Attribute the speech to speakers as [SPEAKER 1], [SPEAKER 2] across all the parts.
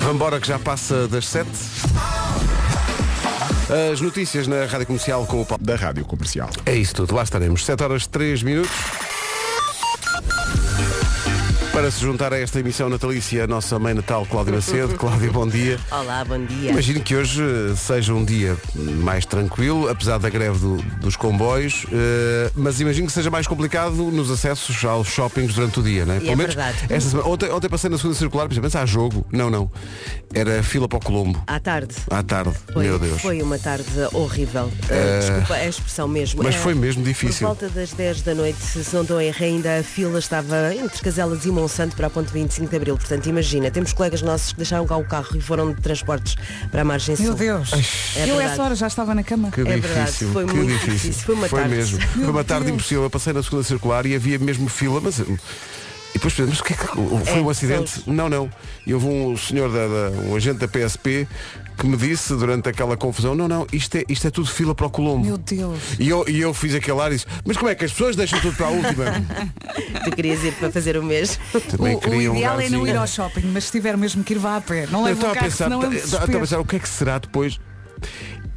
[SPEAKER 1] Vambora que já passa das 7. As notícias na Rádio Comercial com o Paulo.
[SPEAKER 2] da Rádio Comercial.
[SPEAKER 1] É isso tudo, lá estaremos. 7 horas 3 minutos. Para se juntar a esta emissão natalícia, a nossa mãe natal Cláudia Macedo. Cláudia, bom dia.
[SPEAKER 3] Olá, bom dia.
[SPEAKER 1] Imagino que hoje eh, seja um dia mais tranquilo, apesar da greve do- dos comboios, eh, mas imagino que seja mais complicado nos acessos aos shoppings durante o dia, né? Pelo menos
[SPEAKER 3] verdade.
[SPEAKER 1] esta semana. Ontem, ontem passei na segunda circular, pensei, mas há jogo. Não, não. Era fila para o Colombo.
[SPEAKER 3] À tarde.
[SPEAKER 1] À tarde,
[SPEAKER 3] Foi,
[SPEAKER 1] meu Deus. Eh,
[SPEAKER 3] foi uma tarde horrível. Eh, Desculpa a expressão mesmo.
[SPEAKER 1] Mas
[SPEAKER 3] Eh,
[SPEAKER 1] foi mesmo difícil.
[SPEAKER 3] Por volta das 10 da noite, se não dou erro, ainda a fila estava entre Caselas e Monsanto para a ponte 25 de Abril. Portanto, imagina, temos colegas nossos que deixaram cá o carro e foram de transportes para a margem sul.
[SPEAKER 4] Meu Deus.
[SPEAKER 3] É
[SPEAKER 4] eu
[SPEAKER 3] verdade.
[SPEAKER 4] essa hora já estava na cama.
[SPEAKER 1] Que
[SPEAKER 3] É
[SPEAKER 1] difícil,
[SPEAKER 3] verdade, foi
[SPEAKER 1] que
[SPEAKER 3] muito
[SPEAKER 1] difícil.
[SPEAKER 3] difícil, foi uma tarde.
[SPEAKER 1] mesmo.
[SPEAKER 4] Meu
[SPEAKER 1] foi uma tarde
[SPEAKER 4] Deus.
[SPEAKER 1] impossível. Eu passei na segunda circular e havia mesmo fila, mas. hum, E depois pensamos, que é que- foi um
[SPEAKER 3] são
[SPEAKER 1] acidente?
[SPEAKER 3] os-
[SPEAKER 1] Não, não. E houve um senhor, da, da- um agente da PSP, que me disse durante aquela confusão, não, não, isto é, isto é tudo fila para o Colombo.
[SPEAKER 4] Meu Deus.
[SPEAKER 1] E eu, e eu fiz aquele ar e disse, mas como é que as pessoas deixam tudo para a última?
[SPEAKER 3] Tu querias ir para fazer o mesmo.
[SPEAKER 1] Também
[SPEAKER 4] o,
[SPEAKER 1] queria
[SPEAKER 4] o
[SPEAKER 1] um
[SPEAKER 4] ideal é não ir
[SPEAKER 1] lugarzinho.
[SPEAKER 4] ao shopping, mas se tiver mesmo que ir, vá a pé. Não
[SPEAKER 1] Eu
[SPEAKER 4] leva
[SPEAKER 1] estava
[SPEAKER 4] o
[SPEAKER 1] a
[SPEAKER 4] carro,
[SPEAKER 1] pensar,
[SPEAKER 4] senão é um
[SPEAKER 1] estava a
[SPEAKER 4] desespero.
[SPEAKER 1] pensar o que é que será depois.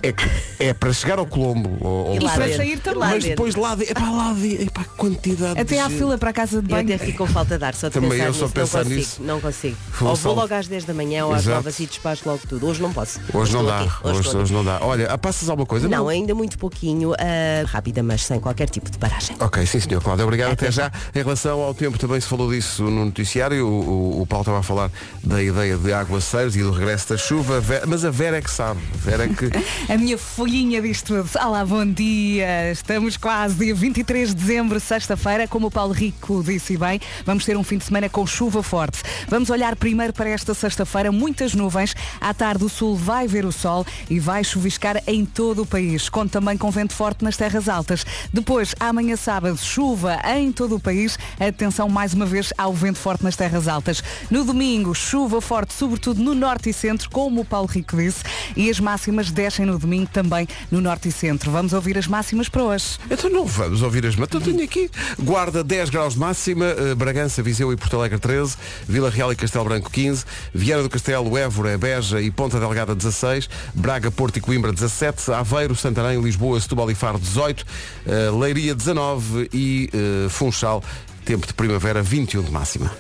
[SPEAKER 1] É, que- é para chegar ao Colombo. Ou, ou
[SPEAKER 4] E
[SPEAKER 3] Lá
[SPEAKER 4] para
[SPEAKER 3] dentro,
[SPEAKER 4] sair também.
[SPEAKER 3] lá
[SPEAKER 1] mas
[SPEAKER 3] dentro.
[SPEAKER 1] depois lá de, epá, lá de, epá, quantidade de
[SPEAKER 4] Até à
[SPEAKER 1] gente.
[SPEAKER 4] fila para a casa de
[SPEAKER 3] Eu
[SPEAKER 4] banho.
[SPEAKER 3] até fico com falta de ar, só de
[SPEAKER 1] Também
[SPEAKER 3] pensar
[SPEAKER 1] eu
[SPEAKER 3] nisso.
[SPEAKER 1] só pensar
[SPEAKER 3] não consigo,
[SPEAKER 1] nisso.
[SPEAKER 3] Não consigo.
[SPEAKER 1] Foi um
[SPEAKER 3] ou vou
[SPEAKER 1] salto.
[SPEAKER 3] logo às 10 da manhã, ou às
[SPEAKER 1] Exato.
[SPEAKER 3] 9 e despacho logo tudo. Hoje não posso.
[SPEAKER 1] Hoje não
[SPEAKER 3] estou
[SPEAKER 1] dá,
[SPEAKER 3] aqui,
[SPEAKER 1] hoje,
[SPEAKER 3] estou
[SPEAKER 1] hoje
[SPEAKER 3] aqui.
[SPEAKER 1] não dá. Olha, ah, passas alguma coisa?
[SPEAKER 3] Não, ainda muito pouquinho, ah, rápida, mas sem qualquer tipo de paragem.
[SPEAKER 1] Ok, sim senhor Cláudio, obrigado até já. Em relação ao tempo, também se falou disso no noticiário, o, o- o Paulo estava a falar da ideia de aguaceiros e do regresso da chuva, Ve- mas a Vera é que sabe, A Vera é que...
[SPEAKER 4] A minha folhinha diz tudo. Olá, bom dia. Estamos quase dia 23 de dezembro, sexta-feira. Como o Paulo Rico disse bem, vamos ter um fim de semana com chuva forte. Vamos olhar primeiro para esta sexta-feira, muitas nuvens. À tarde o sul vai ver o sol e vai chuviscar em todo o país. Conto também com vento forte nas terras altas. Depois, amanhã sábado, chuva em todo o país. Atenção mais uma vez ao vento forte nas terras altas. No domingo, chuva forte, sobretudo no norte e centro, como o Paulo Rico disse. E as máximas descem no domingo também no norte e centro. Vamos ouvir as máximas para hoje.
[SPEAKER 1] Então não vamos ouvir as matas. Eu tenho aqui. Guarda 10 graus de máxima, eh, Bragança, Viseu e Porto Alegre 13, Vila Real e Castelo Branco 15, Viana do Castelo, Évora, Beja e Ponta Delgada 16, Braga, Porto e Coimbra 17, Aveiro, Santarém, Lisboa, Setúbal e Faro 18, eh, Leiria 19 e eh, Funchal, tempo de primavera 21 de máxima.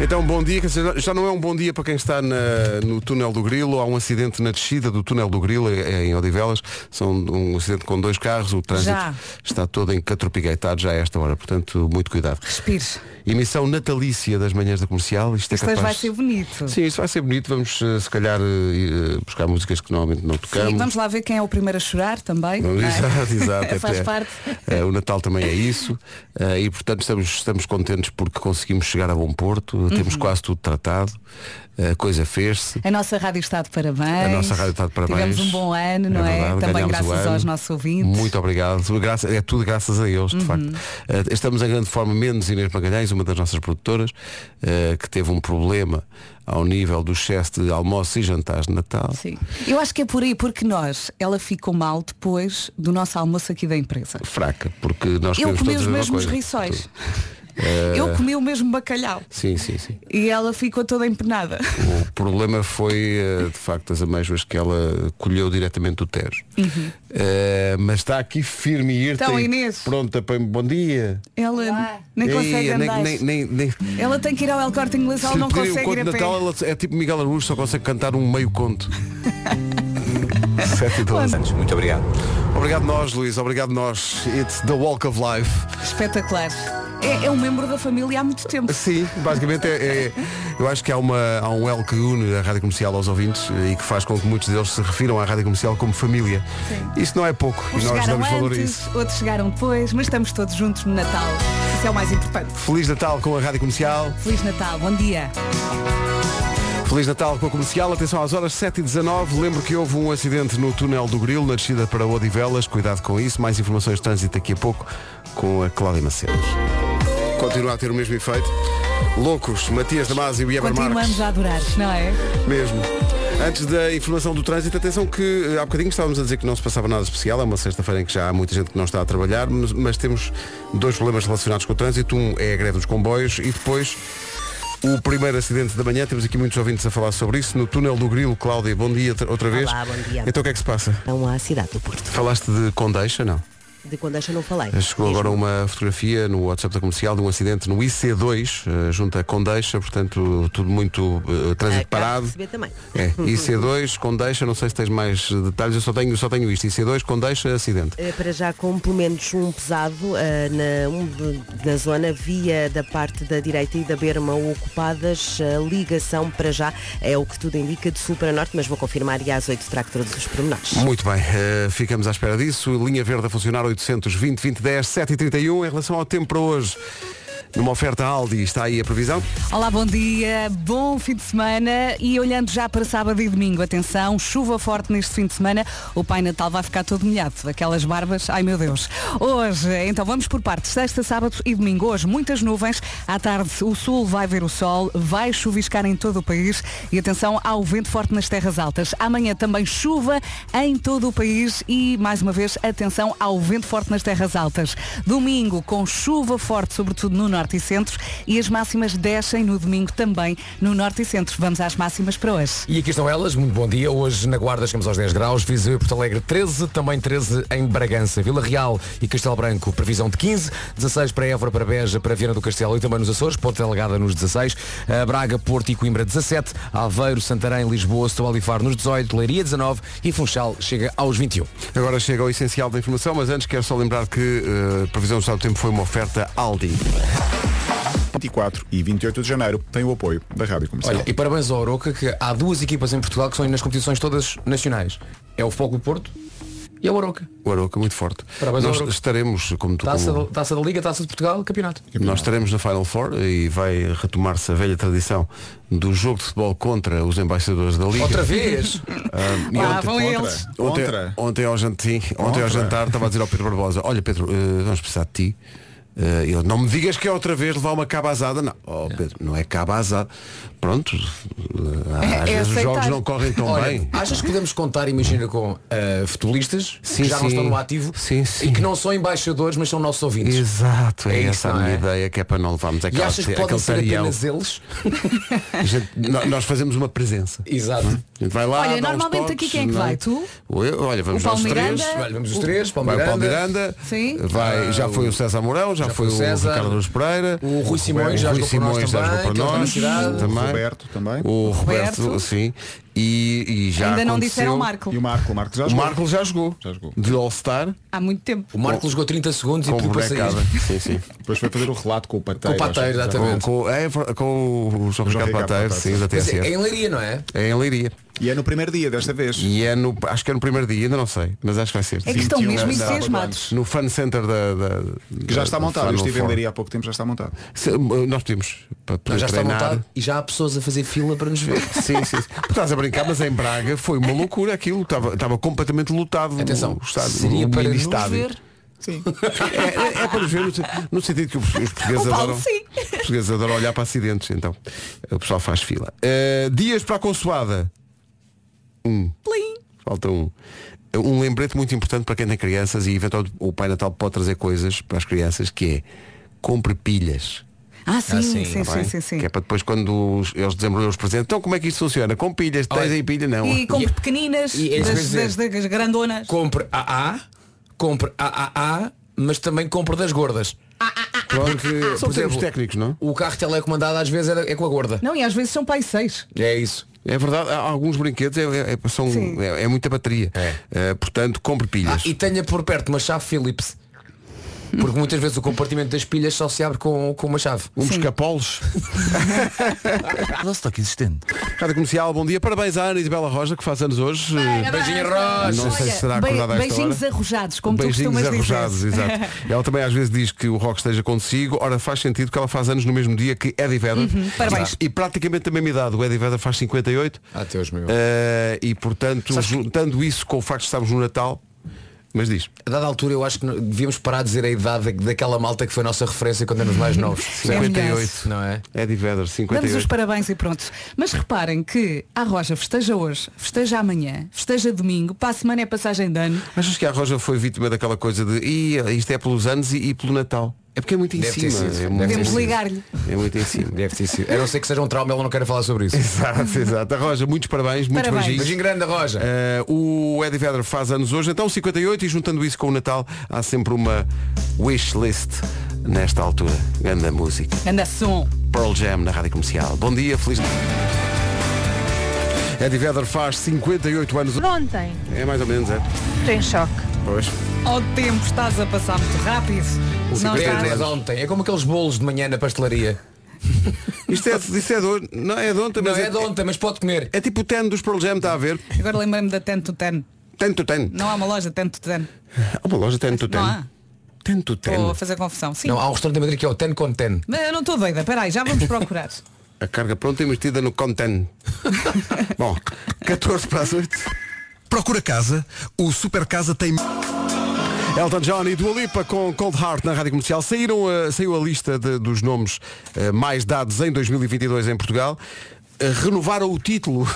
[SPEAKER 1] Então, bom dia. quer dizer, Já não é um bom dia para quem está na- no túnel do Grilo. Há um acidente na descida do túnel do Grilo, é- é em Odivelas. São um acidente com dois carros. O trânsito
[SPEAKER 4] Já.
[SPEAKER 1] está todo encatropigueitado já a esta hora. Portanto, muito cuidado.
[SPEAKER 4] Respire.
[SPEAKER 1] Emissão natalícia das manhãs da comercial. Isto é
[SPEAKER 4] Isto
[SPEAKER 1] capaz...
[SPEAKER 4] hoje vai ser bonito.
[SPEAKER 1] Sim, isto vai ser bonito. Vamos, eh, se calhar, eh, ir, eh, buscar músicas que normalmente não tocamos.
[SPEAKER 4] E vamos lá ver quem é o primeiro a chorar também.
[SPEAKER 1] Não,
[SPEAKER 4] não é?
[SPEAKER 1] Exato, exato. é-
[SPEAKER 4] Faz
[SPEAKER 1] é-
[SPEAKER 4] parte.
[SPEAKER 1] é, o Natal também é isso. eh, e portanto estamos, estamos contentes porque conseguimos chegar a bom porto.
[SPEAKER 4] Uhum.
[SPEAKER 1] Temos quase tudo tratado. É, A coisa fez-se.
[SPEAKER 4] A nossa rádio está de parabéns.
[SPEAKER 1] A nossa rádio está de parabéns.
[SPEAKER 4] Tivemos um bom ano, não é?
[SPEAKER 1] verdade,
[SPEAKER 4] Também
[SPEAKER 1] ganhámos o
[SPEAKER 4] graças
[SPEAKER 1] ano.
[SPEAKER 4] aos nossos ouvintes.
[SPEAKER 1] Muito obrigado. Graça- é tudo graças a eles, de facto.
[SPEAKER 4] Uhum.
[SPEAKER 1] Eh, estamos em grande forma, menos Inês Magalhães, uma das nossas produtoras, eh, que teve um problema ao nível do excesso de almoço e jantares de Natal.
[SPEAKER 4] Sim. Eu acho que é por aí, porque nós, ela ficou mal depois do nosso almoço aqui da empresa.
[SPEAKER 1] Fraca, porque nós
[SPEAKER 4] Eu
[SPEAKER 1] queremos
[SPEAKER 4] comi
[SPEAKER 1] todos
[SPEAKER 4] os
[SPEAKER 1] a mesma
[SPEAKER 4] mesmos
[SPEAKER 1] coisa. É.
[SPEAKER 4] riçóis.
[SPEAKER 1] Tudo.
[SPEAKER 4] Eu comi o mesmo bacalhau.
[SPEAKER 1] Sim, sim, sim.
[SPEAKER 4] E ela ficou toda empenada.
[SPEAKER 1] O problema foi, eh, de facto, as amêijoas que ela colheu diretamente do Tejo. Eh, mas está aqui firme e irta
[SPEAKER 4] Uhum. Então,
[SPEAKER 1] e
[SPEAKER 4] Inês.
[SPEAKER 1] pronta para... um Bom dia.
[SPEAKER 4] Ela nem consegue
[SPEAKER 1] Ei, nem-
[SPEAKER 4] andar.
[SPEAKER 1] nem- nem- nem-
[SPEAKER 4] Ela tem que ir ao El Corte Inglês, ela
[SPEAKER 1] Se lhe
[SPEAKER 4] não
[SPEAKER 1] pedirem
[SPEAKER 4] consegue
[SPEAKER 1] um conto
[SPEAKER 4] ir
[SPEAKER 1] de
[SPEAKER 4] a pé.
[SPEAKER 1] Natal, ela é tipo Miguel Araújo, só consegue cantar um meio conto. 7 e 12.
[SPEAKER 5] Muito obrigado.
[SPEAKER 1] Obrigado nós, Luís. Obrigado nós. It's the walk of life.
[SPEAKER 4] Espetacular. É, é um membro da família há muito tempo.
[SPEAKER 1] Sim, basicamente é, é- eu acho que há, uma, há um L que une a Rádio Comercial aos ouvintes eh, e que faz com que muitos deles se refiram à Rádio Comercial como família.
[SPEAKER 4] Sim.
[SPEAKER 1] Isso não é pouco
[SPEAKER 4] Uns
[SPEAKER 1] e nós
[SPEAKER 4] chegaram
[SPEAKER 1] damos
[SPEAKER 4] antes,
[SPEAKER 1] valor a isso.
[SPEAKER 4] outros chegaram depois, mas estamos todos juntos no Natal. Isso é o mais importante.
[SPEAKER 1] Feliz Natal com a Rádio Comercial.
[SPEAKER 4] Feliz Natal, bom dia.
[SPEAKER 1] Feliz Natal com a Comercial. Atenção às horas 7h19. Lembro que houve um acidente no túnel do Grilo, na descida para Odivelas. Cuidado com isso. Mais informações de trânsito daqui a pouco com a Cláudia Macedo. Continua a ter o mesmo efeito. Loucos, Matias Damasio e Eber Marques.
[SPEAKER 4] Continuamos a adorar, não é?
[SPEAKER 1] Mesmo. Antes da informação do trânsito, atenção que eh, há bocadinho estávamos a dizer que não se passava nada especial, é uma sexta-feira em que já há muita gente que não está a trabalhar, mas, mas temos dois problemas relacionados com o trânsito. Um é a greve dos comboios e depois o primeiro acidente da manhã. Temos aqui muitos ouvintes a falar sobre isso. No túnel do Grilo, Cláudia, bom dia outra- outra vez.
[SPEAKER 3] Olá, bom dia.
[SPEAKER 1] Então o que é que se passa?
[SPEAKER 3] Então à cidade do Porto.
[SPEAKER 1] Falaste de Condeixa, não?
[SPEAKER 3] De quando deixa não falei.
[SPEAKER 1] Eh, Chegou
[SPEAKER 3] Mesmo.
[SPEAKER 1] agora uma fotografia no WhatsApp da comercial de um acidente no IC2, eh, junto a Condeixa, portanto, tudo muito eh, trânsito
[SPEAKER 3] Acabo de
[SPEAKER 1] parado.
[SPEAKER 3] receber também.
[SPEAKER 1] É, IC2, Condeixa, não sei se tens mais detalhes, eu só tenho, só tenho isto. IC2, Condeixa, acidente.
[SPEAKER 3] Eh, Para já com pelo menos um pesado eh, na, um de- na zona via da parte da direita e da berma ocupadas, a ligação para já é o que tudo indica de sul para norte, mas vou confirmar e às 8 trago todos os pormenores.
[SPEAKER 1] Muito bem, eh, ficamos à espera disso. Linha Verde a funcionar 820 2010 731 em relação ao tempo para hoje. Numa oferta Aldi está aí a previsão.
[SPEAKER 4] Olá, bom dia, bom fim de semana e olhando já para sábado e domingo, atenção, chuva forte neste fim de semana, o Pai Natal vai ficar todo molhado, aquelas barbas, ai meu Deus. Hoje, então vamos por partes, sexta, sábado e domingo, hoje muitas nuvens, à tarde o sul vai ver o sol, vai chuviscar em todo o país e atenção ao vento forte nas terras altas. Amanhã também chuva em todo o país e mais uma vez atenção ao vento forte nas terras altas. Domingo com chuva forte, sobretudo no norte e centro, e as máximas descem no domingo também no norte e centro. Vamos às máximas para hoje.
[SPEAKER 2] E aqui estão elas, muito bom dia. Hoje na Guarda chegamos aos 10 graus, Viseu e Porto Alegre 13, também 13 em Bragança, Vila Real e Castelo Branco, previsão de 15, 16 para Évora, para Beja, para Viana do Castelo e também nos Açores, Ponta Delgada nos 16, eh, Braga, Porto e Coimbra 17, Aveiro, Santarém, Lisboa, Setúbal e Faro nos 18, Leiria 19 e Funchal chega aos 21.
[SPEAKER 1] Agora chega ao essencial da informação, mas antes quero só lembrar que eh, a previsão do estado do tempo foi uma oferta Aldi.
[SPEAKER 5] 24 e 28 de janeiro tem o apoio da Rádio Comercial.
[SPEAKER 2] Olha, e parabéns ao Oroca que há duas equipas em Portugal que são nas competições todas nacionais. É o Foco Porto e é o Oroca.
[SPEAKER 1] O Aroca muito forte.
[SPEAKER 2] Parabéns ao
[SPEAKER 1] Nós
[SPEAKER 2] Arouca.
[SPEAKER 1] estaremos, como tu
[SPEAKER 2] Taça,
[SPEAKER 1] como-
[SPEAKER 2] da- taça da Liga, Taça de Portugal, campeonato.
[SPEAKER 1] Nós estaremos na Final Four e vai retomar-se a velha tradição do jogo de futebol contra os embaixadores da Liga. Ah,
[SPEAKER 2] Outra vez! Ah,
[SPEAKER 1] E
[SPEAKER 4] Lá
[SPEAKER 1] ontem-
[SPEAKER 4] vão
[SPEAKER 5] contra.
[SPEAKER 4] eles.
[SPEAKER 1] Ontem,
[SPEAKER 5] Contra.
[SPEAKER 1] ontem ao jantar, sim, ontem ao
[SPEAKER 5] Contra.
[SPEAKER 1] jantar estava a dizer ao Pedro Barbosa, olha Pedro, eh, vamos precisar de ti. Eh, ele, não me digas que é outra vez levar uma caba asada. Não, Oh, Pedro, não é caba asada. Pronto, eh, às
[SPEAKER 4] É
[SPEAKER 1] vezes os
[SPEAKER 4] aceitar.
[SPEAKER 1] jogos não correm tão
[SPEAKER 2] Olha,
[SPEAKER 1] bem.
[SPEAKER 2] Achas que podemos contar, imagina, com eh, futebolistas
[SPEAKER 1] Sim,
[SPEAKER 2] que já
[SPEAKER 1] sim.
[SPEAKER 2] não estão no ativo
[SPEAKER 1] Sim, sim.
[SPEAKER 2] e que não são embaixadores, mas são nossos ouvintes?
[SPEAKER 1] Exato, é,
[SPEAKER 2] É isso,
[SPEAKER 1] essa a
[SPEAKER 2] não
[SPEAKER 1] minha
[SPEAKER 2] é?
[SPEAKER 1] ideia, que é para não levarmos
[SPEAKER 2] E
[SPEAKER 1] aquela,
[SPEAKER 2] achas que podem
[SPEAKER 1] aquele
[SPEAKER 2] ser
[SPEAKER 1] tarião.
[SPEAKER 2] apenas eles?
[SPEAKER 1] A gente- nó- é Nós fazemos uma presença.
[SPEAKER 2] Exato.
[SPEAKER 1] A gente vai lá,
[SPEAKER 4] Olha,
[SPEAKER 1] dá uns
[SPEAKER 4] normalmente aqui
[SPEAKER 1] toques,
[SPEAKER 4] quem é que
[SPEAKER 1] não
[SPEAKER 4] vai? Tu?
[SPEAKER 1] Eu- olha, vamos
[SPEAKER 4] O
[SPEAKER 1] nós
[SPEAKER 4] Paulo
[SPEAKER 1] três.
[SPEAKER 4] Miranda?
[SPEAKER 2] Olha, vamos os três, Paulo
[SPEAKER 1] Vai o Paulo
[SPEAKER 2] Miranda.
[SPEAKER 1] Miranda,
[SPEAKER 4] Sim.
[SPEAKER 1] vai, já foi o César Mourão, já, foi o
[SPEAKER 2] César,
[SPEAKER 1] Ricardo Luz Pereira,
[SPEAKER 2] o Rui Simões já
[SPEAKER 1] o Rui
[SPEAKER 2] jogou para nós
[SPEAKER 1] Simões já
[SPEAKER 2] também,
[SPEAKER 1] jogou
[SPEAKER 2] que
[SPEAKER 1] para
[SPEAKER 2] ele
[SPEAKER 1] nós,
[SPEAKER 2] está na cidade.
[SPEAKER 1] também.
[SPEAKER 5] O Roberto também.
[SPEAKER 1] O Roberto,
[SPEAKER 4] Roberto.
[SPEAKER 1] sim. E, e já
[SPEAKER 4] Ainda não
[SPEAKER 1] aconteceu-
[SPEAKER 4] disseram Marco.
[SPEAKER 5] E o Marco, o Marco já
[SPEAKER 1] O
[SPEAKER 5] jogou.
[SPEAKER 1] Marco já jogou,
[SPEAKER 5] Já jogou.
[SPEAKER 1] de All-Star
[SPEAKER 4] Há muito tempo.
[SPEAKER 2] O Marco jogou 30 segundos e
[SPEAKER 1] com
[SPEAKER 2] pediu para sair.
[SPEAKER 1] bonecada. Sim, sim.
[SPEAKER 5] Depois foi fazer o relato com o Pateiro.
[SPEAKER 2] Com o Pateiro,
[SPEAKER 5] acho que já.
[SPEAKER 2] exatamente.
[SPEAKER 1] Com, com, é, com o João
[SPEAKER 5] João
[SPEAKER 1] Ricardo
[SPEAKER 5] Ricardo Pateiro,
[SPEAKER 1] Pateiro, sim, da
[SPEAKER 2] Mas é,
[SPEAKER 1] TSF.
[SPEAKER 2] é em Leiria, não é?
[SPEAKER 1] É em Leiria.
[SPEAKER 5] E é no primeiro dia desta vez.
[SPEAKER 1] E é no, acho que é no primeiro dia, ainda não sei, mas acho que vai ser.
[SPEAKER 4] É que estão
[SPEAKER 5] 21
[SPEAKER 4] mesmo
[SPEAKER 5] é sábado
[SPEAKER 4] entusiasmados.
[SPEAKER 1] No fan center da, da
[SPEAKER 5] Que já
[SPEAKER 1] da-
[SPEAKER 5] está
[SPEAKER 1] da
[SPEAKER 5] montado. Eu
[SPEAKER 1] Final
[SPEAKER 5] estive em
[SPEAKER 1] Four.
[SPEAKER 5] Leiria há pouco tempo, já está montado.
[SPEAKER 1] Se- eh, Nós pedimos para poder
[SPEAKER 2] Não, já está
[SPEAKER 1] treinar.
[SPEAKER 2] montado e já há pessoas a fazer fila para nos ver.
[SPEAKER 1] Sim, sim. sim. Estás a brincar, mas em Braga foi uma loucura aquilo. Estava, estava completamente lotado.
[SPEAKER 2] Atenção,
[SPEAKER 1] o estádio,
[SPEAKER 2] seria
[SPEAKER 1] o
[SPEAKER 2] para
[SPEAKER 1] mini
[SPEAKER 2] nos
[SPEAKER 1] estádio.
[SPEAKER 2] ver.
[SPEAKER 5] Sim.
[SPEAKER 1] É, é- é para nos ver no, se- no sentido que os os portugueses,
[SPEAKER 4] O Paulo,
[SPEAKER 1] adoram,
[SPEAKER 4] sim.
[SPEAKER 1] os portugueses adoram olhar para acidentes. Então o pessoal faz fila. Eh, dias para a consoada.
[SPEAKER 4] Plim.
[SPEAKER 1] Falta um. Um lembrete muito importante para quem tem crianças e eventualmente o Pai Natal pode trazer coisas para as crianças que é compre pilhas.
[SPEAKER 4] Ah, sim,
[SPEAKER 2] Ah,
[SPEAKER 4] sim,
[SPEAKER 2] sim,
[SPEAKER 4] sim,
[SPEAKER 1] está bem?
[SPEAKER 4] sim, sim.
[SPEAKER 1] Que é para depois quando os- eles desembrulham os presentes. Então como é que isto funciona? Com pilhas, tens
[SPEAKER 2] Olha,
[SPEAKER 1] aí pilha? Não.
[SPEAKER 4] E compre pequeninas,
[SPEAKER 2] E é isso que eu
[SPEAKER 4] das,
[SPEAKER 2] ia dizer.
[SPEAKER 4] das, das grandonas.
[SPEAKER 2] Compre AA, compre AAA, mas também compre das gordas.
[SPEAKER 1] Pronto, que,
[SPEAKER 2] São
[SPEAKER 1] por exemplo,
[SPEAKER 2] termos
[SPEAKER 1] técnicos, não?
[SPEAKER 2] O carro telecomandado às vezes é, é com a gorda.
[SPEAKER 4] Não, e às vezes são pai seis.
[SPEAKER 2] É isso.
[SPEAKER 1] É verdade, há alguns brinquedos é, é- é- são,
[SPEAKER 4] Sim.
[SPEAKER 1] é, é muita bateria. Eh, portanto, compre
[SPEAKER 2] Ah,
[SPEAKER 1] pilhas.
[SPEAKER 2] e tenha por perto uma chave Phillips. Porque muitas vezes o compartimento das pilhas só se abre com, com uma chave.
[SPEAKER 1] Um buscapolos.
[SPEAKER 6] Nosso toque existente.
[SPEAKER 1] Rádio Comercial, bom dia. Parabéns à Ana Isabela Roja, que faz anos hoje. Eh,
[SPEAKER 2] Beijinho, Rocha.
[SPEAKER 1] Não sei se será
[SPEAKER 4] Olha,
[SPEAKER 1] acordada a esta
[SPEAKER 4] beijinhos
[SPEAKER 1] hora.
[SPEAKER 4] arrojados, como tu
[SPEAKER 1] Beijinhos
[SPEAKER 4] costumas
[SPEAKER 1] arrojados,
[SPEAKER 4] dizer.
[SPEAKER 1] exato. Ela também às vezes diz que o rock esteja consigo, ora faz sentido que ela faz anos no mesmo dia que Eddie Vedder.
[SPEAKER 4] Uhum, parabéns.
[SPEAKER 1] E, e praticamente da mesma idade. O Eddie Vedder faz 58.
[SPEAKER 2] Ah, Deus meu.
[SPEAKER 1] eh, e portanto, juntando isso com o facto de estarmos no Natal, mas diz.
[SPEAKER 2] A dada altura eu acho que não- devíamos parar de dizer a idade da- daquela malta que foi a nossa referência quando éramos mais novos.
[SPEAKER 4] É melhor.
[SPEAKER 1] 58.
[SPEAKER 2] Não é?
[SPEAKER 1] Eddie Vedder,
[SPEAKER 4] Damos os
[SPEAKER 1] 58.
[SPEAKER 4] parabéns e pronto. Mas reparem que a Roja festeja hoje, festeja amanhã, festeja domingo, para a semana é passagem de ano.
[SPEAKER 1] Achas que a Roja foi vítima daquela coisa de "Ih, isto é pelos anos e, e pelo Natal? É porque é muito em
[SPEAKER 2] Deve ter
[SPEAKER 1] cima.
[SPEAKER 2] sido,
[SPEAKER 1] é
[SPEAKER 2] deve
[SPEAKER 1] muito
[SPEAKER 2] ter
[SPEAKER 1] em
[SPEAKER 2] sim,
[SPEAKER 4] Temos de
[SPEAKER 1] cima.
[SPEAKER 2] sim.
[SPEAKER 4] ligar-lhe.
[SPEAKER 1] É muito em cima.
[SPEAKER 2] Deve ter sido. A não ser que seja um trauma, ele não quer falar sobre isso.
[SPEAKER 1] Exato, exato. Roja, muitos parabéns, muitos
[SPEAKER 4] Parabéns.
[SPEAKER 1] beijinhos.
[SPEAKER 2] Beijinho grande, Roja.
[SPEAKER 1] Eh, o Eddie Vedder faz anos hoje, então 58 e juntando isso com o Natal há sempre uma wish list nesta altura. Grande música.
[SPEAKER 4] Anda som.
[SPEAKER 1] Pearl Jam na Rádio Comercial. Bom dia, feliz Eddie Vedder faz 58 anos.
[SPEAKER 7] Ontem,
[SPEAKER 1] É mais ou menos, é.
[SPEAKER 7] estou em choque.
[SPEAKER 5] Pois.
[SPEAKER 4] Ó tempo, estás a passar muito rápido. Não
[SPEAKER 2] Grande é
[SPEAKER 4] estás?
[SPEAKER 2] de ontem. É como aqueles bolos de manhã na pastelaria.
[SPEAKER 1] Isto é, isto é de hoje. Não é de ontem,
[SPEAKER 2] Não
[SPEAKER 1] mas
[SPEAKER 2] é de ontem, mas pode comer.
[SPEAKER 1] É tipo o ten dos Pearl Jam, está a ver?
[SPEAKER 4] Agora lembrei-me da Tanto Ten.
[SPEAKER 1] Tanto ten.
[SPEAKER 4] Não há uma loja Tanto Ten.
[SPEAKER 1] Há uma loja tanto ten.
[SPEAKER 4] Não há.
[SPEAKER 1] Tanto ten.
[SPEAKER 4] Estou a fazer confusão. Sim.
[SPEAKER 2] Não, há um restaurante em Madrid que é o Ten con Ten.
[SPEAKER 4] Mas eu não estou doida. Peraí, já vamos procurar.
[SPEAKER 1] A carga pronta e metida no content. Bom, 14 para as 8.
[SPEAKER 8] Procura casa, o Super Casa tem.
[SPEAKER 1] Elton John e Dua Lipa com Cold Heart na Rádio Comercial. Saíram, eh, saiu a lista de- dos nomes eh, mais dados em 2022 em Portugal. Eh, renovaram o título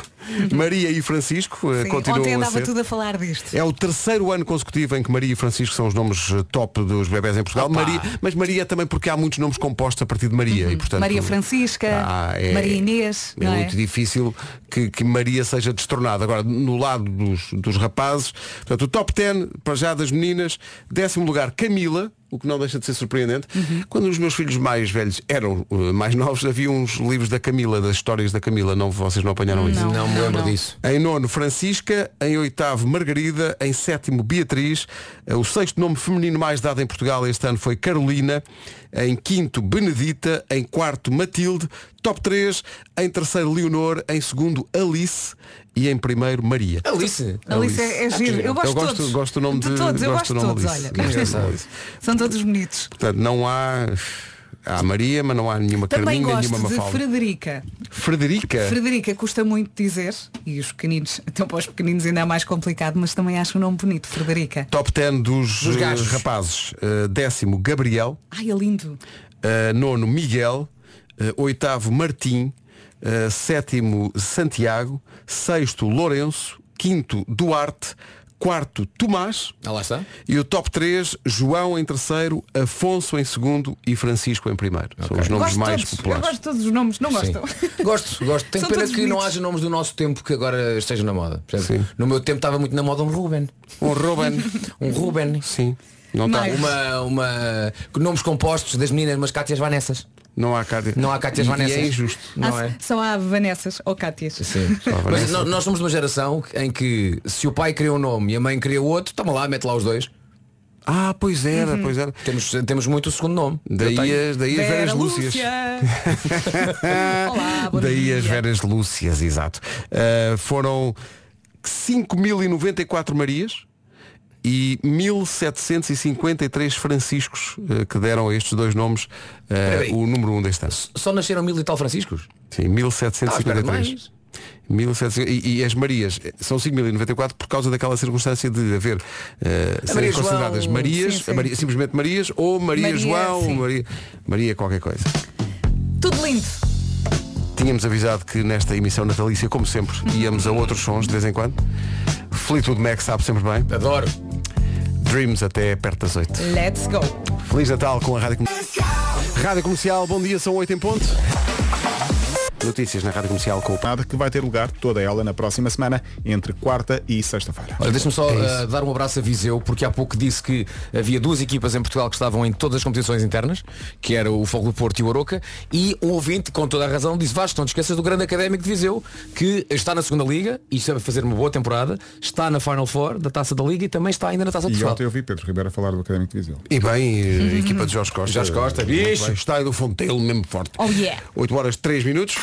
[SPEAKER 1] Maria e Francisco. eh,
[SPEAKER 4] Sim,
[SPEAKER 1] continuam
[SPEAKER 4] Ontem
[SPEAKER 1] a
[SPEAKER 4] andava
[SPEAKER 1] ser.
[SPEAKER 4] tudo a falar disto.
[SPEAKER 1] É o terceiro ano consecutivo em que Maria e Francisco são os nomes eh, top dos bebés em Portugal. Maria, mas Maria também porque há muitos nomes compostos a partir de Maria. E, portanto,
[SPEAKER 4] Uhum. Maria Francisca,
[SPEAKER 1] Ah, é-
[SPEAKER 4] Maria Inês.
[SPEAKER 1] É
[SPEAKER 4] não
[SPEAKER 1] muito difícil que, que Maria seja destronada. Agora, no lado dos, dos rapazes, portanto, o top 10 para já das meninas, décimo lugar Camila, o que não deixa de ser surpreendente.
[SPEAKER 4] Uhum.
[SPEAKER 1] Quando os meus filhos mais velhos eram eh, mais novos, havia uns livros da Camila, das histórias da Camila, não, vocês não apanharam isso.
[SPEAKER 4] Não,
[SPEAKER 2] Não me
[SPEAKER 4] não,
[SPEAKER 2] lembro
[SPEAKER 4] não.
[SPEAKER 2] disso.
[SPEAKER 1] Em nono, Francisca. Em oitavo, Margarida. Em sétimo, Beatriz. Eh, O sexto nome feminino mais dado em Portugal este ano foi Carolina. Em quinto, Benedita. Em quarto, Matilde. Top 3. Em terceiro, Leonor. Em segundo, Alice. E em primeiro, Maria.
[SPEAKER 2] Alice.
[SPEAKER 4] Alice é, é giro. Eu gosto,
[SPEAKER 1] Eu gosto-
[SPEAKER 4] de todos.
[SPEAKER 1] gosto do nome de-
[SPEAKER 4] todos. Eu
[SPEAKER 1] gosto
[SPEAKER 4] gosto
[SPEAKER 1] do
[SPEAKER 4] de
[SPEAKER 1] nome
[SPEAKER 4] todos.
[SPEAKER 1] Alice.
[SPEAKER 4] Olha, gosto deste
[SPEAKER 1] Engraçado.
[SPEAKER 4] nome. São todos bonitos.
[SPEAKER 1] Portanto, não há... Há Maria, mas não há nenhuma
[SPEAKER 4] Também
[SPEAKER 1] Carminha,
[SPEAKER 4] gosto
[SPEAKER 1] nenhuma
[SPEAKER 4] de
[SPEAKER 1] Mafalda.
[SPEAKER 4] Frederica.
[SPEAKER 1] Frederica.
[SPEAKER 4] Frederica custa muito dizer, e os pequeninos, então para os pequeninos ainda é mais complicado, mas também acho o nome bonito, Frederica.
[SPEAKER 1] Top 10 dos,
[SPEAKER 2] Dos
[SPEAKER 1] eh,
[SPEAKER 2] gajos.
[SPEAKER 1] rapazes. Eh, décimo, Gabriel.
[SPEAKER 4] Ai, é lindo.
[SPEAKER 1] Uh, nono Miguel, Uh, oitavo Martim, Uh, sétimo Santiago, sexto Lourenço, quinto Duarte, quarto Tomás
[SPEAKER 2] Ah, lá está.
[SPEAKER 1] e o top 3 João em terceiro, Afonso em segundo e Francisco em primeiro. São os nomes
[SPEAKER 4] gosto
[SPEAKER 1] mais
[SPEAKER 4] todos. Eu
[SPEAKER 1] populares.
[SPEAKER 4] gosto de todos os nomes, não
[SPEAKER 2] Sim.
[SPEAKER 4] gostam.
[SPEAKER 2] Gosto, gosto. Tenho
[SPEAKER 4] São
[SPEAKER 2] pena que
[SPEAKER 4] todos
[SPEAKER 2] não
[SPEAKER 4] bonitos.
[SPEAKER 2] haja nomes do nosso tempo que agora estejam na moda. Portanto,
[SPEAKER 1] Sim.
[SPEAKER 2] No meu tempo estava muito na moda um Ruben.
[SPEAKER 1] Um Ruben,
[SPEAKER 2] Um Ruben.
[SPEAKER 1] sim. Não, tá-
[SPEAKER 4] Mais.
[SPEAKER 2] Uma, uma. com Nomes compostos das meninas, mas Cátias Vanessas.
[SPEAKER 1] não há Cátia.
[SPEAKER 2] Não há Cátias
[SPEAKER 1] E-
[SPEAKER 2] Vanessas.
[SPEAKER 1] E é injusto.
[SPEAKER 2] Não
[SPEAKER 4] Há-
[SPEAKER 2] é?
[SPEAKER 4] Só há Vanessas ou Cátias.
[SPEAKER 2] Sim. Mas no- nós somos de uma geração em que se o pai cria um nome e a mãe cria outro, toma lá, mete lá os dois.
[SPEAKER 1] Ah, pois era, pois era.
[SPEAKER 2] Temos, temos muito o segundo nome.
[SPEAKER 1] Daí,
[SPEAKER 2] Eu tenho.
[SPEAKER 1] as, daí as
[SPEAKER 4] Vera
[SPEAKER 1] velhas Lúcias.
[SPEAKER 4] Olá, bom
[SPEAKER 1] Daí
[SPEAKER 4] dia.
[SPEAKER 1] as veras lúcias, exato. Uh, foram 5.094 Marias e 1.753 Franciscos uh, que deram a estes dois nomes uh,
[SPEAKER 2] Peraí.
[SPEAKER 1] o número 1 um deste ano.
[SPEAKER 2] Só nasceram mil e tal Franciscos?
[SPEAKER 1] Sim,
[SPEAKER 2] Ah,
[SPEAKER 1] 1.753.
[SPEAKER 2] espera demais.
[SPEAKER 1] 1700 e, e as Marias eh, são 5.094 por causa daquela circunstância de haver uh, serem
[SPEAKER 2] Maria João,
[SPEAKER 1] consideradas Marias,
[SPEAKER 4] sim, sim.
[SPEAKER 1] a Maria- simplesmente Marias ou Maria,
[SPEAKER 4] Maria,
[SPEAKER 1] João,
[SPEAKER 4] sim.
[SPEAKER 1] Maria, Maria qualquer coisa.
[SPEAKER 4] Tudo lindo.
[SPEAKER 1] Tínhamos avisado que nesta emissão natalícia, como sempre, íamos a outros sons de vez em quando. Fleetwood Mac sabe sempre bem.
[SPEAKER 2] Adoro.
[SPEAKER 1] Dreams até perto das 8.
[SPEAKER 4] Let's go.
[SPEAKER 1] Feliz Natal com a Rádio Comercial. Rádio Comercial, bom dia, são 8 em ponto. Notícias na Rádio Comercial com o
[SPEAKER 5] Nada que vai ter lugar toda ela na próxima semana, entre quarta e sexta-feira.
[SPEAKER 2] Olha, deixa-me só eh, dar um abraço a Viseu, porque há pouco disse que havia duas equipas em Portugal que estavam em todas as competições internas, que era o Fogo do Porto e o Aroca, e um ouvinte, com toda a razão, disse Vasco, não te esqueças do grande académico de Viseu, que está na segunda Liga e sabe fazer uma boa temporada, está na Final Four da Taça da Liga e também está ainda na Taça
[SPEAKER 5] E
[SPEAKER 2] de Portugal.
[SPEAKER 5] ontem eu vi Pedro Ribeiro a falar do Académico de Viseu.
[SPEAKER 1] E bem, eh, equipa de Jorge Costa.
[SPEAKER 2] Uhum. Jorge Costa,
[SPEAKER 1] Muito
[SPEAKER 2] bicho.
[SPEAKER 1] bem, Está aí do Fontelo mesmo forte.
[SPEAKER 4] Oh, yeah.
[SPEAKER 1] 8 horas 3 minutos.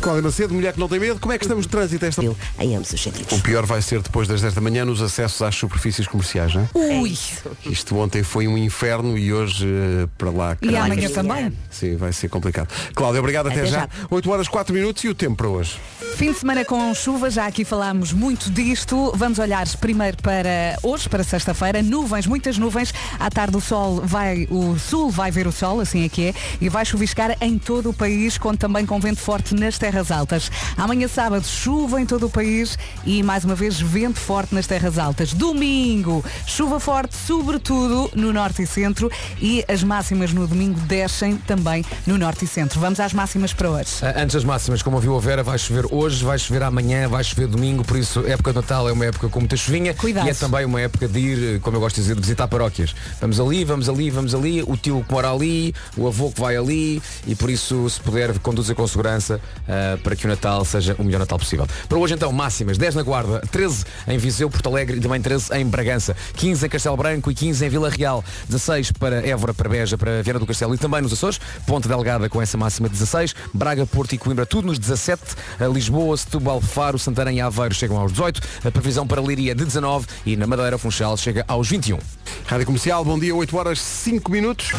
[SPEAKER 1] Cláudia Macedo, mulher que não tem medo. Como é que estamos de trânsito a esta...
[SPEAKER 3] Eu, em ambos os sentidos.
[SPEAKER 1] O pior vai ser depois das 10 da manhã nos acessos às superfícies comerciais, não é?
[SPEAKER 4] Ui.
[SPEAKER 1] Isto ontem foi um inferno e hoje eh, para lá.
[SPEAKER 4] E
[SPEAKER 1] caralho.
[SPEAKER 4] amanhã também.
[SPEAKER 1] Sim, vai ser complicado. Cláudio, obrigado até,
[SPEAKER 3] Até
[SPEAKER 1] já.
[SPEAKER 3] já.
[SPEAKER 1] 8 horas 4 minutos e o tempo para hoje.
[SPEAKER 4] Fim de semana com chuva, já aqui falámos muito disto. Vamos olhar primeiro para hoje, para sexta-feira. Nuvens, muitas nuvens. À tarde o sol vai, o sul vai ver o sol, assim é que é, e vai chuviscar em todo o país, com também com vento forte nas terras. terras altas. Amanhã sábado, chuva em todo o país e mais uma vez vento forte nas terras altas. Domingo, chuva forte, sobretudo no norte e centro e as máximas no domingo descem também no norte e centro. Vamos às máximas para hoje.
[SPEAKER 2] Ah, Antes das máximas, como ouviu a Vera, vai chover hoje, vai chover amanhã, vai chover domingo, por isso a época de Natal é uma época com muita chuvinha
[SPEAKER 4] Cuidado.
[SPEAKER 2] e é também uma época de ir, eh, como eu gosto de dizer, de visitar paróquias. Vamos ali, vamos ali, vamos ali, o tio que mora ali, o avô que vai ali e por isso, se puder, conduza com segurança ah, para que o Natal seja o melhor Natal possível. Para hoje então, máximas, 10 na Guarda, 13 em Viseu, Porto Alegre e também 13 em Bragança, 15 em Castelo Branco e 15 em Vila Real, 16 para Évora, para Beja, para Viana do Castelo e também nos Açores, Ponte Delgada com essa máxima de 16, Braga, Porto e Coimbra tudo nos 17, a Lisboa, Setúbal, Faro, Santarém e Aveiro chegam aos 18, a previsão para Liria de 19 e na Madeira, Funchal chega aos 21.
[SPEAKER 1] Rádio Comercial, bom dia, 8 horas 5 minutos.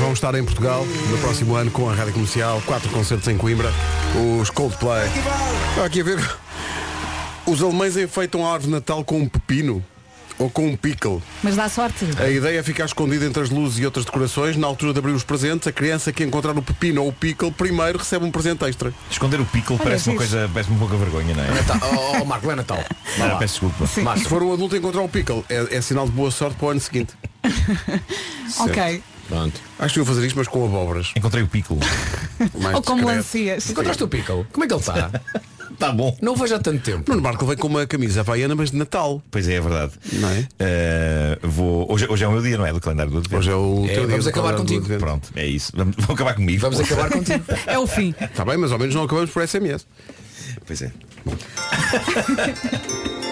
[SPEAKER 1] Vão estar em Portugal no próximo ano com a Rádio Comercial, quatro concertos em Coimbra, os Coldplay. Estava aqui a ver. Os alemães enfeitam a árvore de Natal com um pepino ou com um pickle.
[SPEAKER 4] Mas dá sorte.
[SPEAKER 1] A ideia é ficar escondida entre as luzes e outras decorações. Na altura de abrir os presentes, a criança que encontrar o pepino ou o pickle primeiro recebe um presente extra.
[SPEAKER 6] Esconder o pickle
[SPEAKER 4] Olha,
[SPEAKER 6] parece uma
[SPEAKER 4] fixe.
[SPEAKER 6] coisa, parece uma pouca vergonha, não é?
[SPEAKER 1] Tá,
[SPEAKER 2] Natal, oh, oh, Marco, não é Natal. Vá
[SPEAKER 6] Ah,
[SPEAKER 2] lá.
[SPEAKER 6] peço desculpa.
[SPEAKER 1] Se for um adulto encontrar o pickle, é, é sinal de boa sorte para o ano seguinte.
[SPEAKER 4] Ok.
[SPEAKER 2] Pronto.
[SPEAKER 1] Acho que vou fazer isto, mas com abóboras.
[SPEAKER 6] Encontrei o pickle.
[SPEAKER 1] Mais
[SPEAKER 4] Ou como
[SPEAKER 1] discreto.
[SPEAKER 4] lancias.
[SPEAKER 2] Encontraste o Pickle? Como é que ele está?
[SPEAKER 6] tá bom.
[SPEAKER 2] Não o vejo há tanto tempo.
[SPEAKER 1] Nuno Marco vem com uma camisa havaiana, mas de Natal.
[SPEAKER 6] Pois é, é verdade.
[SPEAKER 1] Não é?
[SPEAKER 6] Eh, vou... hoje, hoje é o meu dia, não é? Do calendário do advento.
[SPEAKER 1] Hoje é o
[SPEAKER 2] É,
[SPEAKER 1] teu dia
[SPEAKER 2] vamos
[SPEAKER 1] do
[SPEAKER 2] acabar
[SPEAKER 1] calendário do
[SPEAKER 2] contigo.
[SPEAKER 1] advento.
[SPEAKER 6] Pronto, é isso. Vamos, vão acabar comigo.
[SPEAKER 2] Vamos acabar contigo.
[SPEAKER 4] É o fim.
[SPEAKER 1] Está Tá bem, mas ao menos não acabamos por SMS.
[SPEAKER 6] Pois é.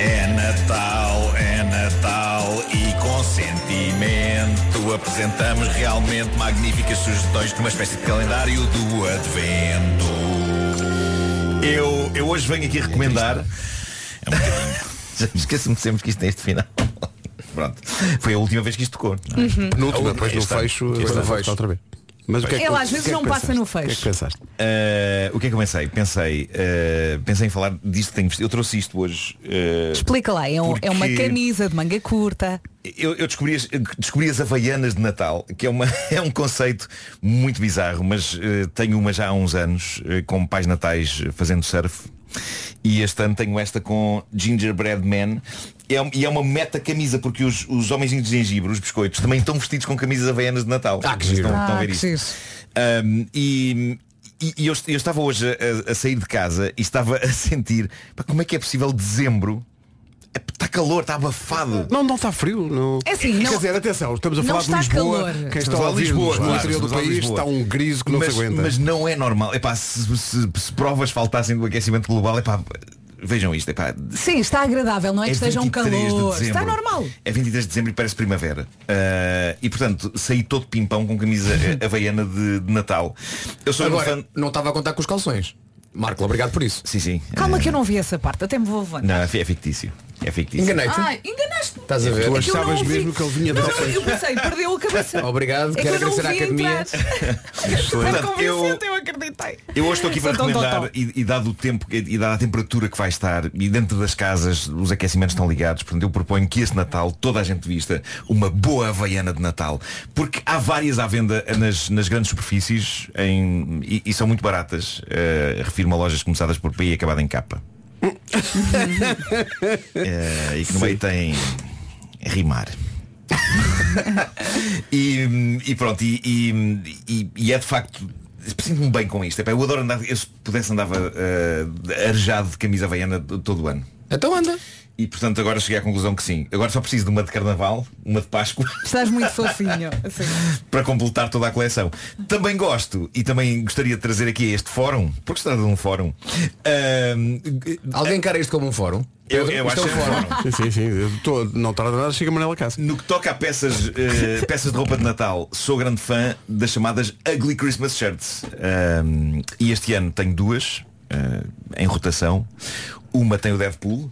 [SPEAKER 6] É Natal, é Natal e com sentimento apresentamos realmente magníficas sugestões numa espécie de calendário do Advento. Eu, eu hoje venho aqui recomendar. É um bocadinho. Já me Esqueço-me sempre que isto tem este final. Pronto. Foi a última vez que isto tocou. não é?
[SPEAKER 2] Ah,
[SPEAKER 1] Penúltima, depois no
[SPEAKER 6] Este ano.
[SPEAKER 1] fecho,
[SPEAKER 6] Este
[SPEAKER 1] depois no
[SPEAKER 6] ano.
[SPEAKER 1] fecho outra vez. Mas o que é que,
[SPEAKER 4] Ele
[SPEAKER 1] o
[SPEAKER 4] às
[SPEAKER 1] que é
[SPEAKER 4] vezes
[SPEAKER 1] que
[SPEAKER 4] não passa
[SPEAKER 1] pensaste?
[SPEAKER 4] no
[SPEAKER 1] O que é que
[SPEAKER 4] fecho.
[SPEAKER 1] pensaste?
[SPEAKER 6] Eh, o que é que eu pensei? Pensei, eh, pensei em falar disto que tenho vestido. Eu trouxe isto hoje. eh,
[SPEAKER 4] Explica lá, é, um- é uma
[SPEAKER 6] Porque-
[SPEAKER 4] camisa de manga curta.
[SPEAKER 6] eu, eu descobri, as, descobri as Havaianas de Natal, que é, uma, é um conceito muito bizarro, mas eh, tenho uma já há uns anos, eh, com pais natais eh, fazendo surf. E este ano tenho esta com Gingerbread Man. É, um- e é uma meta camisa, porque os, os homenzinhos de gengibre, os biscoitos, também estão vestidos com camisas havaianas de Natal.
[SPEAKER 2] Ah, que
[SPEAKER 6] Vocês
[SPEAKER 2] giro.
[SPEAKER 6] Estão, estão a
[SPEAKER 4] Ah,
[SPEAKER 6] ver
[SPEAKER 4] que
[SPEAKER 6] isto.
[SPEAKER 4] giro.
[SPEAKER 6] Um, e e- e eu, est- eu estava hoje a, a sair de casa e estava a sentir pá, como é que é possível dezembro está calor, está abafado
[SPEAKER 1] Não, não está frio. Não...
[SPEAKER 4] É assim, não-
[SPEAKER 1] Quer dizer, atenção, estamos a falar
[SPEAKER 4] não
[SPEAKER 1] de
[SPEAKER 4] está
[SPEAKER 1] Lisboa.
[SPEAKER 4] calor.
[SPEAKER 1] Quem
[SPEAKER 6] Estamos
[SPEAKER 1] está
[SPEAKER 6] a
[SPEAKER 1] a
[SPEAKER 6] falar de
[SPEAKER 1] ouvir
[SPEAKER 6] Lisboa,
[SPEAKER 1] no
[SPEAKER 6] claro,
[SPEAKER 1] interior do
[SPEAKER 6] estamos a falar de
[SPEAKER 1] país
[SPEAKER 6] Lisboa.
[SPEAKER 1] está um griso que não
[SPEAKER 6] mas,
[SPEAKER 1] se aguenta.
[SPEAKER 6] mas não é normal. Epá, se, se, se provas faltassem do aquecimento global, epá, vejam isto. Epá,
[SPEAKER 4] Sim, está agradável, não é que esteja um
[SPEAKER 6] 23 de
[SPEAKER 4] calor. Está
[SPEAKER 6] dezembro.
[SPEAKER 4] normal.
[SPEAKER 6] É 23 de dezembro e parece primavera. Ah, e portanto, saí todo pimpão com camisa eh, havaiana de, de Natal. Eu sou um
[SPEAKER 2] Agora,
[SPEAKER 6] fã.
[SPEAKER 2] não estava a contar com os calções. Marco, obrigado por isso.
[SPEAKER 6] Sim, sim.
[SPEAKER 4] Calma
[SPEAKER 6] Ah,
[SPEAKER 4] que eu não vi essa parte, até me vou levantar.
[SPEAKER 6] Não, é fi- é fictício. É fictício.
[SPEAKER 2] Enganei-te.
[SPEAKER 4] Ai, enganaste-me.
[SPEAKER 2] Estás a ver?
[SPEAKER 1] Tu
[SPEAKER 4] É que eu não
[SPEAKER 1] achavas
[SPEAKER 4] ouvi.
[SPEAKER 1] mesmo que ele vinha de
[SPEAKER 4] Não, não,
[SPEAKER 1] calções.
[SPEAKER 4] Eu pensei, perdeu a cabeça.
[SPEAKER 2] Obrigado,
[SPEAKER 4] É que
[SPEAKER 2] quero
[SPEAKER 4] eu não
[SPEAKER 2] agradecer à
[SPEAKER 4] ouvi
[SPEAKER 2] Academia.
[SPEAKER 4] entrar. Foi
[SPEAKER 6] Portanto, eu-
[SPEAKER 4] convincente, eu acreditei.
[SPEAKER 6] Eu hoje estou aqui para
[SPEAKER 4] Sou tão
[SPEAKER 6] recomendar
[SPEAKER 4] totó.
[SPEAKER 6] e, e dado o tempo e, e dada a temperatura que vai estar e dentro das casas os aquecimentos estão ligados, portanto eu proponho que este Natal toda a gente vista uma boa Havaiana de Natal, porque há várias à venda nas, nas grandes superfícies em- e, e são muito baratas. Eh, Refiro-me a lojas começadas por P e acabada em capa. Eh, e que no meio tem rimar. E, e pronto, e, e- e- e é de facto. Sinto-me bem com isto. Epá, eu adoro andar, eu se pudesse andava eh, arejado de camisa havaiana t- todo o ano.
[SPEAKER 2] Então anda.
[SPEAKER 6] E portanto agora cheguei à conclusão que sim. Agora só preciso de uma de carnaval, uma de Páscoa,
[SPEAKER 4] Estás muito fofinho. assim.
[SPEAKER 6] para completar toda a coleção. Também gosto, e também gostaria de trazer aqui a este fórum, porque se trata de um fórum. ahm,
[SPEAKER 2] Alguém encara isto como um fórum?
[SPEAKER 6] eu
[SPEAKER 2] Pedro,
[SPEAKER 6] eu
[SPEAKER 2] isto
[SPEAKER 6] acho
[SPEAKER 2] é
[SPEAKER 6] que
[SPEAKER 2] um
[SPEAKER 6] é um
[SPEAKER 2] fórum.
[SPEAKER 6] fórum.
[SPEAKER 1] Sim, sim, sim. Eu Tô, não tarda nada, chega a Manela Cássio.
[SPEAKER 6] No que toca a peças, eh, peças de roupa de Natal, sou grande fã das chamadas Ugly Christmas Shirts. Ahm, e este ano tenho eh,
[SPEAKER 1] Uhum.
[SPEAKER 6] duas ah, em rotação. Uma tem o Deadpool,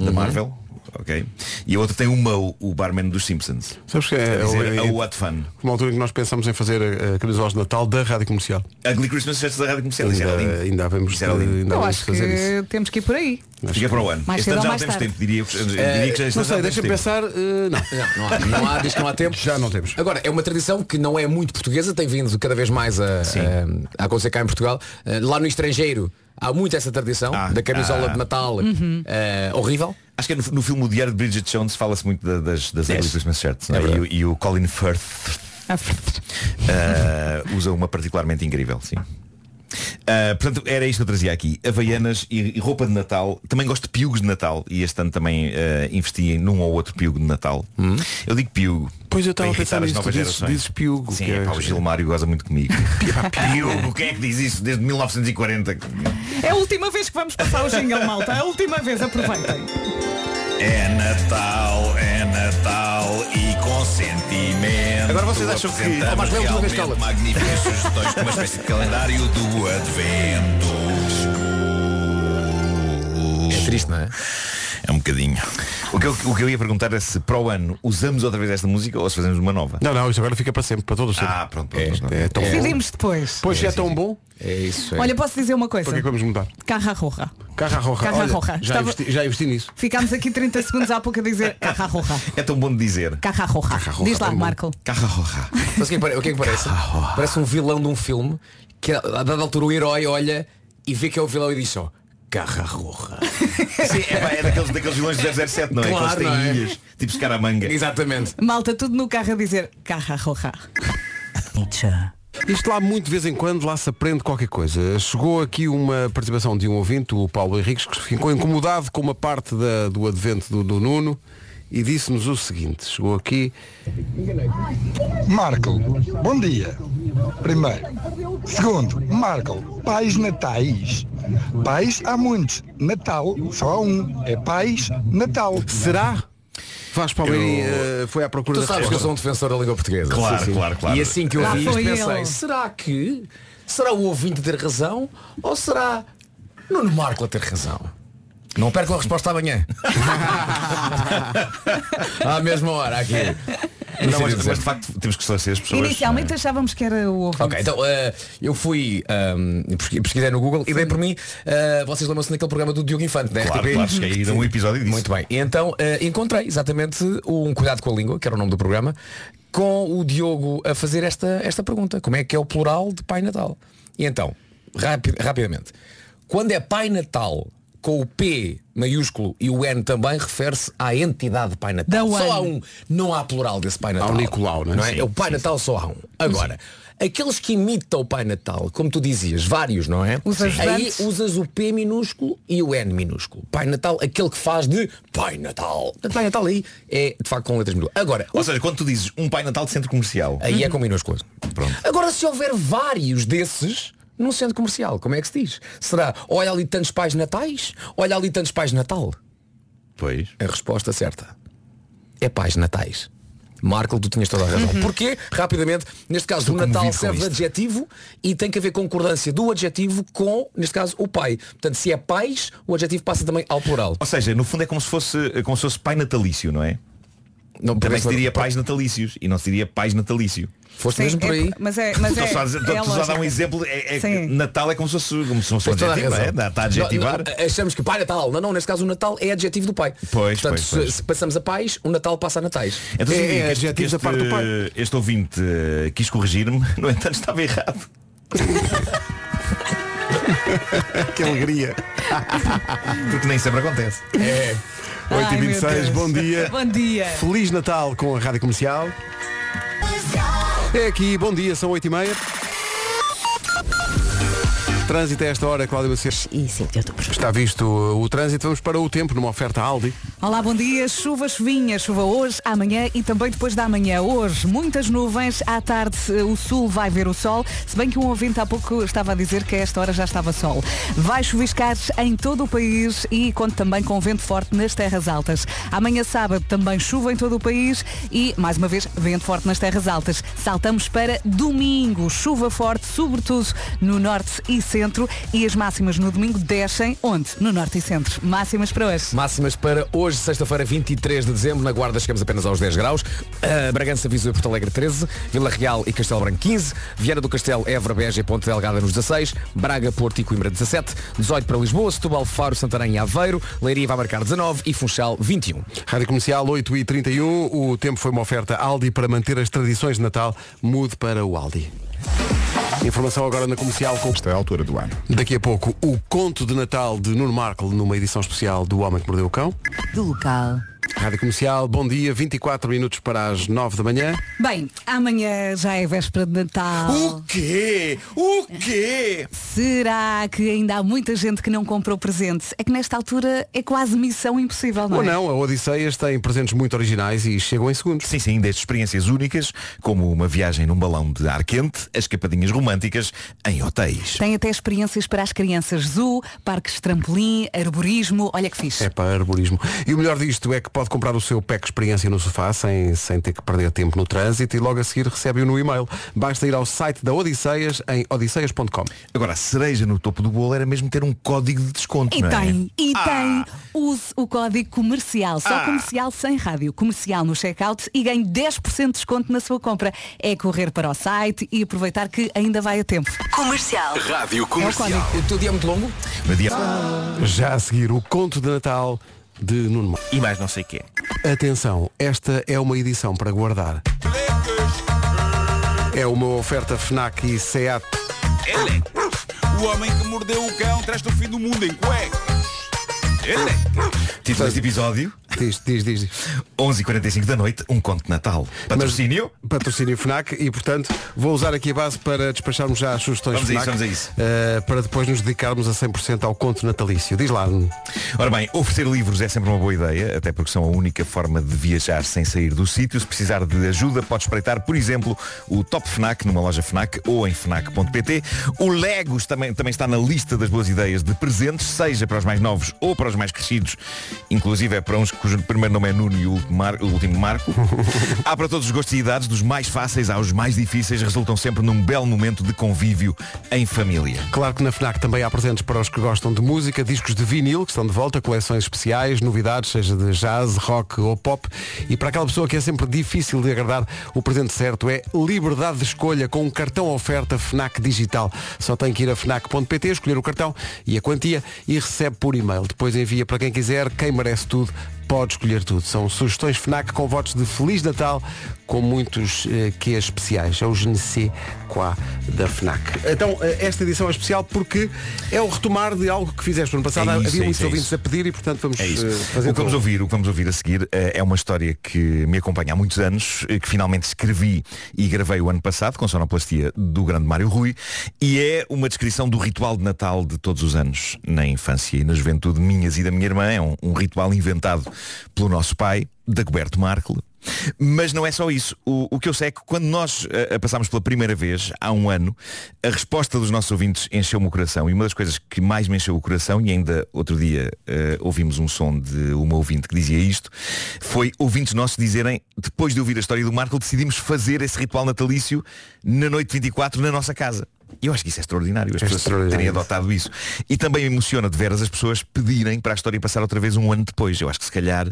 [SPEAKER 6] da Marvel. ok? E a outra tem o Mo, o barman dos Simpsons.
[SPEAKER 1] Sabes que é,
[SPEAKER 6] A dizer,
[SPEAKER 1] é
[SPEAKER 6] "Oh,
[SPEAKER 1] o-
[SPEAKER 6] what fun."
[SPEAKER 1] Uma altura em que nós pensámos em fazer a, a camisola de Natal da Rádio Comercial.
[SPEAKER 6] Ugly Christmas Festa da Rádio Comercial. Isso era
[SPEAKER 1] Ainda,
[SPEAKER 6] lindo.
[SPEAKER 1] ainda havemos
[SPEAKER 6] Isso era lindo.
[SPEAKER 1] ainda
[SPEAKER 4] Eu
[SPEAKER 1] havemos
[SPEAKER 4] acho
[SPEAKER 1] de
[SPEAKER 4] que
[SPEAKER 1] fazer isso.
[SPEAKER 4] temos que ir por aí.
[SPEAKER 6] Fica para o ano.
[SPEAKER 4] Mais
[SPEAKER 6] este
[SPEAKER 4] cedo
[SPEAKER 6] ano
[SPEAKER 4] ou
[SPEAKER 6] já
[SPEAKER 4] mais
[SPEAKER 6] temos
[SPEAKER 4] tarde.
[SPEAKER 6] tempo, diria, eu diria que este
[SPEAKER 1] é. Eh, Não
[SPEAKER 6] ano já
[SPEAKER 1] sei,
[SPEAKER 6] temos
[SPEAKER 1] deixa-me
[SPEAKER 6] tempo.
[SPEAKER 1] pensar. eh, não.
[SPEAKER 2] Não, não há, não há, diz que não há tempo.
[SPEAKER 1] Já não temos.
[SPEAKER 2] Agora, é uma tradição que não é muito portuguesa, tem vindo cada vez mais a, a- a acontecer cá em Portugal. Eh, Lá no estrangeiro há muito essa tradição
[SPEAKER 6] Ah,
[SPEAKER 2] da camisola
[SPEAKER 6] ah.
[SPEAKER 2] de Natal eh, horrível.
[SPEAKER 6] Acho que é no, no filme O Diário de Bridget Jones fala-se muito da- das, das Ugly Christmas Shirts. não é? e, o- e o Colin Firth ah, usa uma particularmente incrível, sim. Ah, portanto, era isto que eu trazia aqui. Havaianas e, e roupa de Natal. Também gosto de piugos de Natal. E este ano também ah, investi em num ou outro piugo de Natal. Eu digo piugo.
[SPEAKER 1] Pois eu
[SPEAKER 6] para
[SPEAKER 1] estava a
[SPEAKER 6] irritar
[SPEAKER 1] pensar
[SPEAKER 6] as
[SPEAKER 1] nisto.
[SPEAKER 6] novas
[SPEAKER 1] Dizes-
[SPEAKER 6] gerações.
[SPEAKER 1] dizes piugo,
[SPEAKER 6] Sim,
[SPEAKER 1] que
[SPEAKER 6] é,
[SPEAKER 1] é-
[SPEAKER 6] pá, o Gilmário goza muito comigo. piugo, quem é que diz isso desde 1940?
[SPEAKER 4] É a última vez que vamos passar o jingle, malta. É a última vez, aproveitem.
[SPEAKER 6] É Natal, é Natal e com sentimento. Agora vocês acham que
[SPEAKER 2] Ó, Marco, leva-nos uma vez,
[SPEAKER 6] realmente
[SPEAKER 2] cala-te.
[SPEAKER 6] magníficas sugestões com uma espécie de calendário do
[SPEAKER 2] É
[SPEAKER 6] Advento.
[SPEAKER 2] triste, não é?
[SPEAKER 6] É um bocadinho. O que, eu, o que eu ia perguntar é se para o ano usamos outra vez esta música ou se fazemos uma nova.
[SPEAKER 1] Não, não, isto agora fica para sempre, para todos sempre.
[SPEAKER 6] Ah, pronto, pronto. pronto.
[SPEAKER 1] É tão bom.
[SPEAKER 4] Decidimos depois.
[SPEAKER 1] Pois é tão bom.
[SPEAKER 2] É isso. é.
[SPEAKER 4] Olha, posso dizer uma coisa?
[SPEAKER 1] Para que é que vamos mudar?
[SPEAKER 4] Carra roja.
[SPEAKER 1] Carra roja.
[SPEAKER 4] Carra
[SPEAKER 1] Olha,
[SPEAKER 4] roja.
[SPEAKER 1] Já,
[SPEAKER 4] Estava-
[SPEAKER 1] investi, já investi nisso.
[SPEAKER 4] Ficámos aqui 30 segundos há pouco a dizer carra roja.
[SPEAKER 6] É tão bom de dizer.
[SPEAKER 4] Carra roja. Diz lá, Marco.
[SPEAKER 6] Carra
[SPEAKER 2] Mas o que é que pare- o que é que parece?
[SPEAKER 6] Ah, oh.
[SPEAKER 2] Parece um vilão de um filme que a dada altura o herói olha e vê que é o vilão e diz só Garra roja.
[SPEAKER 6] Sim, é, pá, é daqueles, daqueles vilões do 007, não é?
[SPEAKER 2] Claro,
[SPEAKER 6] que eles
[SPEAKER 2] não
[SPEAKER 6] têm
[SPEAKER 2] é?
[SPEAKER 6] ilhas, tipo escaramanga.
[SPEAKER 2] Exatamente.
[SPEAKER 4] Malta, tudo no carro a dizer carra roja.
[SPEAKER 1] Isto lá muito de vez em quando lá se aprende qualquer coisa. Chegou aqui uma participação de um ouvinte, o Paulo Henriques, que ficou incomodado com uma parte da- do advento do, do Nuno e disse-nos o seguinte. Chegou aqui.
[SPEAKER 7] Marco, bom dia. Primeiro. Segundo, Marco, pais natais. Pais há muitos. Natal, só há um. É pais natal.
[SPEAKER 1] Será? Vasco Palmeirinho eh, foi à procura
[SPEAKER 2] Tu
[SPEAKER 1] da
[SPEAKER 2] sabes que eu
[SPEAKER 1] resposta.
[SPEAKER 2] sou um defensor da língua portuguesa.
[SPEAKER 6] Claro, claro, claro.
[SPEAKER 2] E assim que eu
[SPEAKER 4] Lá
[SPEAKER 2] vi isto
[SPEAKER 4] Ah, foi
[SPEAKER 2] pensei,
[SPEAKER 4] ele.
[SPEAKER 2] será que será o ouvinte ter razão ou será Nuno Marco a ter razão? Não percam a resposta amanhã. à mesma hora aqui.
[SPEAKER 6] Não,
[SPEAKER 2] Não,
[SPEAKER 6] mas,
[SPEAKER 2] mas-
[SPEAKER 6] mas de facto temos que esclarecer as pessoas.
[SPEAKER 4] Inicialmente achávamos que era o ouvinte.
[SPEAKER 2] Ok, então eh, eu fui eh, pesqui- pesquisei no Google e dei por mim, eh, vocês lembram-se daquele programa do Diogo Infante, da
[SPEAKER 6] Claro,
[SPEAKER 2] RTP?
[SPEAKER 6] claro, acho que aí dá um episódio disso.
[SPEAKER 2] Muito bem. E então eh, encontrei exatamente um Cuidado com a Língua, que era o nome do programa, com o Diogo a fazer esta, esta pergunta. Como é que é o plural de Pai Natal? E então, rapi- rapidamente, quando é Pai Natal com o P maiúsculo e o N também, refere-se à entidade Pai Natal.
[SPEAKER 4] Da
[SPEAKER 2] Só
[SPEAKER 4] One.
[SPEAKER 2] há um. Não há plural desse Pai Natal.
[SPEAKER 1] Há o Nicolau, não é?
[SPEAKER 2] é? o Pai Natal só há um. Agora, aqueles que imitam o Pai Natal, como tu dizias, vários, não é?
[SPEAKER 4] Os
[SPEAKER 2] Aí
[SPEAKER 4] ajudantes.
[SPEAKER 2] usas o P minúsculo e o N minúsculo. Pai Natal, aquele que faz de Pai Natal. Portanto, Pai Natal aí é de facto com letras minúsculas. Agora,
[SPEAKER 6] Ou seja, Uhum. quando tu dizes um Pai Natal de centro comercial,
[SPEAKER 2] aí é com minúsculas.
[SPEAKER 6] Pronto.
[SPEAKER 2] Agora, se houver vários desses num centro comercial, como é que se diz? Será, olha ali tantos pais natais, olha ali tantos pais natal?
[SPEAKER 6] pois.
[SPEAKER 2] A resposta certa é pais natais. Marco, tu tinhas toda a razão. Porquê? Rapidamente, neste caso, o Natal
[SPEAKER 6] comovido Uhum. com
[SPEAKER 2] serve de
[SPEAKER 6] isto.
[SPEAKER 2] adjetivo e tem que haver concordância do adjetivo com, neste caso, o pai. Portanto, se é pais, o adjetivo passa também ao plural.
[SPEAKER 6] Ou seja, no fundo é como se fosse, como se fosse pai natalício, não é?
[SPEAKER 2] Não,
[SPEAKER 6] Também se
[SPEAKER 2] parece-
[SPEAKER 6] diria pais natalícios e não se diria pais natalício.
[SPEAKER 2] Foste
[SPEAKER 4] Sim,
[SPEAKER 2] mesmo por
[SPEAKER 4] é-
[SPEAKER 2] aí.
[SPEAKER 4] Mas é, mas
[SPEAKER 6] Estou
[SPEAKER 4] é,
[SPEAKER 6] Então só a dizer-
[SPEAKER 4] é
[SPEAKER 6] estou
[SPEAKER 4] a
[SPEAKER 6] só a dar um
[SPEAKER 4] lógica.
[SPEAKER 6] exemplo. É, é que
[SPEAKER 4] Sim.
[SPEAKER 6] Natal é como se fosse, como se fosse um
[SPEAKER 2] Tens toda a
[SPEAKER 6] adjetivo, não é?
[SPEAKER 2] razão.
[SPEAKER 6] Dá, dá a adjetivar.
[SPEAKER 2] Não, não, achamos que pai é Natal. Não, não, neste caso o Natal é adjetivo do pai.
[SPEAKER 6] Pois,
[SPEAKER 2] Portanto,
[SPEAKER 6] pois,
[SPEAKER 2] se,
[SPEAKER 6] pois.
[SPEAKER 2] se passamos a pais, o Natal passa a natais.
[SPEAKER 6] Então,
[SPEAKER 1] É- é
[SPEAKER 6] significa que este-
[SPEAKER 1] adjetivo da
[SPEAKER 6] este-
[SPEAKER 1] parte do pai.
[SPEAKER 6] Este ouvinte eh, quis corrigir-me, no entanto estava errado.
[SPEAKER 1] Que alegria.
[SPEAKER 6] Porque nem sempre acontece.
[SPEAKER 1] É.
[SPEAKER 4] Ai, meu
[SPEAKER 1] 8h26,
[SPEAKER 4] Deus.
[SPEAKER 1] bom dia.
[SPEAKER 4] Bom dia.
[SPEAKER 1] Feliz Natal com a Rádio Comercial. É aqui, bom dia, são 8h30. Trânsito a esta hora, Cláudio Macedo.
[SPEAKER 3] E 5 de outubro.
[SPEAKER 1] Está visto uh, o trânsito, vamos para o tempo numa oferta Aldi.
[SPEAKER 4] Olá, bom dia. Chuva, chuvinha, chuva hoje, amanhã e também depois da manhã. Hoje, muitas nuvens. À tarde, eh, o sul vai ver o sol. Se bem que um ouvinte há pouco estava a dizer que a esta hora já estava sol. Vai chuviscar em todo o país e conta também com vento forte nas terras altas. Amanhã, sábado, também chuva em todo o país e, mais uma vez, vento forte nas terras altas. Saltamos para domingo. Chuva forte, sobretudo no norte e centro. E as máximas no domingo descem onde? No norte e centro. Máximas para hoje.
[SPEAKER 2] Máximas para hoje. hoje, sexta-feira, 23 de dezembro, na Guarda chegamos apenas aos 10 graus. Uh, Bragança, Viseu e Porto Alegre 13, Vila Real e Castelo Branco 15, Viana do Castelo, Évora, Beja e Ponte Delgada nos 16, Braga, Porto e Coimbra 17, 18 para Lisboa, Setúbal, Faro, Santarém e Aveiro, Leiria vai marcar 19 e um. Funchal 21.
[SPEAKER 1] Rádio Comercial 8h31, o tempo foi uma oferta Aldi para manter as tradições de Natal. Mude para o Aldi. Informação agora na comercial com.
[SPEAKER 5] Esta é a altura do ano.
[SPEAKER 1] Daqui a pouco, o conto de Natal de Nuno Markle numa edição especial do Homem que Mordeu o Cão.
[SPEAKER 9] Do local.
[SPEAKER 1] Rádio Comercial, bom dia, 24 minutos para as 9 da manhã.
[SPEAKER 4] Bem, amanhã já é véspera de Natal.
[SPEAKER 6] O quê? O quê?
[SPEAKER 4] Será que ainda há muita gente que não comprou presente? É que nesta altura é quase missão impossível, não é?
[SPEAKER 1] Ou não, a Odisseias tem presentes muito originais e chegam em segundos.
[SPEAKER 6] Sim, sim, desde experiências únicas, como uma viagem num balão de ar quente, as escapadinhas românticas em hotéis.
[SPEAKER 4] Tem até experiências para as crianças zoo, parques de trampolim, arborismo, olha que fixe.
[SPEAKER 1] É para arborismo. E o melhor disto é que pode comprar o seu pack experiência no sofá sem, sem ter que perder tempo no trânsito e logo a seguir recebe-o no e-mail. Basta ir ao site da Odisseias em odisseias.com.
[SPEAKER 6] Agora, a cereja no topo do bolo era mesmo ter um código de desconto,
[SPEAKER 4] E
[SPEAKER 6] não é?
[SPEAKER 4] tem, e
[SPEAKER 6] Ah!
[SPEAKER 4] tem. Use o código comercial, só comercial sem rádio, comercial no checkout e ganhe 10% de desconto na sua compra. É correr para o site e aproveitar que ainda vai a tempo.
[SPEAKER 9] Comercial.
[SPEAKER 8] Rádio
[SPEAKER 4] Comercial.
[SPEAKER 2] O teu dia é muito longo?
[SPEAKER 6] No dia-
[SPEAKER 1] Já a seguir, o conto de Natal de Nuno Markle.
[SPEAKER 6] E mais não sei o quê.
[SPEAKER 1] Atenção, esta é uma edição para guardar. É uma oferta FNAC e SEAT.
[SPEAKER 10] Ele, o homem que mordeu o cão traz o fim do mundo em cuecas. Ele,
[SPEAKER 6] Título deste episódio,
[SPEAKER 1] Diz, diz, diz. diz.
[SPEAKER 6] 11h45 da noite, um conto de Natal. Patrocínio?
[SPEAKER 1] Patrocínio FNAC e, portanto, vou usar aqui a base para despacharmos já as sugestões
[SPEAKER 6] Vamos a isso,
[SPEAKER 1] FNAC.
[SPEAKER 6] vamos a isso.
[SPEAKER 1] eh, para depois nos dedicarmos a 100% ao conto natalício. Diz lá, Nuno.
[SPEAKER 6] Ora bem, oferecer livros é sempre uma boa ideia, até porque são a única forma de viajar sem sair do sítio. Se precisar de ajuda, pode espreitar, por exemplo, o Top Fnac numa loja Fnac ou em fnac.pt. O Legos também, também está na lista das boas ideias de presentes, seja para os mais novos ou para os mais crescidos, inclusive é para uns cujo primeiro nome é Nuno e o último, Mar- o último Marco. Há para todos os gostos e idades, dos mais fáceis aos mais difíceis, resultam sempre num belo momento de convívio em família.
[SPEAKER 1] Claro que na FNAC também há presentes para os que gostam de música, discos de vinil que estão de volta, coleções especiais, novidades, seja de jazz, rock ou pop. E para aquela pessoa que é sempre difícil de agradar, o presente certo é liberdade de escolha com um cartão oferta FNAC Digital. Só tem que ir a FNAC.pt, escolher o cartão e a quantia e recebe por e-mail. Depois envia para quem quiser, quem merece tudo. Pode escolher tudo. São sugestões FNAC com votos de Feliz Natal, com muitos eh, que especiais. É o Genesse Qua da FNAC. Então, eh, esta edição é especial porque é o retomar de algo que fizeste no ano passado.
[SPEAKER 6] É isso,
[SPEAKER 1] Havia
[SPEAKER 6] é
[SPEAKER 1] muitos
[SPEAKER 6] isso, é
[SPEAKER 1] ouvintes
[SPEAKER 6] isso.
[SPEAKER 1] a pedir e, portanto, vamos
[SPEAKER 6] É isso.
[SPEAKER 1] eh,
[SPEAKER 6] O
[SPEAKER 1] fazer
[SPEAKER 6] que vamos
[SPEAKER 1] tudo.
[SPEAKER 6] ouvir, o que vamos ouvir a seguir eh, é uma história que me acompanha há muitos anos, eh, que finalmente escrevi e gravei o ano passado com sonoplastia do grande Mário Rui, e é uma descrição do ritual de Natal de todos os anos, na infância e na juventude minhas e da minha irmã. É um, um ritual inventado pelo nosso pai, Dagoberto Markle. Mas não é só isso. O, o que eu sei é que quando nós eh, a passámos pela primeira vez, há um ano, a resposta dos nossos ouvintes encheu-me o coração. E uma das coisas que mais me encheu o coração, e ainda outro dia eh, ouvimos um som de uma ouvinte que dizia isto, foi ouvintes nossos dizerem, depois de ouvir a história do Marco, decidimos fazer esse ritual natalício na noite 24 na nossa casa. E Eu acho que isso é extraordinário, as pessoas
[SPEAKER 1] extraordinário.
[SPEAKER 6] terem adotado isso. E também me emociona de veras as pessoas pedirem para a história passar outra vez um ano depois. Eu acho que se calhar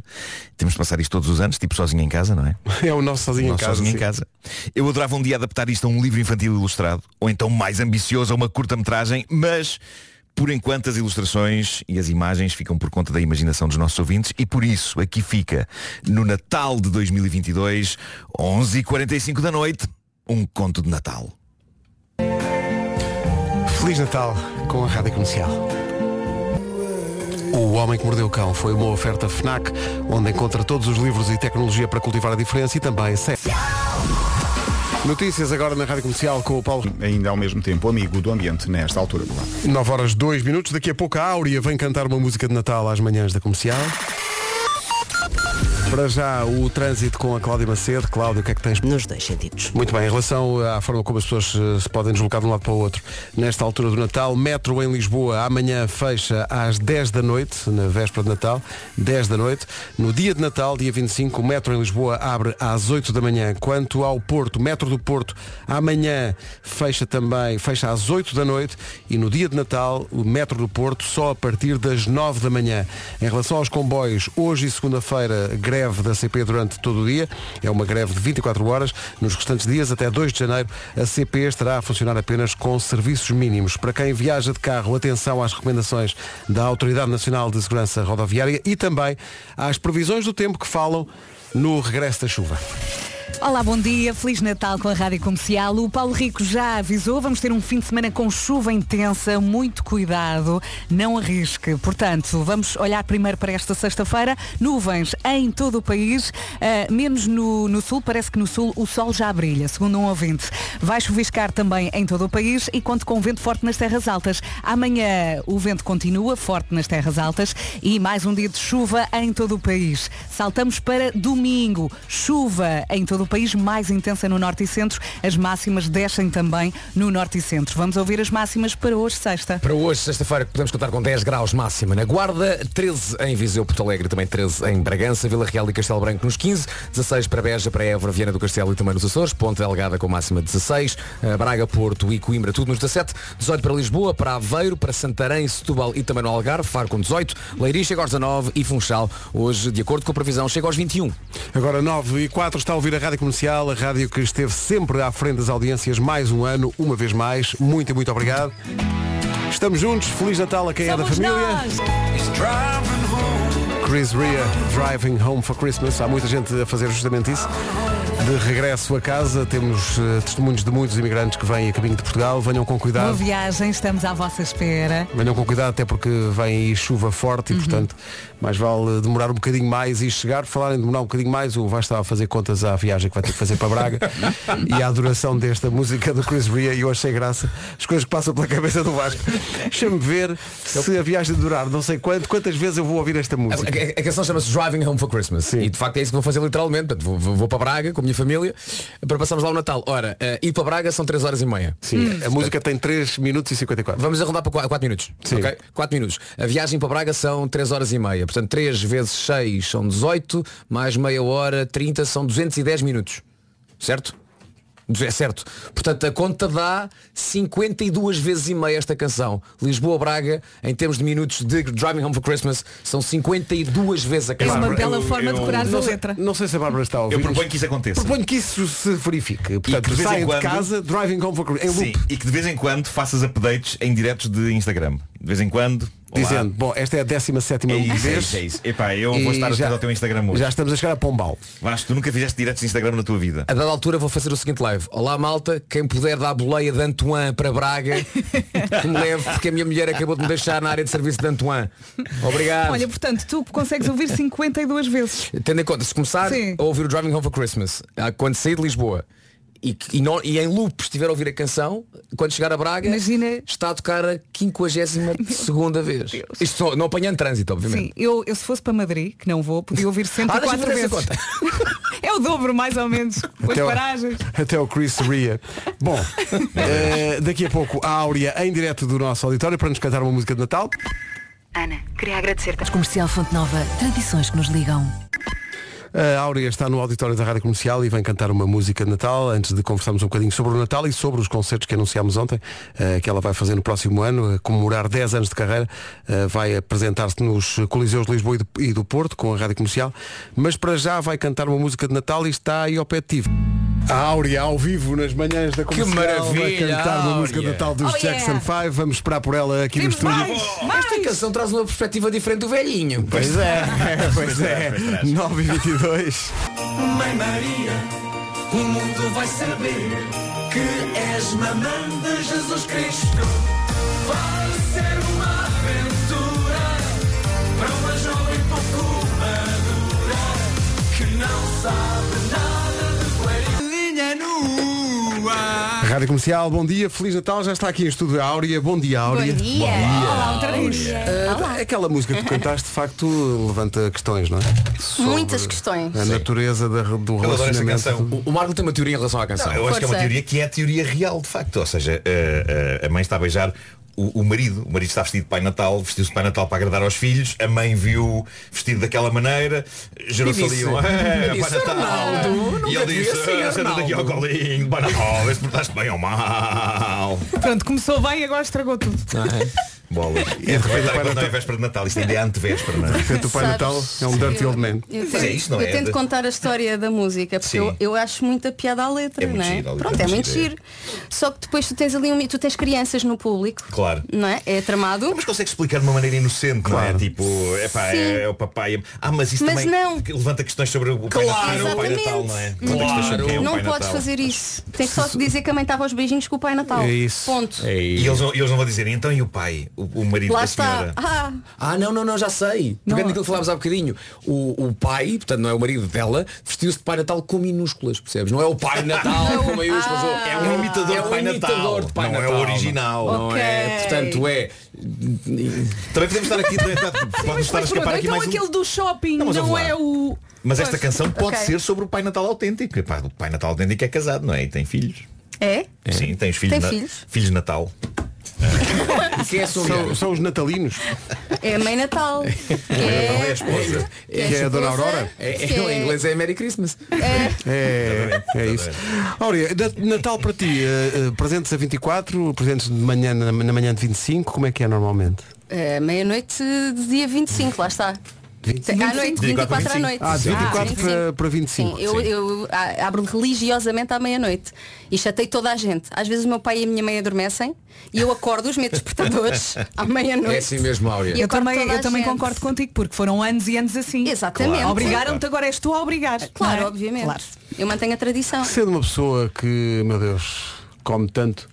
[SPEAKER 6] temos de passar isto todos os anos, tipo sozinho em casa, não é?
[SPEAKER 1] É o nosso sozinho em
[SPEAKER 6] Não
[SPEAKER 1] casa.
[SPEAKER 6] sozinho
[SPEAKER 1] sim.
[SPEAKER 6] em casa. Eu adorava um dia adaptar isto a um livro infantil ilustrado, ou então mais ambicioso, a uma curta-metragem, mas por enquanto as ilustrações e as imagens ficam por conta da imaginação dos nossos ouvintes e por isso aqui fica, no Natal de 2022, 11h45 da noite, um conto de Natal.
[SPEAKER 1] Feliz Natal com a Rádio Comercial. O Homem que Mordeu o Cão foi uma oferta FNAC, onde encontra todos os livros e tecnologia para cultivar a diferença e também série. Notícias agora na Rádio Comercial com o Paulo.
[SPEAKER 5] Ainda ao mesmo tempo, amigo do ambiente, nesta altura do ano.
[SPEAKER 1] 9 horas 2 minutos. Daqui a pouco a Áurea vem cantar uma música de Natal às manhãs da comercial. Para já o trânsito com a Cláudia Macedo. Cláudio, o que é que tens?
[SPEAKER 3] Nos dois sentidos.
[SPEAKER 1] Muito bem, em relação à forma como as pessoas eh, se podem deslocar de um lado para o outro, nesta altura do Natal, metro em Lisboa amanhã fecha às 10 da noite, na véspera de Natal, 10 da noite. No dia de Natal, dia 25, o metro em Lisboa abre às 8 da manhã. Quanto ao Porto, o metro do Porto amanhã fecha também, fecha às 8 da noite e no dia de Natal, o metro do Porto só a partir das 9 da manhã. Em relação aos comboios, hoje e segunda-feira, greve da CP durante todo o dia. É uma greve de 24 horas. Nos restantes dias, até 2 de janeiro, a CP estará a funcionar apenas com serviços mínimos. Para quem viaja de carro, atenção às recomendações da Autoridade Nacional de Segurança Rodoviária e também às previsões do tempo que falam no regresso da chuva.
[SPEAKER 4] Olá, bom dia. Feliz Natal com a Rádio Comercial. O Paulo Rico já avisou, vamos ter um fim de semana com chuva intensa, muito cuidado, não arrisque. Portanto, vamos olhar primeiro para esta sexta-feira. Nuvens em todo o país, ah, menos no, no sul, parece que no sul o sol já brilha, segundo um ouvinte. Vai chuviscar também em todo o país e conto com um vento forte nas terras altas. Amanhã o vento continua forte nas terras altas e mais um dia de chuva em todo o país. Saltamos para domingo. Chuva em todo o país, mais intensa no norte e centro. As máximas descem também no norte e centro. Vamos ouvir as máximas para hoje, sexta.
[SPEAKER 2] Para hoje, sexta-feira, podemos contar com 10 graus máxima na Guarda, 13 em Viseu, Porto Alegre, também 13 em Bragança, Vila Real e Castelo Branco nos 15, 16 para Beja, para Évora, Viana do Castelo e também nos Açores, Ponte Delgada com máxima 16, eh, Braga, Porto e Coimbra, tudo nos 17, 18 para Lisboa, para Aveiro, para Santarém, Setúbal e também no Algarve, Faro com 18, Leiria chega aos 19 e Funchal, hoje, de acordo com a previsão, chega aos 21.
[SPEAKER 1] Agora 9 e 4 está a ouvir a Rádio Comercial, a rádio que esteve sempre à frente das audiências mais um ano, uma vez mais. Muito, muito obrigado. Estamos juntos, Feliz Natal a quem é da
[SPEAKER 4] Somos
[SPEAKER 1] família.
[SPEAKER 4] nós!
[SPEAKER 1] Chris Rea, Driving Home for Christmas. Há muita gente a fazer justamente isso. De regresso a casa, temos eh, testemunhos de muitos imigrantes que vêm a caminho de Portugal. Venham com
[SPEAKER 4] Boa
[SPEAKER 1] cuidado.
[SPEAKER 4] viagem, estamos à vossa espera.
[SPEAKER 1] Venham com cuidado, até porque vem aí chuva forte
[SPEAKER 2] Uhum.
[SPEAKER 1] e, portanto, mais vale demorar um bocadinho mais e chegar. Por falar em demorar um bocadinho mais, o vai estar a fazer contas à viagem que vai ter que fazer para Braga e à duração desta música do Chris Rea. E eu achei graça as coisas que passam pela cabeça do Vasco. Deixa-me ver se a viagem durar não sei quanto, quantas vezes eu vou ouvir esta
[SPEAKER 2] A,
[SPEAKER 1] música.
[SPEAKER 2] a, a canção chama-se Driving Home for Christmas E de facto é isso que vou fazer literalmente Portanto, vou, vou- vou para Braga com a minha família Para passarmos lá o Natal Ora, eh, ir para Braga são 3 horas e meia
[SPEAKER 1] Sim, a música tem 3 minutos e 54.
[SPEAKER 2] Vamos arrondar para 4 minutos.
[SPEAKER 1] Sim.
[SPEAKER 2] ok? 4 minutos. A viagem para Braga são 3 horas e meia. Portanto, 3 vezes 6 são 18, mais meia hora, 30, são 210 minutos. Certo? Du- É certo. Portanto, a conta dá 52 vezes e meia esta canção. Lisboa-Braga, em termos de minutos de Driving Home for Christmas, são 52 vezes a
[SPEAKER 4] É
[SPEAKER 2] canção.
[SPEAKER 4] uma bela
[SPEAKER 6] eu-
[SPEAKER 4] forma de
[SPEAKER 6] eu-
[SPEAKER 4] curar a
[SPEAKER 1] Não sei-
[SPEAKER 4] letra.
[SPEAKER 1] Não sei se a Bárbara está a ouvir.
[SPEAKER 6] Eu proponho
[SPEAKER 1] mas
[SPEAKER 6] que isso aconteça.
[SPEAKER 1] proponho que isso se verifique.
[SPEAKER 6] que
[SPEAKER 1] Portanto,
[SPEAKER 6] de vez em
[SPEAKER 1] saem de
[SPEAKER 6] quando-
[SPEAKER 1] casa, driving home for Christmas, em
[SPEAKER 6] Sim,
[SPEAKER 1] loop,
[SPEAKER 6] e que de vez em quando faças updates em diretos de Instagram. De vez em quando. olá.
[SPEAKER 1] dizendo, bom, esta é a 17
[SPEAKER 6] É isso, é
[SPEAKER 1] vez.
[SPEAKER 6] isso, é isso. Epá, eu
[SPEAKER 1] e
[SPEAKER 6] vou estar
[SPEAKER 1] já-
[SPEAKER 6] atento ao teu Instagram hoje.
[SPEAKER 1] Já estamos a chegar a Pombal.
[SPEAKER 6] Vasco, tu nunca fizeste diretos de Instagram na tua vida.
[SPEAKER 2] A dada altura vou fazer o seguinte live. Olá malta, quem puder dar a boleia de Antoine para Braga, que me leve, porque a minha mulher acabou de me deixar na área de serviço de Antoine. Obrigado.
[SPEAKER 4] Olha, portanto, tu consegues ouvir 52 vezes.
[SPEAKER 2] Tendo em conta, se começar
[SPEAKER 4] Sim.
[SPEAKER 2] a ouvir o Driving Home for Christmas, ah, quando sair de Lisboa e, que- e, não- e em loop estiver a ouvir a canção, quando chegar a Braga,
[SPEAKER 4] Imagina-
[SPEAKER 2] está a tocar a 52 vez. Isto só- não apanhando trânsito,
[SPEAKER 4] Sim,
[SPEAKER 2] obviamente.
[SPEAKER 4] eu, eu se fosse para Madrid, que não vou, podia ouvir
[SPEAKER 2] Ah,
[SPEAKER 4] 104
[SPEAKER 2] deixa-me fazer
[SPEAKER 4] vezes.
[SPEAKER 2] essa conta.
[SPEAKER 4] É o dobro, mais ou menos, com as
[SPEAKER 1] Até o-
[SPEAKER 4] paragens.
[SPEAKER 1] Até o Chris Ria. Bom,
[SPEAKER 6] É
[SPEAKER 1] eh, daqui a pouco a Áurea em direto do nosso auditório para nos cantar uma música de Natal.
[SPEAKER 9] Ana, queria agradecer-te.
[SPEAKER 11] Comercial Fonte Nova, tradições que nos ligam.
[SPEAKER 1] A Áurea está no auditório da Rádio Comercial e vem cantar uma música de Natal antes de conversarmos um bocadinho sobre o Natal e sobre os concertos que anunciámos ontem, eh, que ela vai fazer no próximo ano, a comemorar 10 anos de carreira, eh, vai apresentar-se nos Coliseus de Lisboa e do- e do Porto com a Rádio Comercial, mas para já vai cantar uma música de Natal e está aí ao pé de ti. A Áurea ao vivo nas manhãs da Comercial
[SPEAKER 2] maravilha,
[SPEAKER 1] vai cantar uma
[SPEAKER 2] Áurea.
[SPEAKER 1] música de Natal dos
[SPEAKER 4] Oh,
[SPEAKER 1] Jackson
[SPEAKER 4] yeah.
[SPEAKER 1] 5. Vamos esperar por ela aqui
[SPEAKER 4] Temos
[SPEAKER 1] no estúdio.
[SPEAKER 4] mais, mais.
[SPEAKER 2] Esta canção traz uma perspectiva diferente do velhinho.
[SPEAKER 1] Pois é, pois é. 9 e 22
[SPEAKER 10] Mãe Maria, o mundo vai saber que és mamãe de Jesus Cristo. Vai ser uma aventura para uma jovem pouco madura que não sabe nada de coelhinha nua.
[SPEAKER 1] Rádio Comercial, bom dia, Feliz Natal, já está aqui em estúdio a Áurea. Bom dia, Áurea.
[SPEAKER 12] Bom dia. Olá, outra vez.
[SPEAKER 1] Ah, Aquela música que tu cantaste, de facto, levanta questões, não é? Sobre
[SPEAKER 12] Muitas questões.
[SPEAKER 1] A natureza da- do
[SPEAKER 6] adoro essa
[SPEAKER 1] relacionamento.
[SPEAKER 6] canção.
[SPEAKER 1] O, Marco tem uma teoria em relação à
[SPEAKER 6] Não, eu acho que é uma teoria que é a teoria real, de facto. Ou seja, a- a, a mãe está a beijar o, o marido. O marido está vestido de Pai Natal, vestiu-se de Pai Natal para agradar aos filhos. A mãe viu vestido daquela maneira, gerou-se
[SPEAKER 10] E disse,
[SPEAKER 6] ali um. "É,
[SPEAKER 10] e
[SPEAKER 6] Pai
[SPEAKER 10] disse, "Arnaldo,
[SPEAKER 6] Natal. E
[SPEAKER 10] nunca
[SPEAKER 6] ele
[SPEAKER 10] devia
[SPEAKER 6] disse,
[SPEAKER 10] ser
[SPEAKER 6] "Ah, senta daqui ao
[SPEAKER 10] Arnaldo."
[SPEAKER 6] colinho, de Pai Natal, vê se portaste bem ou mal.
[SPEAKER 4] Pronto, começou bem, agora estragou tudo.
[SPEAKER 6] Bolas. E é de repente agora não é véspera de Natal, isto ainda é antevéspera, não é?
[SPEAKER 1] repente, o Pai Sabes, Natal é um dirty old man.
[SPEAKER 12] Eu
[SPEAKER 6] Mas
[SPEAKER 12] tento,
[SPEAKER 6] é isso, não
[SPEAKER 12] eu
[SPEAKER 6] é?
[SPEAKER 12] tento
[SPEAKER 6] De-
[SPEAKER 12] contar a história da música porque
[SPEAKER 6] Sim.
[SPEAKER 12] eu, eu acho muita piada à letra,
[SPEAKER 6] É muito
[SPEAKER 12] não é?
[SPEAKER 6] giro, a letra
[SPEAKER 12] Pronto,
[SPEAKER 6] é
[SPEAKER 12] é
[SPEAKER 6] muito
[SPEAKER 12] muito
[SPEAKER 6] gira.
[SPEAKER 12] giro. Só que depois tu tens ali um. Tu tens crianças no público,
[SPEAKER 6] Claro.
[SPEAKER 12] não é? É tramado.
[SPEAKER 6] Mas consegue explicar de uma maneira inocente, não é? Tipo, epá, é, é o papai. Ah, mas isso
[SPEAKER 12] Mas
[SPEAKER 6] também
[SPEAKER 12] não.
[SPEAKER 6] levanta questões sobre o pai Natal, o pai Natal, não é? Levanta questões sobre quem é o
[SPEAKER 12] Não
[SPEAKER 6] pai
[SPEAKER 12] podes
[SPEAKER 6] Natal.
[SPEAKER 12] fazer isso. Tens só que dizer que a mãe estava aos beijinhos com o Pai Natal.
[SPEAKER 1] É
[SPEAKER 12] Ponto.
[SPEAKER 6] E eles, não- eles não vão dizer, então e o pai? O, o marido
[SPEAKER 12] Lá
[SPEAKER 6] É da
[SPEAKER 12] está.
[SPEAKER 6] senhora.
[SPEAKER 12] Ah,
[SPEAKER 2] Ah, não, não, não, já sei. Pegando naquilo que falámos há bocadinho, o, o pai, portanto não é o marido dela, vestiu-se de Pai Natal com minúsculas, percebes? Não é o Pai Natal com maiúsculas. ou-
[SPEAKER 6] É um imitador
[SPEAKER 2] é
[SPEAKER 6] de
[SPEAKER 2] um
[SPEAKER 6] Pai Natal.
[SPEAKER 2] imitador de Pai
[SPEAKER 6] Não é o
[SPEAKER 2] Natal,
[SPEAKER 6] original.
[SPEAKER 2] Não é,
[SPEAKER 4] Ok.
[SPEAKER 2] portanto é.
[SPEAKER 6] Também podemos estar aqui, né, podemos estar a
[SPEAKER 4] Mas pronto,
[SPEAKER 6] escapar aqui
[SPEAKER 4] então
[SPEAKER 6] mais um-
[SPEAKER 4] aquele do shopping
[SPEAKER 6] Não,
[SPEAKER 4] não,
[SPEAKER 6] mas vamos lá.
[SPEAKER 4] é o.
[SPEAKER 6] Mas esta
[SPEAKER 4] Pois,
[SPEAKER 6] canção pode
[SPEAKER 4] ok.
[SPEAKER 6] ser sobre o Pai Natal autêntico. Epá, o Pai Natal autêntico é casado, não é? E tem filhos.
[SPEAKER 12] É?
[SPEAKER 6] Sim, tem os filhos.
[SPEAKER 12] Tem
[SPEAKER 6] na-
[SPEAKER 12] filhos?
[SPEAKER 6] de Natal.
[SPEAKER 2] é
[SPEAKER 1] são, são os natalinos.
[SPEAKER 12] é a mãe Natal.
[SPEAKER 6] é a esposa.
[SPEAKER 1] Que é a Dona Aurora.
[SPEAKER 2] É,
[SPEAKER 12] Que
[SPEAKER 2] Em
[SPEAKER 12] é-
[SPEAKER 2] inglês é Merry Christmas.
[SPEAKER 1] É, é isso. Áurea, da- Natal para ti, eh, eh, presentes a 24, presentes de manhã na, na manhã de 25, como é que é normalmente?
[SPEAKER 12] É, Meia-noite de dia 25, lá está. À noite, 24 à noite.
[SPEAKER 1] Ah, de 24
[SPEAKER 12] 25.
[SPEAKER 1] para, para 25.
[SPEAKER 12] Sim, eu, eu a- abro religiosamente à meia-noite e chatei toda a gente. Às vezes o meu pai e a minha mãe adormecem e eu acordo os meus despertadores à meia-noite.
[SPEAKER 2] É assim mesmo, Áurea.
[SPEAKER 12] E
[SPEAKER 4] Eu
[SPEAKER 12] acordo
[SPEAKER 4] também,
[SPEAKER 12] toda a
[SPEAKER 4] eu também
[SPEAKER 12] gente.
[SPEAKER 4] concordo contigo, porque foram anos e anos assim.
[SPEAKER 12] Exatamente. Claro.
[SPEAKER 4] Obrigaram-te, agora és tu a obrigar.
[SPEAKER 12] Claro,
[SPEAKER 4] não é?
[SPEAKER 12] obviamente.
[SPEAKER 4] Claro.
[SPEAKER 12] Eu mantenho a tradição.
[SPEAKER 1] Sendo uma pessoa que, meu Deus, come tanto.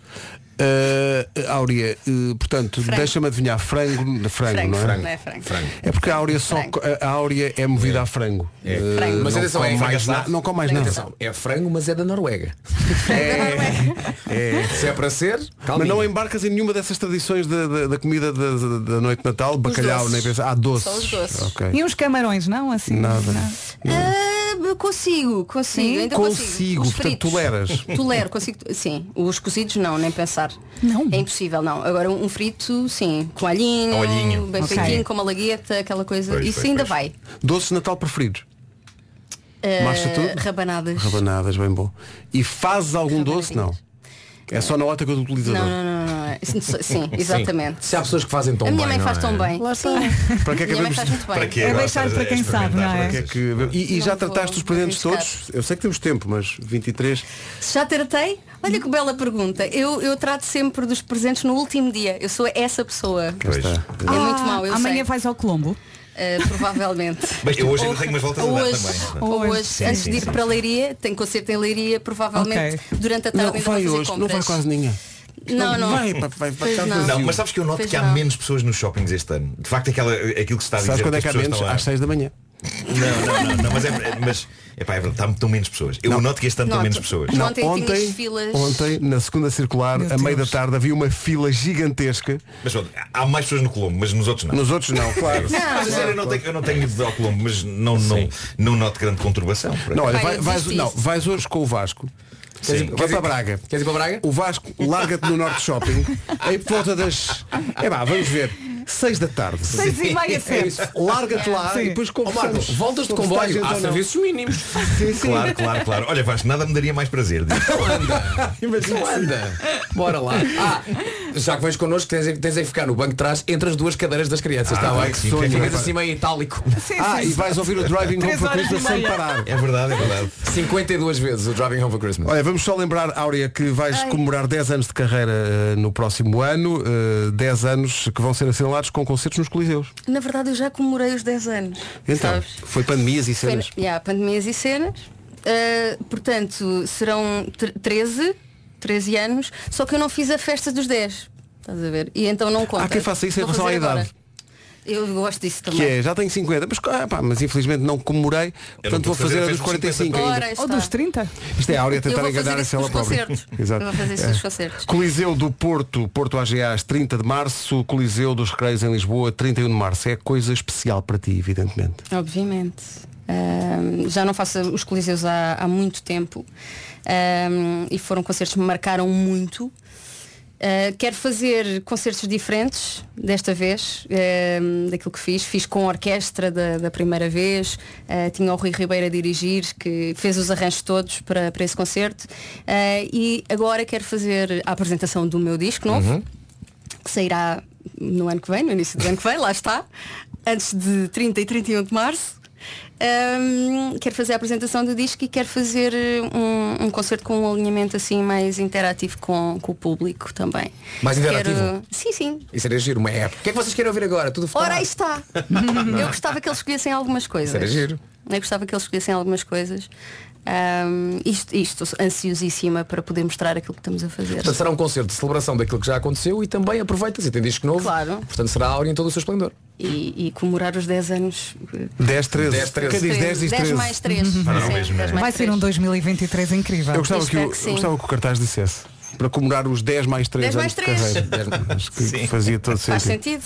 [SPEAKER 1] eh, Áurea, eh, portanto,
[SPEAKER 12] Frango.
[SPEAKER 1] deixa-me adivinhar, frango, frango, não é?
[SPEAKER 12] Frango, não é frango. Frango.
[SPEAKER 1] É porque a Áurea, só, co- a Áurea é movida a frango. Eh,
[SPEAKER 2] Frango. Mas
[SPEAKER 1] não
[SPEAKER 2] atenção,
[SPEAKER 1] come
[SPEAKER 2] é
[SPEAKER 1] mais
[SPEAKER 2] frango
[SPEAKER 1] na- não come mais
[SPEAKER 2] assado.
[SPEAKER 1] nada.
[SPEAKER 2] Atenção, É frango, mas é da Noruega.
[SPEAKER 1] É.
[SPEAKER 2] Se é para ser,
[SPEAKER 1] Mas não é- embarcas em nenhuma dessas tradições da, da- da comida da, da- da noite de Natal, bacalhau,
[SPEAKER 12] doces.
[SPEAKER 1] nem pensa. Ah, doces.
[SPEAKER 12] Só os doces.
[SPEAKER 1] Ok.
[SPEAKER 4] E uns camarões, não? Assim.
[SPEAKER 1] Nada.
[SPEAKER 12] Ah, consigo, consigo,
[SPEAKER 4] Sim?
[SPEAKER 12] ainda
[SPEAKER 1] Consigo,
[SPEAKER 12] consigo. Os
[SPEAKER 1] portanto,
[SPEAKER 12] fritos.
[SPEAKER 1] toleras.
[SPEAKER 12] Tolero, consigo. Sim, os cozidos não, nem pensar.
[SPEAKER 4] Não.
[SPEAKER 12] É impossível, não. Agora um frito, sim, com alhinho,
[SPEAKER 1] Alhinho.
[SPEAKER 12] bem
[SPEAKER 1] Ok.
[SPEAKER 12] feitinho, com uma lagueta, aquela coisa.
[SPEAKER 1] Pois,
[SPEAKER 12] Isso
[SPEAKER 1] pois,
[SPEAKER 12] ainda
[SPEAKER 1] pois.
[SPEAKER 12] vai.
[SPEAKER 1] Doces de Natal preferidos?
[SPEAKER 12] Ah,
[SPEAKER 1] Marcha tudo?
[SPEAKER 12] Rabanadas.
[SPEAKER 1] Rabanadas, bem bom. E fazes algum doce? Não. É só na ótica do
[SPEAKER 12] Não,
[SPEAKER 1] utilizador.
[SPEAKER 12] não, não, não, não. Isso- Sim, exatamente.
[SPEAKER 2] Se há pessoas que fazem tão
[SPEAKER 12] a minha
[SPEAKER 2] bem,
[SPEAKER 12] mãe
[SPEAKER 2] não
[SPEAKER 12] faz
[SPEAKER 2] é?
[SPEAKER 12] tão bem.
[SPEAKER 1] Para que é que
[SPEAKER 12] Minha mãe
[SPEAKER 1] havemos-
[SPEAKER 12] faz muito bem.
[SPEAKER 1] Para que é
[SPEAKER 4] É
[SPEAKER 1] agora
[SPEAKER 4] deixar
[SPEAKER 1] estás
[SPEAKER 4] para
[SPEAKER 1] a
[SPEAKER 4] quem sabe, não
[SPEAKER 1] Para que
[SPEAKER 4] é?
[SPEAKER 1] é que- E, e já trataste os presentes todos? Eu sei que temos tempo, mas 23.
[SPEAKER 12] Se Já tratei? Olha que bela pergunta. Eu, eu trato sempre dos presentes no último dia. Eu sou essa pessoa.
[SPEAKER 1] Cá está.
[SPEAKER 12] É muito mau, eu
[SPEAKER 4] Ah, amanhã
[SPEAKER 12] sei.
[SPEAKER 4] vais ao Colombo.
[SPEAKER 12] Uh, provavelmente.
[SPEAKER 6] Mas eu hoje
[SPEAKER 12] Ou-
[SPEAKER 6] ainda tenho umas voltas a
[SPEAKER 12] ou
[SPEAKER 6] dar
[SPEAKER 12] hoje,
[SPEAKER 6] também.
[SPEAKER 12] Ou
[SPEAKER 6] Sim,
[SPEAKER 12] hoje,
[SPEAKER 6] sim,
[SPEAKER 12] antes
[SPEAKER 6] sim,
[SPEAKER 12] de ir
[SPEAKER 6] sim.
[SPEAKER 12] para a Leiria, tem concerto em Leiria, provavelmente
[SPEAKER 6] Ok.
[SPEAKER 12] durante a tarde
[SPEAKER 1] Não,
[SPEAKER 12] ainda vou
[SPEAKER 1] vai
[SPEAKER 12] fazer
[SPEAKER 1] hoje, não
[SPEAKER 12] compras.
[SPEAKER 1] vai quase ninguém.
[SPEAKER 12] Não, não.
[SPEAKER 1] Vai, para- vai para
[SPEAKER 12] Pois
[SPEAKER 1] casa
[SPEAKER 12] não.
[SPEAKER 1] do
[SPEAKER 6] Não,
[SPEAKER 1] Zio.
[SPEAKER 6] mas sabes que eu noto
[SPEAKER 12] Pois
[SPEAKER 6] que há
[SPEAKER 12] não.
[SPEAKER 6] menos pessoas nos shoppings este ano. De facto, aquela, aquilo que se está a dizer.
[SPEAKER 1] Sabes quando é
[SPEAKER 6] as
[SPEAKER 1] que há
[SPEAKER 6] pessoas
[SPEAKER 1] menos?
[SPEAKER 6] estão lá-
[SPEAKER 1] Às 6 da manhã.
[SPEAKER 6] Não, não, não, não, mas é, mas, epá, é verdade, está- estão menos pessoas. Eu noto que este ano estão
[SPEAKER 12] Noto.
[SPEAKER 6] menos pessoas.
[SPEAKER 1] Não,
[SPEAKER 12] Ontem tinhas filas.
[SPEAKER 1] ontem, na segunda circular, a meio da tarde, havia uma fila gigantesca.
[SPEAKER 6] Mas pronto, há mais pessoas no Colombo, mas nos outros não.
[SPEAKER 1] Nos outros não, claro.
[SPEAKER 6] Mas,
[SPEAKER 1] Não.
[SPEAKER 6] sério, eu, não tenho, eu não tenho ido ao Colombo, mas não, não, não noto grande conturbação. por
[SPEAKER 1] Não, olha,
[SPEAKER 6] acaso.
[SPEAKER 1] vai- vais, não, vais hoje com o Vasco. Queres
[SPEAKER 6] Sim.
[SPEAKER 1] ir- Vai para Braga.
[SPEAKER 2] Queres ir para Braga?
[SPEAKER 1] O Vasco larga-te no Norte Shopping aí por volta das. É pá, vamos ver. 6 da tarde.
[SPEAKER 2] Seis e meia,
[SPEAKER 1] É
[SPEAKER 2] sete.
[SPEAKER 1] isso. Larga-te lá
[SPEAKER 2] Sim.
[SPEAKER 1] e depois
[SPEAKER 2] Ó, Marco,
[SPEAKER 1] conversamos.
[SPEAKER 2] voltas de
[SPEAKER 1] sobre se está
[SPEAKER 2] comboio. Há
[SPEAKER 1] gente ou não.
[SPEAKER 2] serviços mínimos.
[SPEAKER 1] Sim, sim.
[SPEAKER 6] Claro, claro, claro. Olha, Vasco, nada me daria mais prazer. digo.
[SPEAKER 1] Imagina
[SPEAKER 2] Não
[SPEAKER 1] assim.
[SPEAKER 2] anda. Bora lá. Ah, já que vens connosco, tens, em- tens em ficar no banco de trás entre as duas cadeiras das crianças, está
[SPEAKER 6] Ah,
[SPEAKER 2] bem?
[SPEAKER 6] que sonho.
[SPEAKER 2] Ficas assim meio itálico.
[SPEAKER 1] Ah, e vais ouvir o Driving Home
[SPEAKER 2] Três
[SPEAKER 1] for
[SPEAKER 2] horas
[SPEAKER 1] Christmas
[SPEAKER 2] e
[SPEAKER 1] sem
[SPEAKER 2] meia.
[SPEAKER 1] parar.
[SPEAKER 6] É verdade, é verdade.
[SPEAKER 2] 52 vezes o Driving Home for Christmas.
[SPEAKER 1] Olha, vamos só lembrar, Áurea, que vais comemorar 10 anos de carreira eh, no próximo ano, eh, 10 anos que vão ser assinalados com concertos nos Coliseus.
[SPEAKER 12] Na verdade eu já comemorei os 10 anos.
[SPEAKER 1] Então, foi pandemias e
[SPEAKER 12] Foi,
[SPEAKER 1] cenas.
[SPEAKER 12] yeah, pandemias e cenas. Uh, portanto, serão tre- 13, 13 anos, só que eu não fiz a festa dos 10. Estás a ver? E então não conta.
[SPEAKER 1] Há Ah, quem faça isso em
[SPEAKER 12] Vou
[SPEAKER 1] relação à
[SPEAKER 12] fazer
[SPEAKER 1] idade.
[SPEAKER 12] agora. Eu gosto disso também.
[SPEAKER 1] Que é, já tenho 50, mas, ah, pá, mas infelizmente não comemorei, portanto vou fazer a dos 45 ainda.
[SPEAKER 4] Ou dos 30?
[SPEAKER 1] Isto é a Áurea
[SPEAKER 12] Eu
[SPEAKER 1] tentar
[SPEAKER 12] vou fazer
[SPEAKER 1] enganar a
[SPEAKER 12] isso
[SPEAKER 1] ela
[SPEAKER 12] nos
[SPEAKER 1] própria. É.
[SPEAKER 12] concertos. Eu vou fazer isso nos concertos.
[SPEAKER 1] Coliseu do Porto, Porto AGAs, 30 de março. Coliseu dos Recreios em Lisboa, 31 de março. É coisa especial para ti, evidentemente.
[SPEAKER 12] Obviamente. Ahm, já não faço os coliseus há, há muito tempo Ahm, e foram concertos que me marcaram muito. Ah, quero fazer concertos diferentes desta vez, ahm, daquilo que fiz. Fiz com a orquestra da, da primeira vez, ah, tinha o Rui Ribeiro a dirigir, que fez os arranjos todos para, para esse concerto. Ah, e agora quero fazer a apresentação do meu disco novo, que sairá no ano que vem, no início do ano que vem, lá está, antes de 30 e 31 de março. Ahm, quero fazer a apresentação do disco e quero fazer eh, um, um concerto com um alinhamento assim mais interativo com, com o público também.
[SPEAKER 2] Mais interativo?
[SPEAKER 12] Quero- Sim, sim.
[SPEAKER 2] Isso era giro, uma app. O que é que vocês querem ouvir agora? Tudo
[SPEAKER 12] Ora, aí está. Eu gostava que eles escolhessem algumas coisas.
[SPEAKER 2] Isso era giro.
[SPEAKER 12] Eu gostava que eles escolhessem algumas coisas. Ahm, isto, isto, estou ansiosíssima para poder mostrar aquilo que estamos a fazer.
[SPEAKER 2] Portanto, será um concerto de celebração daquilo que já aconteceu e também aproveitas e tem disco novo. Claro. Portanto, será a Áurea em todo o seu esplendor.
[SPEAKER 12] E, e comemorar os 10 anos. eh,
[SPEAKER 1] 10, 13.
[SPEAKER 2] 10, 13.
[SPEAKER 1] Quem diz 10 diz
[SPEAKER 12] 10
[SPEAKER 1] 13.
[SPEAKER 12] mais 3.
[SPEAKER 6] Uhum.
[SPEAKER 1] Para não mesmo, é.
[SPEAKER 4] Vai ser um 2023 incrível.
[SPEAKER 1] Eu gostava que, o, eu gostava que o cartaz dissesse. Para comemorar os 10 mais 3
[SPEAKER 4] 10 mais
[SPEAKER 1] anos de
[SPEAKER 4] três.
[SPEAKER 1] carreira. 10 Acho que fazia todo sentido.
[SPEAKER 12] Faz sentido?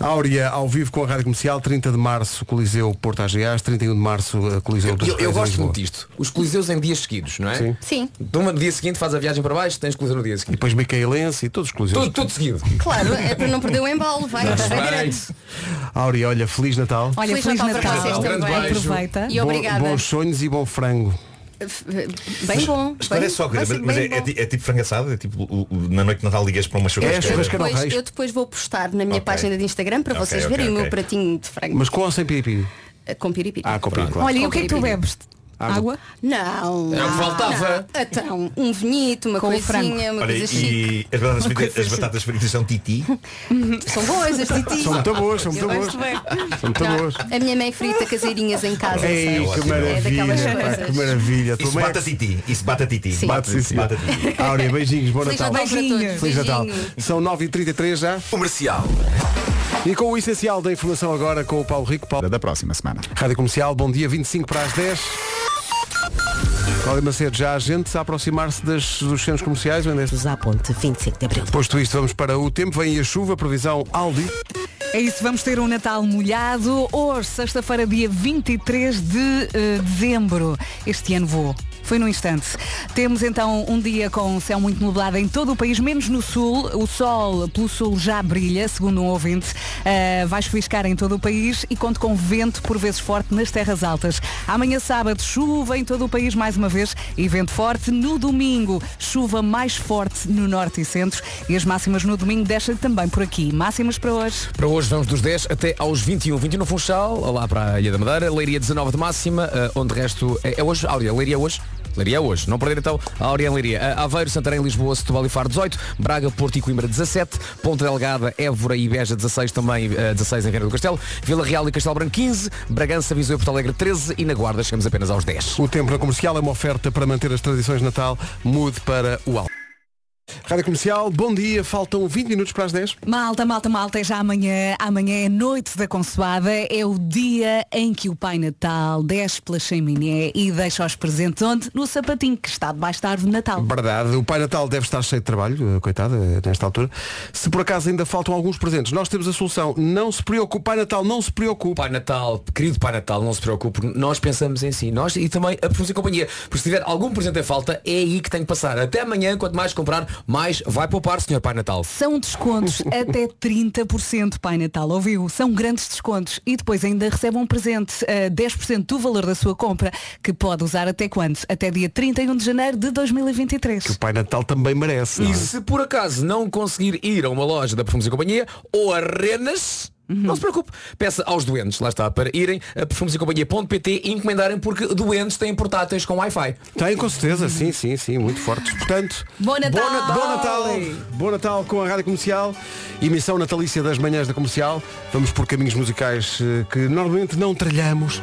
[SPEAKER 1] Áurea, ao vivo com a Rádio Comercial, 30 de março, Coliseu Porto AGAs, 31 de março, eh, Coliseu dos
[SPEAKER 2] Eu, eu
[SPEAKER 1] Recreios em
[SPEAKER 2] gosto
[SPEAKER 1] Lisboa.
[SPEAKER 2] muito disto. Os coliseus em dias seguidos, não é?
[SPEAKER 1] Sim.
[SPEAKER 12] Sim.
[SPEAKER 2] Do dia seguinte faz a viagem para baixo, tens coliseu no dia seguinte.
[SPEAKER 1] E depois Micaelense e todos os coliseus.
[SPEAKER 2] Tudo, tudo seguido.
[SPEAKER 12] Claro, é para não perder o embalo, vai. vai direto.
[SPEAKER 1] Áurea, olha, Feliz Natal.
[SPEAKER 12] Olha, Feliz Feliz Natal para Natal. vocês Um grande também. beijo. Aproveita. E
[SPEAKER 1] Bo-
[SPEAKER 12] obrigada.
[SPEAKER 1] Bons sonhos e bom frango.
[SPEAKER 12] Bem bom. bem-
[SPEAKER 6] Esclarece só,
[SPEAKER 12] vai
[SPEAKER 6] mas,
[SPEAKER 12] ser
[SPEAKER 6] mas é,
[SPEAKER 12] bem bom.
[SPEAKER 6] é ti- é tipo frangaçado, é tipo o- o- na noite de Natal ligas para uma
[SPEAKER 1] É,
[SPEAKER 6] churrasqueira.
[SPEAKER 12] Depois- eu depois vou postar na minha
[SPEAKER 6] Ok.
[SPEAKER 12] página de Instagram para
[SPEAKER 6] Ok,
[SPEAKER 12] vocês
[SPEAKER 6] ok,
[SPEAKER 12] verem o
[SPEAKER 6] ok.
[SPEAKER 12] meu pratinho de frango
[SPEAKER 1] Mas com ou sem piripiri?
[SPEAKER 12] eh, com piripiri.
[SPEAKER 1] Ah, com piripiri, claro.
[SPEAKER 4] Olha, e o que é que tu bebes?
[SPEAKER 1] Água.
[SPEAKER 12] Não.
[SPEAKER 6] Era o que
[SPEAKER 12] Ah,
[SPEAKER 6] faltava.
[SPEAKER 12] não. Então, um vinhito, uma
[SPEAKER 4] Com o frango.
[SPEAKER 12] coisinha, uma
[SPEAKER 6] Olha,
[SPEAKER 12] coisa chique.
[SPEAKER 6] e as batatas,
[SPEAKER 12] Uma
[SPEAKER 6] fritas,
[SPEAKER 12] coisa
[SPEAKER 6] as batatas fritas são titi.
[SPEAKER 12] São boas as titis.
[SPEAKER 6] São muito boas, são
[SPEAKER 12] Eu
[SPEAKER 6] muito
[SPEAKER 12] gosto
[SPEAKER 6] boas.
[SPEAKER 12] bem.
[SPEAKER 1] São muito
[SPEAKER 12] Não,
[SPEAKER 1] boas.
[SPEAKER 12] A minha mãe frita caseirinhas em casa.
[SPEAKER 1] Ei, que
[SPEAKER 12] sabe? É
[SPEAKER 1] maravilha,
[SPEAKER 12] daquelas
[SPEAKER 1] pá,
[SPEAKER 12] coisas.
[SPEAKER 1] que maravilha.
[SPEAKER 6] Isso bate a titi. Isso bate a titi.
[SPEAKER 1] Sim. Bate, é sim, senhor.
[SPEAKER 6] Bate a titi.
[SPEAKER 1] Áurea, beijinhos, bom
[SPEAKER 6] Feliz
[SPEAKER 1] Natal.
[SPEAKER 6] Natal para todos.
[SPEAKER 1] Feliz Natal.
[SPEAKER 6] Beijinho.
[SPEAKER 1] São 9h33 já. Comercial. E com o essencial da informação agora com o Paulo Rico. Paulo... Da próxima semana. Rádio Comercial, bom dia, 25 para as 10. Cláudia Macedo, já há gente a aproximar-se das- dos centros comerciais, Mendes?
[SPEAKER 3] À ponte, 25 de abril.
[SPEAKER 1] Posto isto, vamos para o tempo. Vem a chuva, previsão Aldi.
[SPEAKER 4] É isso, vamos ter um Natal molhado. Hoje, sexta-feira, dia 23 de eh, dezembro. Este ano vou. Foi num instante. Temos então um dia com céu muito nublado em todo o país, menos no sul. O sol pelo sul já brilha, segundo um ouvinte. Eh, vai chuviscar em todo o país e conto com vento por vezes forte nas terras altas. Amanhã sábado, chuva em todo o país mais uma vez e vento forte. No domingo, chuva mais forte no norte e centro. E as máximas no domingo deixam também por aqui. Máximas para hoje.
[SPEAKER 2] Para hoje vamos dos 10 até aos 21. 21 no Funchal, lá para a Ilha da Madeira, Leiria 19 de máxima, eh, onde de resto é, é hoje, Áurea, Leiria é hoje. Leiria é hoje, não perder então a Áurea em Leiria. Eh, Aveiro, Santarém, Lisboa, Setúbal e Faro 18, Braga, Porto e Coimbra 17, Ponta Delgada, Évora e Beja 16 também, eh, 16 em Viana do Castelo, Vila Real e Castelo Branco 15, Bragança, Viseu e Porto Alegre 13 e na Guarda chegamos apenas aos 10.
[SPEAKER 1] O tempo na comercial é uma oferta para manter as tradições de Natal. Mude para o Aldi. Rádio Comercial, bom dia. Faltam 20 minutos para as 10.
[SPEAKER 4] Malta, malta, malta, é já amanhã. Amanhã é noite da consoada. É o dia em que o Pai Natal desce pela chaminé e deixa os presentes onde? No sapatinho que está debaixo da árvore de Natal.
[SPEAKER 1] Verdade, o Pai Natal deve estar cheio de trabalho, eh, coitado, eh, nesta altura. Se por acaso ainda faltam alguns presentes, nós temos a solução. Não se preocupe, Pai Natal, não se preocupe.
[SPEAKER 2] Pai Natal, querido Pai Natal, não se preocupe, nós pensamos em si, nós e também a Profissão e Companhia. Porque se tiver algum presente em falta, é aí que tem que passar. Até amanhã, quanto mais comprar, mais vai poupar, Senhor Pai Natal.
[SPEAKER 4] São descontos até 30%, Pai Natal, ouviu? São grandes descontos. E depois ainda recebe um presente a 10% do valor da sua compra, que pode usar até quando? Até dia 31 de janeiro de 2023.
[SPEAKER 1] O Pai Natal também merece. não é?
[SPEAKER 2] E se por acaso não conseguir ir a uma loja da Perfumes e Companhia ou a Renas, não se preocupe. Peça aos doentes, lá está, para irem a perfumesecompanhia.pt e encomendarem porque doentes têm portáteis com Wi-Fi.
[SPEAKER 1] Tem com certeza, sim, sim, sim, muito fortes. Portanto,
[SPEAKER 4] Bom Natal!
[SPEAKER 1] Bom Natal! Bom Natal, com a Rádio Comercial, emissão natalícia das manhãs da comercial. Vamos por caminhos musicais eh, que normalmente não trilhamos.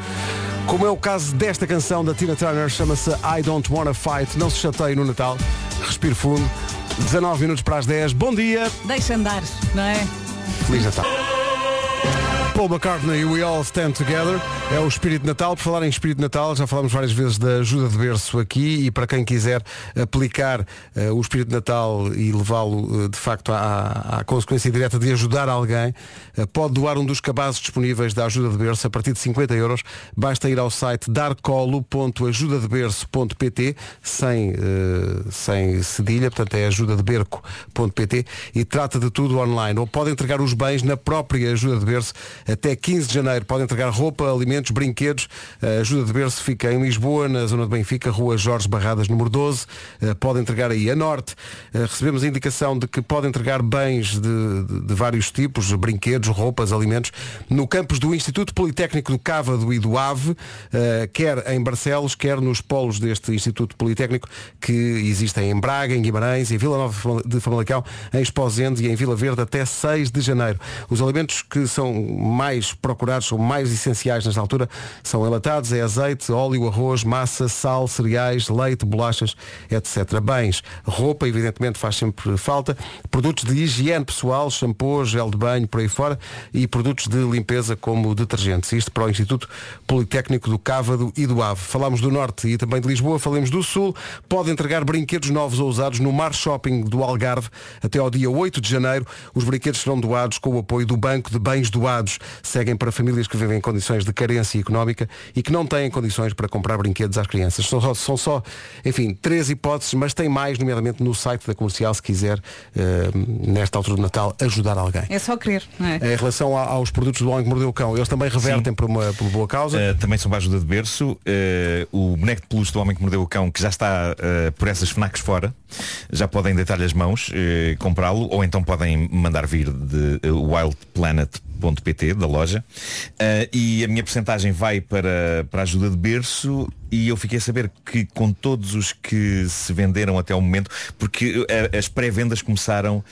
[SPEAKER 1] Como é o caso desta canção da Tina Turner, chama-se I Don't Wanna Fight, não se chateie no Natal. Respire fundo. 19 minutos para as 10. Bom dia.
[SPEAKER 4] Deixa andar, não é?
[SPEAKER 1] Feliz Natal. Paul McCartney e We All Stand Together é o espírito de Natal. Por falar em espírito de Natal, já falámos várias vezes da ajuda de berço aqui e para quem quiser aplicar eh, o espírito de Natal e levá-lo eh, de facto à, à consequência direta de ajudar alguém, eh, pode doar um dos cabazes disponíveis da ajuda de berço a partir de 50 euros. Basta ir ao site darcolo.ajudadeberço.pt sem, eh, sem cedilha, portanto é ajudadeberco.pt e trata de tudo online. Ou pode entregar os bens na própria ajuda de berço até 15 de janeiro. Pode entregar roupa, alimentos, brinquedos. A ajuda de berço fica em Lisboa, na zona de Benfica, rua Jorge Barradas, número 12. Eh, Pode entregar aí a norte. Eh, Recebemos a indicação de que pode entregar bens de, de- de vários tipos, brinquedos, roupas, alimentos, no campus do Instituto Politécnico do Cávado e do Ave, eh, quer em Barcelos, quer nos polos deste Instituto Politécnico, que existem em Braga, em Guimarães, em Vila Nova de Famalicão, em Esposende e em Vila Verde até 6 de janeiro. Os alimentos que são mais procurados, são mais essenciais nesta altura, são enlatados, é azeite, óleo, arroz, massa, sal, cereais, leite, bolachas, etc. Bens, roupa, evidentemente faz sempre falta, produtos de higiene pessoal, shampoo, gel de banho, por aí fora, e produtos de limpeza como detergentes. Isto para o Instituto Politécnico do Cávado e do Ave. Falámos do Norte e também de Lisboa, falamos do Sul. Pode entregar brinquedos novos ou usados no Mar Shopping do Algarve até ao dia 8 de janeiro. Os brinquedos serão doados com o apoio do Banco de Bens Doados. Seguem para famílias que vivem em condições de carência económica e que não têm condições para comprar brinquedos às crianças. São só, são só, enfim, três hipóteses, mas tem mais, nomeadamente no site da comercial, se quiser, eh, nesta altura do Natal, ajudar alguém.
[SPEAKER 4] É só querer, não é?
[SPEAKER 1] Em relação a- aos produtos do Homem que Mordeu o Cão, eles também revertem por uma, por boa causa.
[SPEAKER 6] Uh, também são para a ajuda de berço. Uh, o boneco de peluche do homem que mordeu o cão, que já está uh, por essas FNACs fora, já podem deitar-lhe as mãos, uh, comprá-lo, ou então podem mandar vir de uh, wildplanet.pt, da loja. Uh, e a minha porcentagem vai para, para a ajuda de berço e eu fiquei a saber que com todos os que se venderam até ao momento, porque uh, as pré-vendas começaram,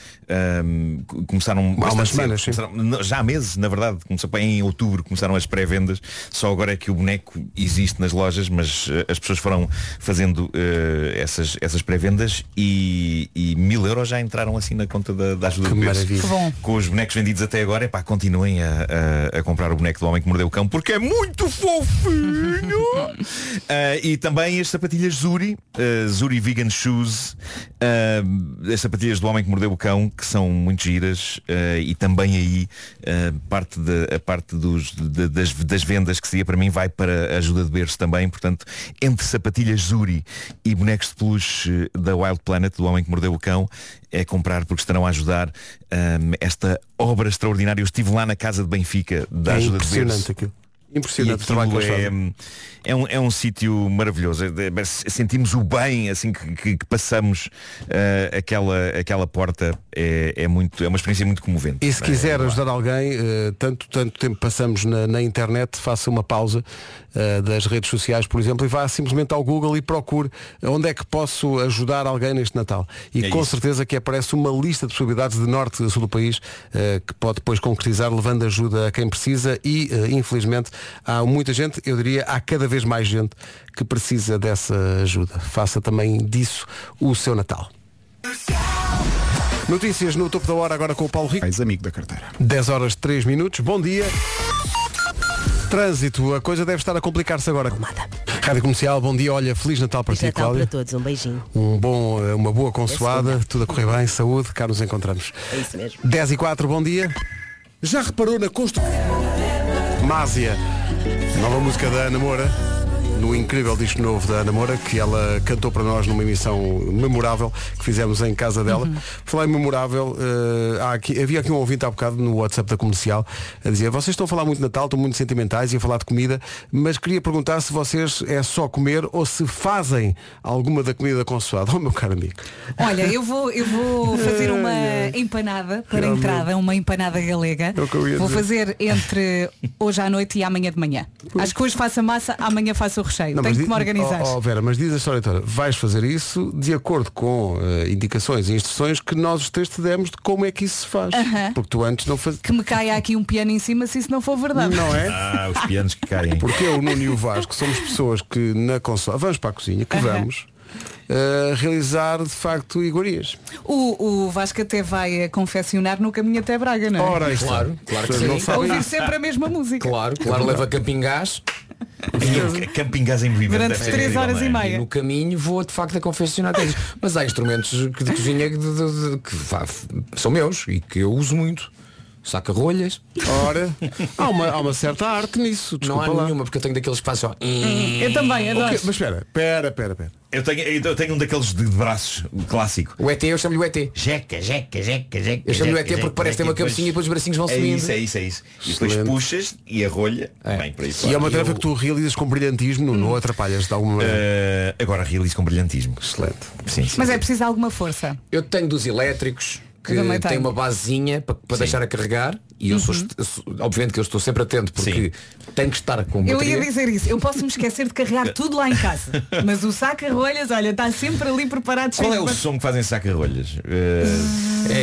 [SPEAKER 6] um, co- começaram
[SPEAKER 1] umas
[SPEAKER 6] bastante cedo.
[SPEAKER 1] semanas, sim.
[SPEAKER 6] Começaram- não, já há meses, na verdade, começou em outubro, começaram as pré-vendas, só agora é que o boneco existe nas lojas, mas eh, as pessoas foram fazendo eh, essas, essas pré-vendas e, e mil euros já entraram assim na conta da, da ajuda
[SPEAKER 1] Que
[SPEAKER 6] de Deus.
[SPEAKER 1] maravilha. Que bom.
[SPEAKER 6] Com os bonecos vendidos até agora, epá, continuem a, a- a comprar o boneco do homem que mordeu o cão, porque é muito fofinho! Eh, e também as sapatilhas Zuri, eh, Zuri Vegan Shoes, eh, as sapatilhas do homem que mordeu o cão, que são muito giras, eh, e também aí eh, parte, de, a parte dos, de- das, das vendas que seria para mim vai para a ajuda de berço também, portanto, entre sapatilhas Zuri e bonecos de peluche eh, da Wild Planet, do homem que mordeu o cão, é comprar porque estarão a ajudar ehm, esta obra extraordinária. Eu estive lá na casa de Benfica da
[SPEAKER 1] É
[SPEAKER 6] ajuda de
[SPEAKER 1] impressionante
[SPEAKER 6] berço.
[SPEAKER 1] aquilo.
[SPEAKER 6] E
[SPEAKER 1] Impressionante o trabalho que
[SPEAKER 6] aquilo
[SPEAKER 1] eles fazem.
[SPEAKER 6] é, é um, é um sítio maravilhoso. É de- Sentimos o bem assim que, que- que passamos eh, aquela, aquela porta. É, é muito, é uma experiência muito comovente.
[SPEAKER 1] E se
[SPEAKER 6] É-
[SPEAKER 1] quiser ajudar alguém, eh, tanto, tanto tempo passamos na, na internet, faça uma pausa eh, das redes sociais, por exemplo, e vá simplesmente ao Google e procure onde é que posso ajudar alguém neste Natal. E
[SPEAKER 6] É
[SPEAKER 1] com
[SPEAKER 6] isso.
[SPEAKER 1] certeza que aparece uma lista de possibilidades de norte a sul do país eh, que pode depois concretizar, levando ajuda a quem precisa e, eh, infelizmente, há muita gente, eu diria, há cada vez mais gente que precisa dessa ajuda. Faça também disso o seu Natal. Notícias no topo da hora agora com o Paulo Rico.
[SPEAKER 5] Mais amigo da carteira.
[SPEAKER 1] 10 horas 3 minutos, bom dia. Trânsito, a coisa deve estar a complicar-se agora. Rádio Comercial, bom dia. Olha, Feliz Natal para
[SPEAKER 3] Feliz
[SPEAKER 1] ti,
[SPEAKER 3] Natal
[SPEAKER 1] Cláudia.
[SPEAKER 3] para todos, um beijinho.
[SPEAKER 1] Um bom, eh, uma boa consoada, tudo a correr bem, saúde, cá nos encontramos.
[SPEAKER 3] É isso mesmo.
[SPEAKER 1] 10 e 4, bom dia. Já reparou na construção? Másia, nova música da Ana Moura, no incrível disco novo da Ana Moura, que ela cantou para nós numa emissão memorável que fizemos em casa dela. Falar em memorável, eh, há aqui- havia aqui um ouvinte há bocado no WhatsApp da comercial a dizer, vocês estão a falar muito de Natal, estão muito sentimentais e a falar de comida, mas queria perguntar se vocês é só comer ou se fazem alguma da comida consoada. Oh meu caro amigo.
[SPEAKER 4] Olha, eu vou, eu vou fazer uma
[SPEAKER 1] Ai,
[SPEAKER 4] empanada para a
[SPEAKER 1] Realmente.
[SPEAKER 4] entrada, uma empanada galega.
[SPEAKER 1] É o que eu ia
[SPEAKER 4] Vou
[SPEAKER 1] dizer.
[SPEAKER 4] fazer entre hoje à noite e amanhã de manhã. Acho que hoje faço a massa, amanhã faço o recheio.
[SPEAKER 1] Não,
[SPEAKER 4] Tenho
[SPEAKER 1] mas
[SPEAKER 4] que
[SPEAKER 1] di-
[SPEAKER 4] me organizar.
[SPEAKER 1] Oh, oh, Vera, mas diz a história toda. Vais fazer isso de acordo com eh, indicações e instruções que nós os três te demos de como é que isso se faz.
[SPEAKER 4] Aham.
[SPEAKER 1] Porque tu antes não fazias.
[SPEAKER 4] Que me caia aqui um piano em cima se isso não for verdade.
[SPEAKER 1] Não é?
[SPEAKER 6] Ah, os pianos que caem.
[SPEAKER 1] Porque eu, Nuno e o Vasco somos pessoas que na consola. Vamos para a cozinha, que
[SPEAKER 4] Aham.
[SPEAKER 1] vamos. eh, realizar, de facto, iguarias.
[SPEAKER 4] O, o Vasco até vai eh, confeccionar no caminho até Braga, não é?
[SPEAKER 1] Ora, aí está. Claro, claro que Vocês sim. não sabem
[SPEAKER 4] Ouvir
[SPEAKER 1] isso.
[SPEAKER 4] sempre a mesma música.
[SPEAKER 2] Claro, claro, leva camping gás.
[SPEAKER 6] Camping gás em movimento.
[SPEAKER 4] Durante deve ser três incrível, horas não é? e meia.
[SPEAKER 2] no caminho vou de facto a confeccionar coisas. Mas há instrumentos que de cozinha que, de- de- de- que, vá, f- são meus e que eu uso muito. Saca rolhas.
[SPEAKER 1] Ora, há uma, há uma certa arte nisso.
[SPEAKER 2] Não há
[SPEAKER 1] desculpa lá.
[SPEAKER 2] nenhuma, porque eu tenho daqueles que fazem só.
[SPEAKER 4] Eu também,
[SPEAKER 1] O
[SPEAKER 4] adoro.
[SPEAKER 1] quê? Mas espera, espera, espera, espera.
[SPEAKER 6] Eu tenho, eu tenho um daqueles de braços um clássico.
[SPEAKER 2] O ET, eu chamo-lhe o ET.
[SPEAKER 6] Jeca, jeca, jeca, jeca.
[SPEAKER 2] Eu chamo-lhe o
[SPEAKER 6] jeca,
[SPEAKER 2] ET
[SPEAKER 4] é,
[SPEAKER 6] jeca,
[SPEAKER 2] é porque parece que tem
[SPEAKER 6] jeca,
[SPEAKER 4] tipo
[SPEAKER 2] uma cabecinha e depois os bracinhos vão
[SPEAKER 6] é
[SPEAKER 2] subindo.
[SPEAKER 6] Isso, é isso, é isso. E depois puxas e a rolha vem para isso.
[SPEAKER 1] E é uma tarefa que tu realizas com brilhantismo, não atrapalhas de alguma maneira.
[SPEAKER 6] Ah, agora realizo com brilhantismo.
[SPEAKER 1] Excelente.
[SPEAKER 6] Sim, sim.
[SPEAKER 4] Mas é preciso alguma força.
[SPEAKER 2] Eu tenho dos elétricos que
[SPEAKER 4] Eu também
[SPEAKER 2] tem
[SPEAKER 4] tenho. Uhum.
[SPEAKER 2] uma basezinha para, para deixar a carregar e eu sou, est- eu sou- obviamente que eu estou sempre atento porque tenho que estar com
[SPEAKER 4] Eu
[SPEAKER 2] bateria.
[SPEAKER 4] ia dizer isso, eu posso me esquecer de carregar tudo lá em casa. Mas o saca-rolhas, olha, está sempre ali preparado
[SPEAKER 6] Qual é
[SPEAKER 4] cheio
[SPEAKER 6] o
[SPEAKER 4] de-
[SPEAKER 6] som que fazem saca-rolhas? Eh,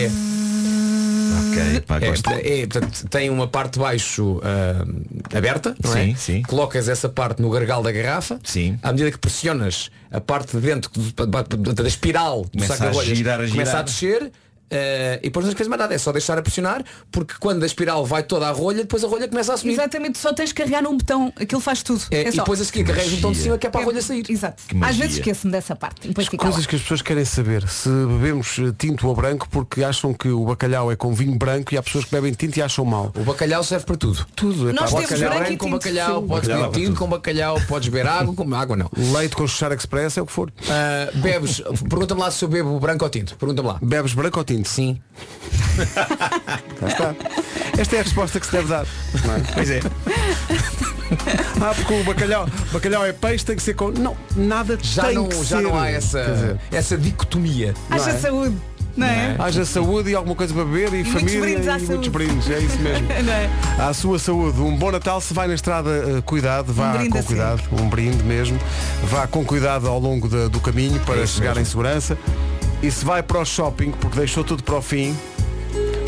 [SPEAKER 2] É,
[SPEAKER 4] Ah.
[SPEAKER 6] ok, pá,
[SPEAKER 2] é,
[SPEAKER 6] gosto.
[SPEAKER 2] é, portanto, tem uma parte de baixo ah, aberta, não é?
[SPEAKER 6] Sim, sim.
[SPEAKER 2] Colocas essa parte no gargalo da garrafa,
[SPEAKER 6] Sim.
[SPEAKER 2] à medida que pressionas a parte de dentro do- da- da da espiral do
[SPEAKER 6] Começa
[SPEAKER 2] saco
[SPEAKER 6] a
[SPEAKER 2] de rolhas,
[SPEAKER 6] girar, a
[SPEAKER 2] começa
[SPEAKER 6] girar.
[SPEAKER 2] a descer eh, e depois não tens que fazer mais nada, é só deixar a pressionar, porque quando a espiral vai toda à rolha, depois a rolha começa a subir.
[SPEAKER 4] Exatamente, só tens de carregar num botão, aquilo faz tudo.
[SPEAKER 2] É,
[SPEAKER 4] É
[SPEAKER 2] e
[SPEAKER 4] só.
[SPEAKER 2] depois a seguir
[SPEAKER 6] Que
[SPEAKER 2] carregas o botão de
[SPEAKER 6] magia.
[SPEAKER 2] cima que é para a rolha sair.
[SPEAKER 4] Exato.
[SPEAKER 6] magia.
[SPEAKER 4] Às vezes esqueço-me dessa parte. e Depois fica
[SPEAKER 1] Coisas
[SPEAKER 4] lá.
[SPEAKER 1] que as pessoas querem saber. Se bebemos eh, tinto ou branco porque acham que o bacalhau é com vinho branco e há pessoas que bebem tinto e acham mal.
[SPEAKER 2] O bacalhau serve para tudo.
[SPEAKER 1] Tudo. É
[SPEAKER 4] Nós
[SPEAKER 1] pá,
[SPEAKER 4] temos
[SPEAKER 1] bacalhau,
[SPEAKER 4] branco
[SPEAKER 2] Branco com
[SPEAKER 4] tinto,
[SPEAKER 2] bacalhau,
[SPEAKER 4] sim.
[SPEAKER 2] podes beber
[SPEAKER 6] Bacalhau, é
[SPEAKER 2] tinto com bacalhau, podes beber água, com água não.
[SPEAKER 1] leite com chuchar express, é o que for.
[SPEAKER 2] Ah, bebes, pergunta-me lá se eu bebo branco ou tinto. Pergunta-me lá.
[SPEAKER 1] Bebes branco ou tinto?
[SPEAKER 2] Sim.
[SPEAKER 1] Lá está. Esta é a resposta que se deve dar. não é?
[SPEAKER 6] Pois é.
[SPEAKER 1] Ah, porque o bacalhau, bacalhau é peixe, tem que ser com. Não, nada
[SPEAKER 2] Já,
[SPEAKER 1] tem
[SPEAKER 2] não,
[SPEAKER 1] que
[SPEAKER 2] já
[SPEAKER 1] ser.
[SPEAKER 2] não há
[SPEAKER 1] Quer dizer,
[SPEAKER 2] essa, essa dicotomia.
[SPEAKER 4] Haja saúde, não é?
[SPEAKER 1] Haja saúde e alguma coisa para beber e, família
[SPEAKER 4] brindes
[SPEAKER 1] e
[SPEAKER 4] à
[SPEAKER 1] muitos
[SPEAKER 4] saúde.
[SPEAKER 1] brindes, é isso mesmo.
[SPEAKER 4] Não é?
[SPEAKER 1] À sua saúde, um bom Natal, se vai na estrada, eh, cuidado,
[SPEAKER 4] Um
[SPEAKER 1] vá
[SPEAKER 4] brinde
[SPEAKER 1] com
[SPEAKER 4] a
[SPEAKER 1] cuidado, um brinde mesmo, vá com cuidado ao longo da- do caminho para chegar em segurança. E se vai para o shopping, porque deixou tudo para o fim,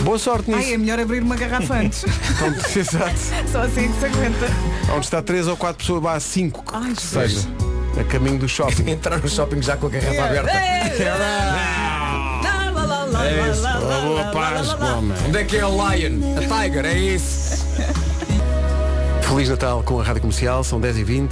[SPEAKER 1] boa sorte nisso.
[SPEAKER 4] Ai, é melhor abrir uma garrafa antes.
[SPEAKER 1] Então, exato.
[SPEAKER 4] Só assim que se aguenta.
[SPEAKER 1] Onde está três ou quatro pessoas, vá cinco, que
[SPEAKER 4] Ai,
[SPEAKER 1] seja, a caminho do shopping.
[SPEAKER 2] Entrar no shopping já com a garrafa aberta.
[SPEAKER 4] Lá, lá, lá, lá, lá, lá, lá,
[SPEAKER 1] boa
[SPEAKER 4] lá,
[SPEAKER 1] Páscoa,
[SPEAKER 4] lá, lá.
[SPEAKER 1] homem.
[SPEAKER 2] Onde é que é o Lion? A Tiger, é isso.
[SPEAKER 1] Feliz Natal com a Rádio Comercial, são 10h20.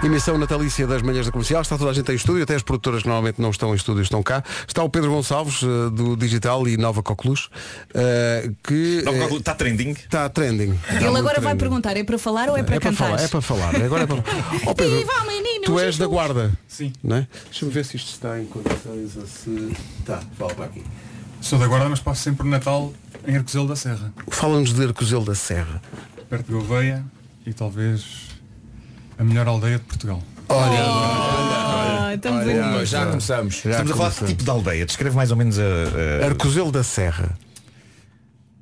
[SPEAKER 1] Emissão natalícia das manhãs da comercial, está toda a gente em estúdio, até as produtoras que normalmente não estão em estúdio estão cá. Está o Pedro Gonçalves, eh, do Digital e Nova Coqueluche, eh, que eh,
[SPEAKER 6] Está tá trending?
[SPEAKER 1] está trending. Está
[SPEAKER 4] Ele
[SPEAKER 1] muito
[SPEAKER 4] agora vai
[SPEAKER 1] trending.
[SPEAKER 4] perguntar, é para falar ou é para
[SPEAKER 1] É para
[SPEAKER 4] cantar?
[SPEAKER 1] falar, é para falar. Agora é para... Ó, Pedro,
[SPEAKER 4] Viva, menino,
[SPEAKER 1] tu és
[SPEAKER 4] Jesus.
[SPEAKER 1] da guarda.
[SPEAKER 13] Sim.
[SPEAKER 1] Não é? Deixa-me ver se isto está em condições ou se. Está, fala para aqui.
[SPEAKER 13] Sou da Guarda, mas passo sempre o Natal em Arcozelo da Serra,
[SPEAKER 1] Fala-nos de Arcozelo da Serra.
[SPEAKER 13] perto de Gouveia e talvez a melhor aldeia de Portugal.
[SPEAKER 4] Ah, estamos aqui.
[SPEAKER 2] Mas já começamos.
[SPEAKER 6] Estamos a falar de que tipo de aldeia. Descreve mais ou menos a. a-
[SPEAKER 1] Arcozelo da Serra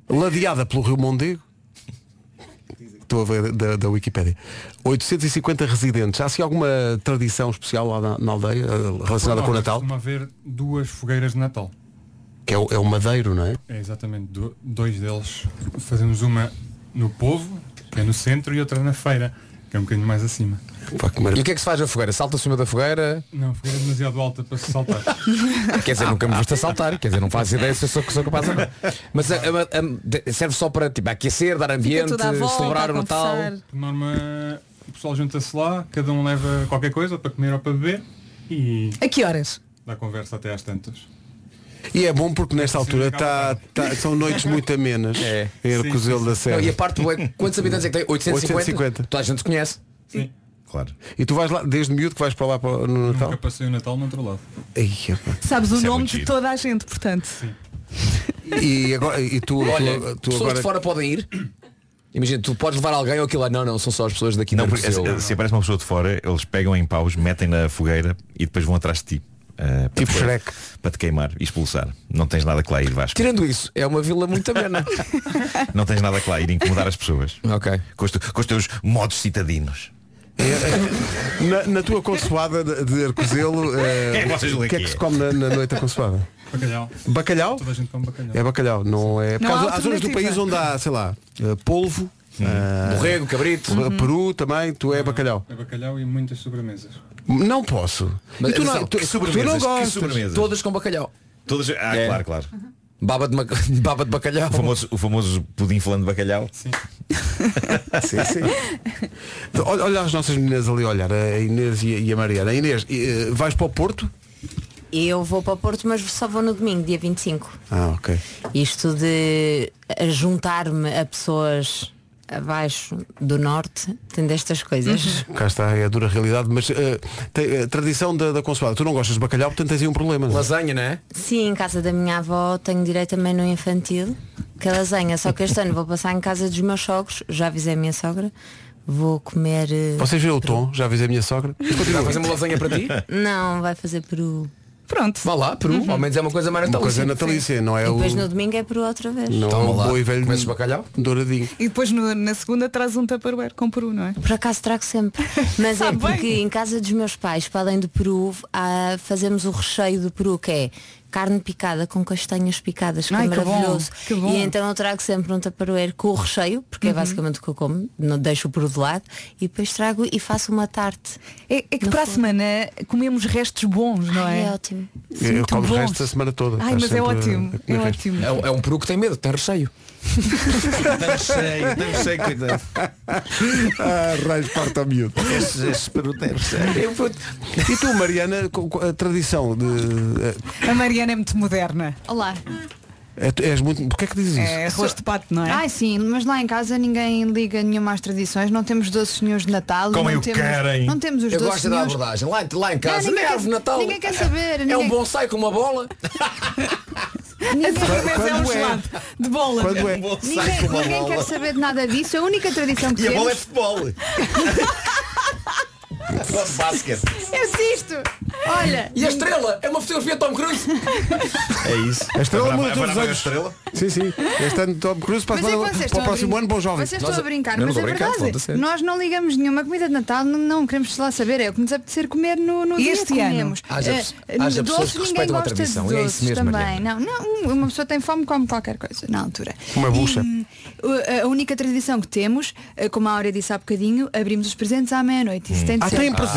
[SPEAKER 1] Ladeada pelo Rio Mondego Estou a ver da, da Wikipédia 850 residentes Há assim alguma tradição especial lá na, na aldeia eh, Relacionada com o
[SPEAKER 13] Portugal
[SPEAKER 1] Natal?
[SPEAKER 13] Costuma haver duas fogueiras de Natal.
[SPEAKER 1] Que é o, é o madeiro, não é?
[SPEAKER 13] É exatamente do- dois deles. Fazemos uma no povo, que é no centro, e outra na feira, que é um bocadinho mais acima.
[SPEAKER 1] Pá, que maravilha.
[SPEAKER 2] E o que é que se faz na fogueira? Salta-se cima da fogueira?
[SPEAKER 13] Não, a fogueira é demasiado alta para se saltar.
[SPEAKER 2] Quer dizer, nunca me viste a saltar, quer dizer, não faço ideia se eu sou, sou capaz ou não. Mas a- a- a- de- serve só para tipo, aquecer, dar ambiente,
[SPEAKER 4] tudo à volta,
[SPEAKER 2] celebrar o
[SPEAKER 4] a
[SPEAKER 2] Natal.
[SPEAKER 4] conversar.
[SPEAKER 13] Por norma, o pessoal junta-se lá, cada um leva qualquer coisa para comer ou para beber e
[SPEAKER 4] A que horas?
[SPEAKER 13] dá conversa até às tantas.
[SPEAKER 1] E é bom porque nesta altura tá,
[SPEAKER 13] acaba
[SPEAKER 1] tá- são noites muito amenas
[SPEAKER 2] É.
[SPEAKER 1] Em Arcozelo da
[SPEAKER 2] Não,
[SPEAKER 1] Serra
[SPEAKER 2] e a parte boa é, quantos habitantes é que tem?
[SPEAKER 1] 850.
[SPEAKER 2] 850? Toda a gente se conhece.
[SPEAKER 13] Sim.
[SPEAKER 6] Claro.
[SPEAKER 1] E tu vais lá, desde miúdo que vais para lá para- no
[SPEAKER 13] Nunca
[SPEAKER 1] Natal?
[SPEAKER 13] passei o Natal noutro lado.
[SPEAKER 1] Ai, epá.
[SPEAKER 4] Sabes o
[SPEAKER 6] Isso é
[SPEAKER 4] nome
[SPEAKER 6] muito
[SPEAKER 4] de
[SPEAKER 6] giro.
[SPEAKER 4] toda a gente, portanto.
[SPEAKER 1] E, agora, e tu, tu-
[SPEAKER 2] Olha,
[SPEAKER 1] tu
[SPEAKER 2] pessoas
[SPEAKER 1] agora
[SPEAKER 2] de fora podem ir. Imagina, tu podes levar alguém ou aquilo lá. Não, não, são só as pessoas daqui
[SPEAKER 6] Não,
[SPEAKER 2] da
[SPEAKER 6] porque é-
[SPEAKER 2] Arcozelo.
[SPEAKER 6] se, se aparece uma pessoa de fora, eles pegam em paus, metem na fogueira e depois vão atrás de ti. ah, para
[SPEAKER 1] Tipo
[SPEAKER 6] depois-
[SPEAKER 1] Shrek.
[SPEAKER 6] Para te queimar e expulsar. Não tens nada que lá ir, Vasco.
[SPEAKER 2] Tirando isso, é uma vila muito amena.
[SPEAKER 6] Não tens nada que lá ir incomodar as pessoas.
[SPEAKER 2] ok.
[SPEAKER 6] Com os, tu- com os teus modos citadinos.
[SPEAKER 1] É, na, na tua consoada de de Arcozelo eh,
[SPEAKER 6] Quem é que vocês
[SPEAKER 1] O que é
[SPEAKER 6] leem
[SPEAKER 1] que
[SPEAKER 6] que
[SPEAKER 1] se
[SPEAKER 6] é?
[SPEAKER 1] come na, na noite da consoada?
[SPEAKER 13] Bacalhau.
[SPEAKER 1] Bacalhau?
[SPEAKER 13] Toda a gente come bacalhau.
[SPEAKER 1] É bacalhau, não é? Porque
[SPEAKER 4] Não
[SPEAKER 1] há,
[SPEAKER 4] há
[SPEAKER 1] há zonas do
[SPEAKER 4] alternativa.
[SPEAKER 1] país onde há, sei lá, eh, polvo, eh,
[SPEAKER 2] Borrego, cabrito.
[SPEAKER 4] Uhum.
[SPEAKER 2] Ah.
[SPEAKER 1] Peru também, tu é bacalhau.
[SPEAKER 13] É bacalhau e muitas sobremesas.
[SPEAKER 1] Não posso.
[SPEAKER 2] Mas
[SPEAKER 1] e tu não, é,
[SPEAKER 2] atenção,
[SPEAKER 1] tu,
[SPEAKER 2] que
[SPEAKER 1] tu não
[SPEAKER 2] sobremesas, que
[SPEAKER 1] gostas.
[SPEAKER 2] sobremesas? Todas com bacalhau.
[SPEAKER 6] Todas, ah,
[SPEAKER 2] É.
[SPEAKER 6] claro, claro.
[SPEAKER 2] Baba de, ma- baba de bacalhau.
[SPEAKER 6] O famoso, o famoso pudim falando de bacalhau. Sim.
[SPEAKER 1] Sim, Então, Olha, olha as nossas meninas ali, olhar, a Inês e a, e a Mariana. Inês, eh, vais para o Porto?
[SPEAKER 14] Eu vou para o Porto, mas só vou no domingo, dia 25.
[SPEAKER 1] Ah, ok.
[SPEAKER 14] Isto de eh, juntar-me a pessoas abaixo do norte, tendo estas coisas.
[SPEAKER 1] Cá está, é a dura realidade, mas eh, tem, eh, tradição da, da consoada. Tu não gostas de bacalhau, portanto tens aí um problema.
[SPEAKER 2] Lasanha, não é?
[SPEAKER 14] Sim, em casa da minha avó tenho direito a menu infantil, que é lasanha, só que este ano vou passar em casa dos meus sogros, já avisei a minha sogra, vou comer. eh,
[SPEAKER 1] Vocês viram o tom? Já avisei a minha sogra.
[SPEAKER 2] Vai fazer uma lasanha para ti?
[SPEAKER 14] Não, vai fazer peru.
[SPEAKER 4] Pronto.
[SPEAKER 2] Vá lá, Peru. Ao menos é uma coisa mais
[SPEAKER 1] Uma
[SPEAKER 2] natalícia.
[SPEAKER 1] coisa natalícia, não
[SPEAKER 14] E
[SPEAKER 1] é o.
[SPEAKER 14] depois no domingo é peru outra vez.
[SPEAKER 1] Não é
[SPEAKER 2] Toma
[SPEAKER 1] o
[SPEAKER 2] lá.
[SPEAKER 1] boi velho.
[SPEAKER 2] Comeces bacalhau?
[SPEAKER 1] Douradinho.
[SPEAKER 4] E depois no- na segunda traz um tupperware com peru, não é?
[SPEAKER 14] Por acaso trago sempre. Mas é
[SPEAKER 4] Sabe Tá bem.
[SPEAKER 14] porque em casa dos meus pais, para além do peru, ah, fazemos o recheio do peru, que é carne picada com castanhas picadas, que
[SPEAKER 4] Ai,
[SPEAKER 14] é
[SPEAKER 4] que bom,
[SPEAKER 14] maravilhoso.
[SPEAKER 4] que bom. Uhum.
[SPEAKER 14] E então eu trago sempre um taparoeiro com o recheio, porque é basicamente o que eu como, não deixo o peru de lado, e depois trago e faço uma tarte.
[SPEAKER 4] É, é que para a semana comemos restos bons, não
[SPEAKER 14] Ai,
[SPEAKER 4] é?
[SPEAKER 14] é ótimo.
[SPEAKER 1] Eu
[SPEAKER 4] Muito
[SPEAKER 1] como o
[SPEAKER 4] bons.
[SPEAKER 1] resto da semana toda. Estás
[SPEAKER 4] Ai, mas é
[SPEAKER 1] sempre a-
[SPEAKER 4] ótimo,
[SPEAKER 1] a
[SPEAKER 4] é
[SPEAKER 1] comer resto.
[SPEAKER 4] ótimo.
[SPEAKER 2] É, um- é um peru que tem medo, tem recheio.
[SPEAKER 6] Tem recheio, tem recheio, coitado.
[SPEAKER 1] ah, raios parta miúdo.
[SPEAKER 6] Esse, esse peru tem recheio.
[SPEAKER 1] Eu vou- E tu, Mariana, com- com a tradição de.
[SPEAKER 4] A Mariana é muito moderna.
[SPEAKER 15] Olá.
[SPEAKER 1] eh, eh, tu és muito. Porquê é que dizes isso?
[SPEAKER 4] É arroz de pato, não é?
[SPEAKER 15] Ai sim, mas lá em casa ninguém liga nenhuma às tradições, não temos doces nenhums de Natal,
[SPEAKER 2] Como
[SPEAKER 15] não
[SPEAKER 2] eu
[SPEAKER 15] temos,
[SPEAKER 2] querem.
[SPEAKER 15] não temos os
[SPEAKER 2] Eu
[SPEAKER 15] doces
[SPEAKER 2] gosto da
[SPEAKER 15] nenhuns.
[SPEAKER 2] abordagem. Lá, lá em
[SPEAKER 15] Não,
[SPEAKER 2] casa,
[SPEAKER 15] ninguém
[SPEAKER 2] nem
[SPEAKER 15] quer-
[SPEAKER 2] árvore de Natal.
[SPEAKER 15] ninguém quer saber,
[SPEAKER 2] É
[SPEAKER 15] ninguém-
[SPEAKER 2] um bonsai com uma bola.
[SPEAKER 15] Ninguém-
[SPEAKER 4] sobremesa é um
[SPEAKER 2] Quando é?
[SPEAKER 4] gelado de bola.
[SPEAKER 1] Quando é?
[SPEAKER 15] Ninguém, ninguém quer saber um de nada disso, a única tradição
[SPEAKER 4] Então,
[SPEAKER 15] que
[SPEAKER 6] E a bola é
[SPEAKER 15] temos
[SPEAKER 6] futebol. Futebol de basquete.
[SPEAKER 4] É
[SPEAKER 15] Assisto! Olha!
[SPEAKER 2] E a estrela é uma fotografia de Tom Cruise.
[SPEAKER 6] É isso.
[SPEAKER 1] A estrela
[SPEAKER 6] Agora-
[SPEAKER 1] muda
[SPEAKER 6] agora
[SPEAKER 1] todos os
[SPEAKER 6] vai a
[SPEAKER 1] anos.
[SPEAKER 6] estrela?
[SPEAKER 1] Sim, sim. Este ano Tom Cruise para, a
[SPEAKER 15] Mas é que
[SPEAKER 1] semana-
[SPEAKER 15] vocês
[SPEAKER 1] para
[SPEAKER 15] estão
[SPEAKER 1] o
[SPEAKER 15] a
[SPEAKER 1] próximo
[SPEAKER 15] brin-
[SPEAKER 1] ano, bom jovem.
[SPEAKER 15] Vocês estão a brincar, mas é verdade.
[SPEAKER 1] Nós...
[SPEAKER 15] Nós não ligamos nenhuma comida de Natal, não, não queremos lá saber. É o que nos apetecer comer no, no dia
[SPEAKER 4] Este
[SPEAKER 15] que
[SPEAKER 4] ano?
[SPEAKER 15] comemos.
[SPEAKER 2] Haja
[SPEAKER 15] Eh,
[SPEAKER 2] pes- haja
[SPEAKER 15] doces,
[SPEAKER 2] pessoas que
[SPEAKER 15] ninguém
[SPEAKER 2] respeitam a
[SPEAKER 15] gosta de
[SPEAKER 2] tradição, e é isso
[SPEAKER 15] doces
[SPEAKER 2] mesmo,
[SPEAKER 15] também. Não, não, uma pessoa tem fome, come qualquer coisa na altura.
[SPEAKER 1] Uma bucha.
[SPEAKER 15] E, hum, a única tradição que temos, eh, como a Áurea disse há bocadinho, abrimos os presentes à meia-noite. Isso tem de
[SPEAKER 1] Ah,
[SPEAKER 15] ser.
[SPEAKER 1] têm presentes?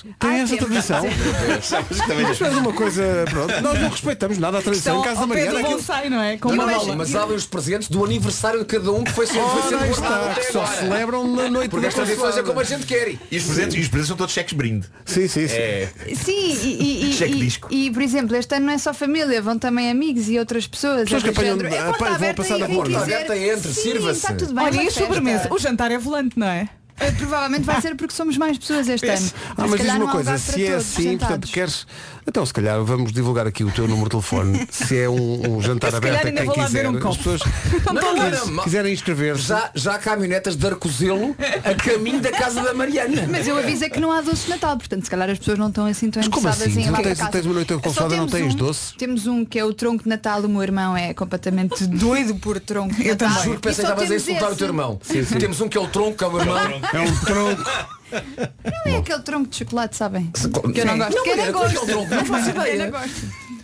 [SPEAKER 15] Sempre.
[SPEAKER 1] Tem
[SPEAKER 15] Ah,
[SPEAKER 1] essa
[SPEAKER 15] temos.
[SPEAKER 1] tradição?
[SPEAKER 2] É,
[SPEAKER 1] Mas faz uma coisa. Pronto, nós não respeitamos nada a tradição em casa da Mariana. aquilo-
[SPEAKER 4] bonsai, não é? Com
[SPEAKER 2] Não,
[SPEAKER 4] uma
[SPEAKER 2] não,
[SPEAKER 4] bola.
[SPEAKER 2] mas abrem os presentes do aniversário de cada um que foi sendo foi
[SPEAKER 1] Ora,
[SPEAKER 2] sendo
[SPEAKER 1] aí
[SPEAKER 2] guardado
[SPEAKER 1] está,
[SPEAKER 2] até
[SPEAKER 1] que só
[SPEAKER 2] agora.
[SPEAKER 1] celebram na noite
[SPEAKER 2] Porque
[SPEAKER 1] da
[SPEAKER 2] as tradições é
[SPEAKER 1] consoada.
[SPEAKER 2] como a gente quer.
[SPEAKER 6] E os presentes, e os presentes são todos cheques de brinde.
[SPEAKER 1] Sim, sim, sim.
[SPEAKER 6] É.
[SPEAKER 15] Sim, e, e- e-
[SPEAKER 6] Cheque
[SPEAKER 15] e-
[SPEAKER 6] disco.
[SPEAKER 15] e, por exemplo, este ano não é só família, vão também amigos e outras pessoas.
[SPEAKER 1] Pessoas
[SPEAKER 15] é
[SPEAKER 1] que
[SPEAKER 15] do
[SPEAKER 1] apanham-
[SPEAKER 15] género, é
[SPEAKER 1] apanham-
[SPEAKER 15] porta
[SPEAKER 1] vão
[SPEAKER 15] aberta
[SPEAKER 1] passar
[SPEAKER 15] e
[SPEAKER 1] na
[SPEAKER 15] vem
[SPEAKER 1] porta.
[SPEAKER 15] dizer,
[SPEAKER 2] Porta aberta, entre,
[SPEAKER 15] "Sim,
[SPEAKER 2] sirva-se."
[SPEAKER 15] está tudo bem, é
[SPEAKER 4] Olha,
[SPEAKER 15] uma
[SPEAKER 4] e a
[SPEAKER 15] festa."
[SPEAKER 4] sobremesa? O jantar é volante, não é?
[SPEAKER 15] Eh, Provavelmente vai ser porque somos mais pessoas este ano.
[SPEAKER 1] Ah,
[SPEAKER 15] Se
[SPEAKER 1] mas
[SPEAKER 15] calhar
[SPEAKER 1] diz
[SPEAKER 15] não
[SPEAKER 1] uma
[SPEAKER 15] há
[SPEAKER 1] coisa,
[SPEAKER 15] lugar para
[SPEAKER 1] se é
[SPEAKER 15] todos
[SPEAKER 1] assim, portanto,
[SPEAKER 15] sentados.
[SPEAKER 1] queres. Então, se calhar, vamos divulgar aqui o teu número de telefone. se é um, um jantar
[SPEAKER 4] Se calhar
[SPEAKER 1] aberto a
[SPEAKER 4] ainda
[SPEAKER 1] quem
[SPEAKER 4] vou lá
[SPEAKER 1] quiser.
[SPEAKER 4] beber um
[SPEAKER 1] as
[SPEAKER 4] copo.
[SPEAKER 1] pessoas
[SPEAKER 2] Não, não, não, não,
[SPEAKER 1] se
[SPEAKER 2] mal-
[SPEAKER 1] quiserem inscrever-se.
[SPEAKER 2] Já, já há caminhonetas de Arcozelo a caminho da casa da Mariana.
[SPEAKER 15] Mas eu aviso é que não há doce de Natal, portanto se calhar as pessoas não estão assim tão
[SPEAKER 1] Mas como
[SPEAKER 15] interessadas
[SPEAKER 1] assim?
[SPEAKER 15] em ir
[SPEAKER 1] Tu
[SPEAKER 15] lá
[SPEAKER 1] tens-
[SPEAKER 15] para casa.
[SPEAKER 1] tens uma noite
[SPEAKER 2] Então,
[SPEAKER 15] Só
[SPEAKER 1] consoada e não
[SPEAKER 15] temos
[SPEAKER 1] tens
[SPEAKER 15] um-
[SPEAKER 1] doce?
[SPEAKER 15] Temos um que é o tronco de Natal, o meu irmão é completamente doido por tronco de
[SPEAKER 2] Eu
[SPEAKER 15] Natal.
[SPEAKER 2] também. Juro que pensei
[SPEAKER 15] E
[SPEAKER 2] que
[SPEAKER 15] só
[SPEAKER 2] estavas a
[SPEAKER 15] temos
[SPEAKER 2] insultar o
[SPEAKER 15] esse.
[SPEAKER 2] teu irmão. Temos um que é o tronco, que é o meu irmão.
[SPEAKER 1] É um tronco.
[SPEAKER 15] Não é aquele tronco de chocolate, sabem? Que eu não gosto.
[SPEAKER 2] Não,
[SPEAKER 15] que
[SPEAKER 2] Mariana, qual
[SPEAKER 15] eu nem
[SPEAKER 2] é que é
[SPEAKER 15] gosto.
[SPEAKER 2] o tronco? Não faço
[SPEAKER 15] Eu
[SPEAKER 2] ideia.
[SPEAKER 15] não gosto.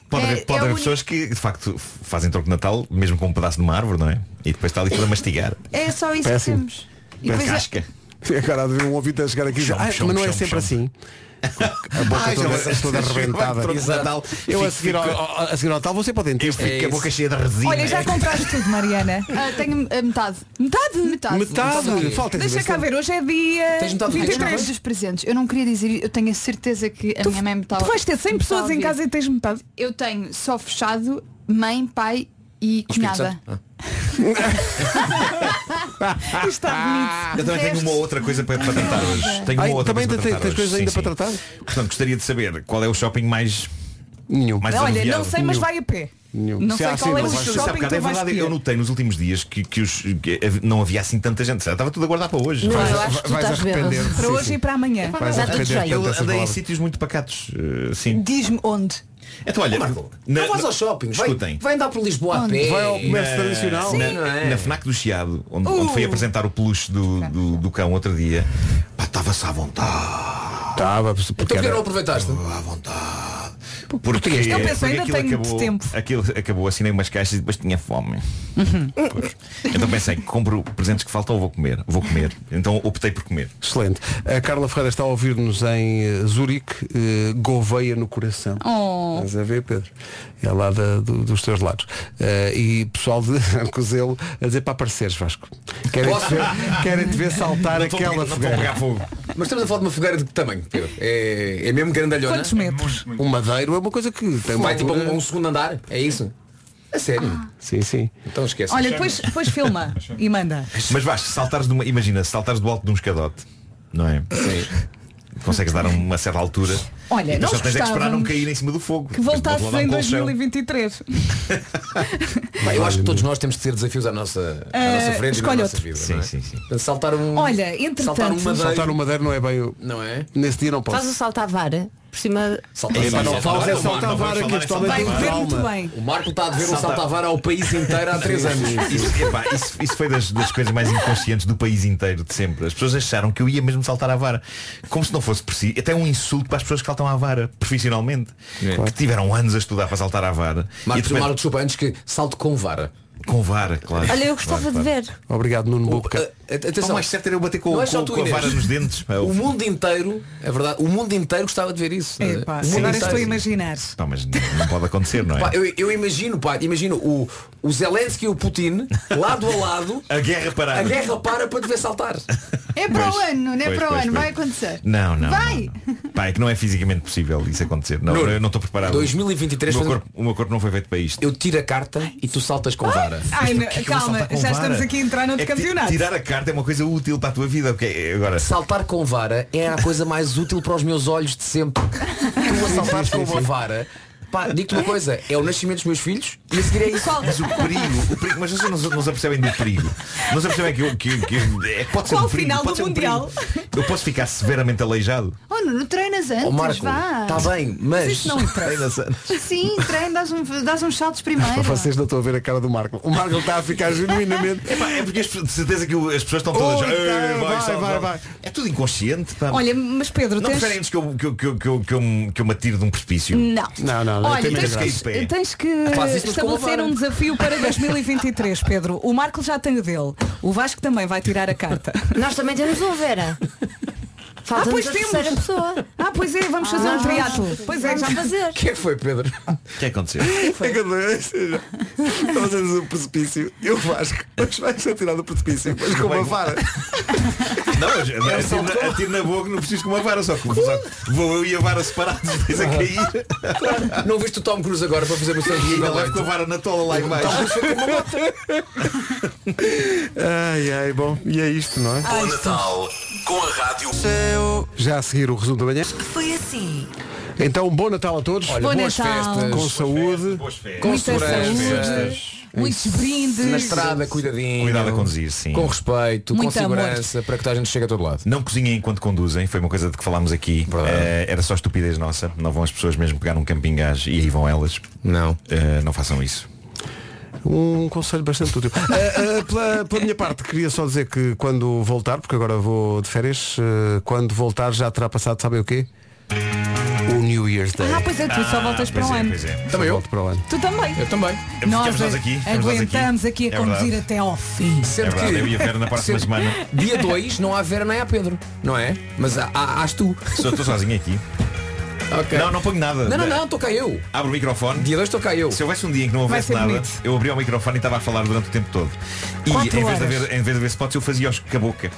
[SPEAKER 6] Pode
[SPEAKER 15] É-
[SPEAKER 6] haver, pode
[SPEAKER 15] é o
[SPEAKER 6] haver
[SPEAKER 15] único-
[SPEAKER 6] pessoas que, de facto, f- fazem troco de Natal, mesmo com um pedaço de uma árvore, não é? E depois está ali tudo a mastigar.
[SPEAKER 15] É só isso
[SPEAKER 1] Péssimo.
[SPEAKER 15] que temos. E
[SPEAKER 6] Mas
[SPEAKER 15] depois é-
[SPEAKER 6] casca.
[SPEAKER 1] Agora há de ver um ouvido a chegar aqui e dizer,
[SPEAKER 6] Chão,
[SPEAKER 1] "Ai,
[SPEAKER 6] chão,
[SPEAKER 1] mas não é
[SPEAKER 6] chão,
[SPEAKER 1] sempre
[SPEAKER 6] chão."
[SPEAKER 1] assim. A boca
[SPEAKER 6] Ai,
[SPEAKER 1] toda,
[SPEAKER 6] já-
[SPEAKER 1] toda
[SPEAKER 6] já-
[SPEAKER 1] arrebentada.
[SPEAKER 6] Troco de Natal.
[SPEAKER 1] Eu a
[SPEAKER 6] Fico-
[SPEAKER 1] seguir, ao,
[SPEAKER 6] fico-
[SPEAKER 1] ao- a seguir ao Natal vou ser para o dentista.
[SPEAKER 6] Fico com a boca cheia É de resina.
[SPEAKER 4] Olha, já compraste tudo, Mariana.
[SPEAKER 15] Ah, tenho a metade.
[SPEAKER 4] Metade?
[SPEAKER 15] Metade.
[SPEAKER 1] Metade. Falta
[SPEAKER 4] Deixa cá ver, hoje é dia
[SPEAKER 2] Tens metade do que
[SPEAKER 4] 23.
[SPEAKER 15] Metade dos presentes. Eu não queria dizer, eu tenho a certeza que a minha mãe me está
[SPEAKER 4] Tu vais ter 100 pessoas em casa e tens metade.
[SPEAKER 15] Eu tenho só fechado mãe, pai e cunhada.
[SPEAKER 4] Isto está
[SPEAKER 6] Eu também tenho uma outra coisa para, para tratar hoje. Tenho
[SPEAKER 1] Ai,
[SPEAKER 6] uma outra
[SPEAKER 1] também
[SPEAKER 6] coisa para tratar
[SPEAKER 1] tens- tens
[SPEAKER 6] hoje.
[SPEAKER 1] coisas
[SPEAKER 6] Sim,
[SPEAKER 1] ainda
[SPEAKER 6] sim.
[SPEAKER 1] para tratar?
[SPEAKER 6] Portanto, gostaria de saber qual é o shopping mais.
[SPEAKER 1] é Nenhum.
[SPEAKER 6] mais
[SPEAKER 4] bonito. Olha,
[SPEAKER 6] aliviado.
[SPEAKER 4] não sei, mas vai a pé.
[SPEAKER 1] Nenhum.
[SPEAKER 4] Não
[SPEAKER 1] Se há
[SPEAKER 4] sei
[SPEAKER 1] assim,
[SPEAKER 4] qual é o
[SPEAKER 1] não vais
[SPEAKER 6] Mas, sabe,
[SPEAKER 4] shopping que
[SPEAKER 6] cara, é
[SPEAKER 4] tu vais
[SPEAKER 6] verdade, eu
[SPEAKER 4] ter.
[SPEAKER 6] notei nos últimos dias que, que os, que não havia assim tanta gente. Sabe, Estava tudo a guardar para hoje.
[SPEAKER 14] Não,
[SPEAKER 6] Mas-
[SPEAKER 14] eu acho que tu
[SPEAKER 1] vais
[SPEAKER 14] estás bêbado.
[SPEAKER 1] arrepender.
[SPEAKER 4] Para
[SPEAKER 1] Sim,
[SPEAKER 4] hoje
[SPEAKER 1] sim.
[SPEAKER 4] e para amanhã.
[SPEAKER 1] Vais
[SPEAKER 14] Está tudo
[SPEAKER 1] arrepender
[SPEAKER 14] cheio.
[SPEAKER 1] tanto
[SPEAKER 6] Eu
[SPEAKER 1] dessa
[SPEAKER 6] andei em
[SPEAKER 1] palavra.
[SPEAKER 6] sítios muito pacatos. eh, Sim.
[SPEAKER 15] Diz-me onde.
[SPEAKER 6] Então, olha. na-
[SPEAKER 2] Não vais ao
[SPEAKER 6] na-
[SPEAKER 2] shopping. Vai,
[SPEAKER 6] Escutem.
[SPEAKER 2] vai andar por Lisboa a
[SPEAKER 15] Onde?
[SPEAKER 2] pé.
[SPEAKER 1] Vai ao É comércio
[SPEAKER 6] Na-
[SPEAKER 1] tradicional.
[SPEAKER 2] Sim,
[SPEAKER 6] na,
[SPEAKER 2] não é?
[SPEAKER 6] na FNAC do Chiado, onde, onde
[SPEAKER 4] Uh.
[SPEAKER 6] fui apresentar o peluche do, do, do cão outro dia, pá, estava-se à vontade.
[SPEAKER 1] Estava,
[SPEAKER 2] Então
[SPEAKER 1] porque
[SPEAKER 2] porquê
[SPEAKER 1] era-
[SPEAKER 2] não aproveitaste?
[SPEAKER 6] À vontade. Porque,
[SPEAKER 4] Português não pensou,
[SPEAKER 6] porque
[SPEAKER 4] é um ainda
[SPEAKER 6] aquilo
[SPEAKER 4] tenho muito
[SPEAKER 6] acabou,
[SPEAKER 4] tempo. Uhum.
[SPEAKER 6] Aquilo acabou, assinei umas caixas e depois tinha fome. Pois. Então pensei, compro presentes que faltam ou vou comer? Vou comer. Então optei por comer.
[SPEAKER 1] Excelente. A Carla Ferreira está a ouvir-nos em eh, Zurique, eh, Gouveia no coração.
[SPEAKER 4] Oh.
[SPEAKER 1] Estás a ver, Pedro? É lá da- do- dos teus lados. Eh, e pessoal de Cozelo a dizer para apareceres, Vasco. Querem-te ver, querem ver saltar aquela fogueira.
[SPEAKER 2] Mas estamos a falar de uma fogueira de que tamanho, Pedro? É, é mesmo grandalhona?
[SPEAKER 1] Quantos
[SPEAKER 4] metros?
[SPEAKER 1] Um madeiro é uma coisa que tem uma
[SPEAKER 2] Vai tipo a
[SPEAKER 1] altura-
[SPEAKER 2] um, a um segundo andar? É isso? A sério?
[SPEAKER 1] Sim, sim.
[SPEAKER 2] Então esquece.
[SPEAKER 4] Ah. Olha, depois, depois filma e manda.
[SPEAKER 6] Mas vais, se saltares de uma, imagina, se saltares do alto de um escadote, não é? Consegues dar uma certa altura.
[SPEAKER 4] Olha,
[SPEAKER 6] e depois
[SPEAKER 4] nós
[SPEAKER 6] só tens é que esperar não
[SPEAKER 4] gostávamos
[SPEAKER 6] cair em cima do fogo.
[SPEAKER 4] Que voltasses em 2023.
[SPEAKER 2] Pá, eu acho que todos nós temos que ter desafios à nossa, à
[SPEAKER 4] Eh,
[SPEAKER 2] nossa frente e na
[SPEAKER 4] escolhe
[SPEAKER 2] nossa
[SPEAKER 4] outro.
[SPEAKER 2] vida.
[SPEAKER 6] Sim,
[SPEAKER 2] não é?
[SPEAKER 6] sim, sim.
[SPEAKER 2] Portanto, Saltar um.
[SPEAKER 14] Olha,
[SPEAKER 2] Saltar um
[SPEAKER 14] entretanto-
[SPEAKER 2] madeiro.
[SPEAKER 1] Saltar um madeiro não é bem o...
[SPEAKER 2] Não é?
[SPEAKER 1] Nesse dia não posso.
[SPEAKER 14] Faz o salto à vara por cima.
[SPEAKER 2] Saltar
[SPEAKER 1] Epá, não
[SPEAKER 2] saltar
[SPEAKER 1] falas
[SPEAKER 2] vara,
[SPEAKER 1] é saltar
[SPEAKER 2] Marco,
[SPEAKER 1] vara,
[SPEAKER 2] não
[SPEAKER 1] que
[SPEAKER 2] vamos
[SPEAKER 1] este
[SPEAKER 2] falar em
[SPEAKER 1] homem
[SPEAKER 2] saltar
[SPEAKER 1] tem
[SPEAKER 2] vara.
[SPEAKER 1] calma.
[SPEAKER 2] O Marco está a dever um
[SPEAKER 6] Saltar-
[SPEAKER 2] salto à vara ao país inteiro há três anos.
[SPEAKER 6] Isso, epá, isso- isso foi das, das coisas mais inconscientes do país inteiro de sempre. As pessoas acharam que eu ia mesmo saltar à vara. Como se não fosse por si. Até um insulto para as pessoas que saltam à vara, profissionalmente.
[SPEAKER 2] É.
[SPEAKER 6] Que tiveram anos a estudar para saltar à vara.
[SPEAKER 2] Marco,
[SPEAKER 6] e de repente-
[SPEAKER 2] Marco, desculpa, antes que salto com vara.
[SPEAKER 6] Com vara, claro.
[SPEAKER 14] Olha, eu gostava de ver.
[SPEAKER 1] Obrigado, Nuno
[SPEAKER 2] Boca. eh, Atenção,
[SPEAKER 6] O mais certo era eu bater com-
[SPEAKER 2] Não é
[SPEAKER 6] com-
[SPEAKER 2] só tu,
[SPEAKER 6] com a
[SPEAKER 2] Inês.
[SPEAKER 6] vara nos dentes.
[SPEAKER 2] O mundo inteiro, é verdade, o mundo inteiro gostava de ver isso. é?
[SPEAKER 4] Epá,
[SPEAKER 2] O mundo
[SPEAKER 4] agora
[SPEAKER 2] inteiro.
[SPEAKER 4] estou a imaginar.
[SPEAKER 6] Não, mas não pode acontecer, não é?
[SPEAKER 2] Pá, eu, eu imagino, pá, imagino o, o Zelensky e o Putin, lado a lado,
[SPEAKER 6] A guerra parada.
[SPEAKER 2] a guerra para para te ver saltar.
[SPEAKER 15] É para o
[SPEAKER 6] Pois,
[SPEAKER 15] ano, não é
[SPEAKER 6] pois,
[SPEAKER 15] para o
[SPEAKER 6] pois,
[SPEAKER 15] ano,
[SPEAKER 6] pois.
[SPEAKER 15] vai acontecer.
[SPEAKER 6] Não, não.
[SPEAKER 15] Vai!
[SPEAKER 6] Pá, é que não é fisicamente possível isso acontecer. Não,
[SPEAKER 2] Nuno,
[SPEAKER 6] eu não estou preparado.
[SPEAKER 2] 2023
[SPEAKER 6] o meu,
[SPEAKER 2] fazemos-
[SPEAKER 6] corpo, o meu corpo não foi feito para isto.
[SPEAKER 2] Eu tiro a carta e tu saltas com vara.
[SPEAKER 4] Ai,
[SPEAKER 6] Mas porquê que eu vou
[SPEAKER 4] calma,
[SPEAKER 6] saltar com
[SPEAKER 4] já estamos
[SPEAKER 6] vara?
[SPEAKER 4] aqui a entrar noutro
[SPEAKER 6] É que ti-
[SPEAKER 4] campeonato.
[SPEAKER 6] Tirar a carta é uma coisa útil para a tua vida. ok? Agora,
[SPEAKER 2] Saltar com vara é a coisa mais útil para os meus olhos de sempre. Tu a saltares com uma vara. Pá, digo-te uma coisa, é o nascimento dos meus filhos e a seguir é isso.
[SPEAKER 6] Mas o perigo, o perigo, mas vocês não, se- não se apercebem do perigo. Não se apercebem que, eu- que, que é, pode ser
[SPEAKER 15] Qual
[SPEAKER 6] um perigo,
[SPEAKER 15] final
[SPEAKER 6] pode
[SPEAKER 15] do
[SPEAKER 6] ser um
[SPEAKER 15] Mundial?
[SPEAKER 6] perigo. Eu posso ficar severamente aleijado.
[SPEAKER 15] Oh, não, treinas antes,
[SPEAKER 6] Ó, Marco,
[SPEAKER 15] vá.
[SPEAKER 6] tá bem,
[SPEAKER 2] mas-
[SPEAKER 15] isso não
[SPEAKER 6] interessa.
[SPEAKER 15] Sim, treina, dás, um, dás uns saltos primeiro.
[SPEAKER 1] Vocês não estão a ver a cara do Marco. O Marco está a ficar genuinamente.
[SPEAKER 6] Epá, é porque as- de certeza que o- as pessoas estão todas.
[SPEAKER 1] Oi,
[SPEAKER 6] "Ei,
[SPEAKER 4] tá,
[SPEAKER 1] vai, vai,
[SPEAKER 6] salve,
[SPEAKER 1] vai,
[SPEAKER 6] salve." É tudo inconsciente. pá.
[SPEAKER 4] Olha, mas Pedro,
[SPEAKER 6] não
[SPEAKER 4] tens...
[SPEAKER 6] preferem um antes que eu, que, eu, que, eu, que, eu, que eu me- que eu me atire de um precipício?
[SPEAKER 4] Não. Olha,
[SPEAKER 6] Tem menos
[SPEAKER 4] tens,
[SPEAKER 6] que isso, pé.
[SPEAKER 4] que, tens que
[SPEAKER 6] Faz isso, mas com a
[SPEAKER 4] estabelecer
[SPEAKER 6] vara.
[SPEAKER 4] um desafio para 2023, Pedro. O Marco já tem o dele. O Vasco também vai tirar a carta.
[SPEAKER 14] Nós também temos um Vera.
[SPEAKER 4] ah,
[SPEAKER 14] Falta-nos
[SPEAKER 4] pois
[SPEAKER 14] a
[SPEAKER 4] temos.
[SPEAKER 14] terceira pessoa.
[SPEAKER 4] Ah, pois é, vamos fazer um
[SPEAKER 14] Vamos.
[SPEAKER 4] triatlo. Pois é, já
[SPEAKER 14] Vamos fazer.
[SPEAKER 2] que é que foi, Pedro?
[SPEAKER 6] O que é que aconteceu?
[SPEAKER 1] É que eu adorei, ou seja, nós temos um precipício e o Vasco mas vai ser tirado do precipício, mas com uma vara.
[SPEAKER 6] Não, mas atiro, na- atiro na boca, não preciso com uma vara, só que vou, vou eu e a vara separados, depois a cair.
[SPEAKER 2] Não viste o Tom Cruise agora para fazer uma cena
[SPEAKER 6] E ainda levo com a vara na tola lá em baixo.
[SPEAKER 1] Ai, ai, bom, e é isto, não é?
[SPEAKER 10] Bom Natal com a rádio. Seu.
[SPEAKER 1] Já a seguir o resumo da manhã.
[SPEAKER 10] Foi assim.
[SPEAKER 1] Então, bom Natal a todos.
[SPEAKER 10] Olha, Bom boas Natal. festas.
[SPEAKER 1] Com saúde.
[SPEAKER 2] Com
[SPEAKER 10] Muita
[SPEAKER 2] segurança.
[SPEAKER 4] saúde, muitos brindes.
[SPEAKER 2] Na estrada, cuidadinho.
[SPEAKER 6] Cuidado a conduzir, sim.
[SPEAKER 2] Com respeito, com
[SPEAKER 4] Muito
[SPEAKER 2] segurança, para que a gente chegue a todo lado.
[SPEAKER 6] Não cozinhem enquanto conduzem, foi uma coisa de que falámos aqui. Eh, era só estupidez nossa. Não vão as pessoas mesmo pegar um camping gás e aí vão elas. Eh,
[SPEAKER 2] Não.
[SPEAKER 6] não façam isso.
[SPEAKER 1] Um conselho bastante útil. Ah, ah, pela, pela minha parte, queria só dizer que quando voltar, porque agora vou de férias, ah, quando voltar já terá passado, sabem o quê? O New Year's Day.
[SPEAKER 4] Ah, pois é, tu só voltas para o ano.
[SPEAKER 6] é.
[SPEAKER 1] Também eu. Volto para o ano.
[SPEAKER 4] Tu também.
[SPEAKER 2] Eu também.
[SPEAKER 4] Nós,
[SPEAKER 6] Ficamos nós aqui, ficamos nós aqui.
[SPEAKER 4] aguentamos
[SPEAKER 6] É
[SPEAKER 4] aqui, a conduzir
[SPEAKER 6] verdade.
[SPEAKER 4] até ao fim.
[SPEAKER 2] Sendo
[SPEAKER 6] É verdade, é eu e a Vera na próxima
[SPEAKER 2] sendo-
[SPEAKER 6] semana.
[SPEAKER 2] Dia 2 não há Vera nem há Pedro, não é? Mas há, há, hás tu.
[SPEAKER 6] Só estou sozinho aqui.
[SPEAKER 2] Ok.
[SPEAKER 6] Não, não ponho nada.
[SPEAKER 2] Não, não, não, estou cá eu.
[SPEAKER 6] Abro o microfone.
[SPEAKER 2] Dia 2 estou cá eu.
[SPEAKER 6] Se houvesse um dia em que não
[SPEAKER 2] Vai
[SPEAKER 6] houvesse
[SPEAKER 2] ser
[SPEAKER 6] nada,
[SPEAKER 2] bonito.
[SPEAKER 6] eu abria o microfone e estava a falar durante o tempo todo. E em
[SPEAKER 2] Quatro
[SPEAKER 6] vez, de
[SPEAKER 2] horas.
[SPEAKER 6] haver, em vez de haver spots, eu fazia-os com a boca.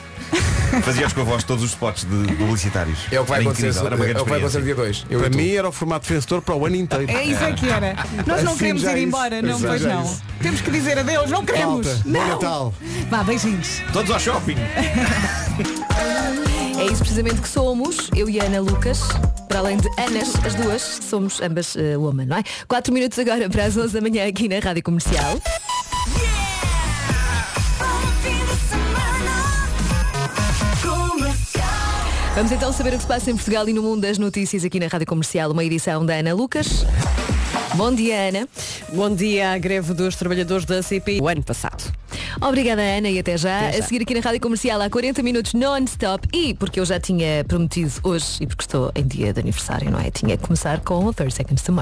[SPEAKER 6] fazia-os com a voz todos os spots de publicitários.
[SPEAKER 2] É o que vai
[SPEAKER 6] Era
[SPEAKER 2] acontecer,
[SPEAKER 6] incrível, era uma grande
[SPEAKER 2] é o que vai acontecer no
[SPEAKER 6] experiência.
[SPEAKER 2] dia 2.
[SPEAKER 1] Para mim era o formato vencedor para o ano inteiro.
[SPEAKER 4] É isso é que era. Nós não
[SPEAKER 1] Assim
[SPEAKER 4] queremos
[SPEAKER 1] já
[SPEAKER 4] ir
[SPEAKER 1] é isso.
[SPEAKER 4] embora, não,
[SPEAKER 1] Assim
[SPEAKER 4] pois
[SPEAKER 1] já é
[SPEAKER 4] não.
[SPEAKER 1] isso.
[SPEAKER 4] Temos que dizer adeus, não queremos.
[SPEAKER 1] Malta, bom
[SPEAKER 4] não.
[SPEAKER 1] Natal.
[SPEAKER 4] Vá,
[SPEAKER 2] um
[SPEAKER 4] beijinhos.
[SPEAKER 6] Todos ao shopping.
[SPEAKER 16] É isso precisamente que somos, eu e a Ana Lucas. Para além de Anas, as duas, somos ambas eh, woman, não é? 4 minutos agora para as 11 da manhã aqui na Rádio Comercial. Vamos então saber o que se passa em Portugal e no mundo das notícias aqui na Rádio Comercial, uma edição da Ana Lucas. Bom dia, Ana.
[SPEAKER 17] Bom dia à greve dos trabalhadores da CP o ano passado.
[SPEAKER 16] Obrigada, Ana, e até já.
[SPEAKER 17] Até já.
[SPEAKER 16] A seguir aqui na Rádio Comercial há 40 minutos non-stop e porque eu já tinha prometido hoje e porque estou em dia de aniversário, não é? Tinha que começar com 30 Seconds to Mars.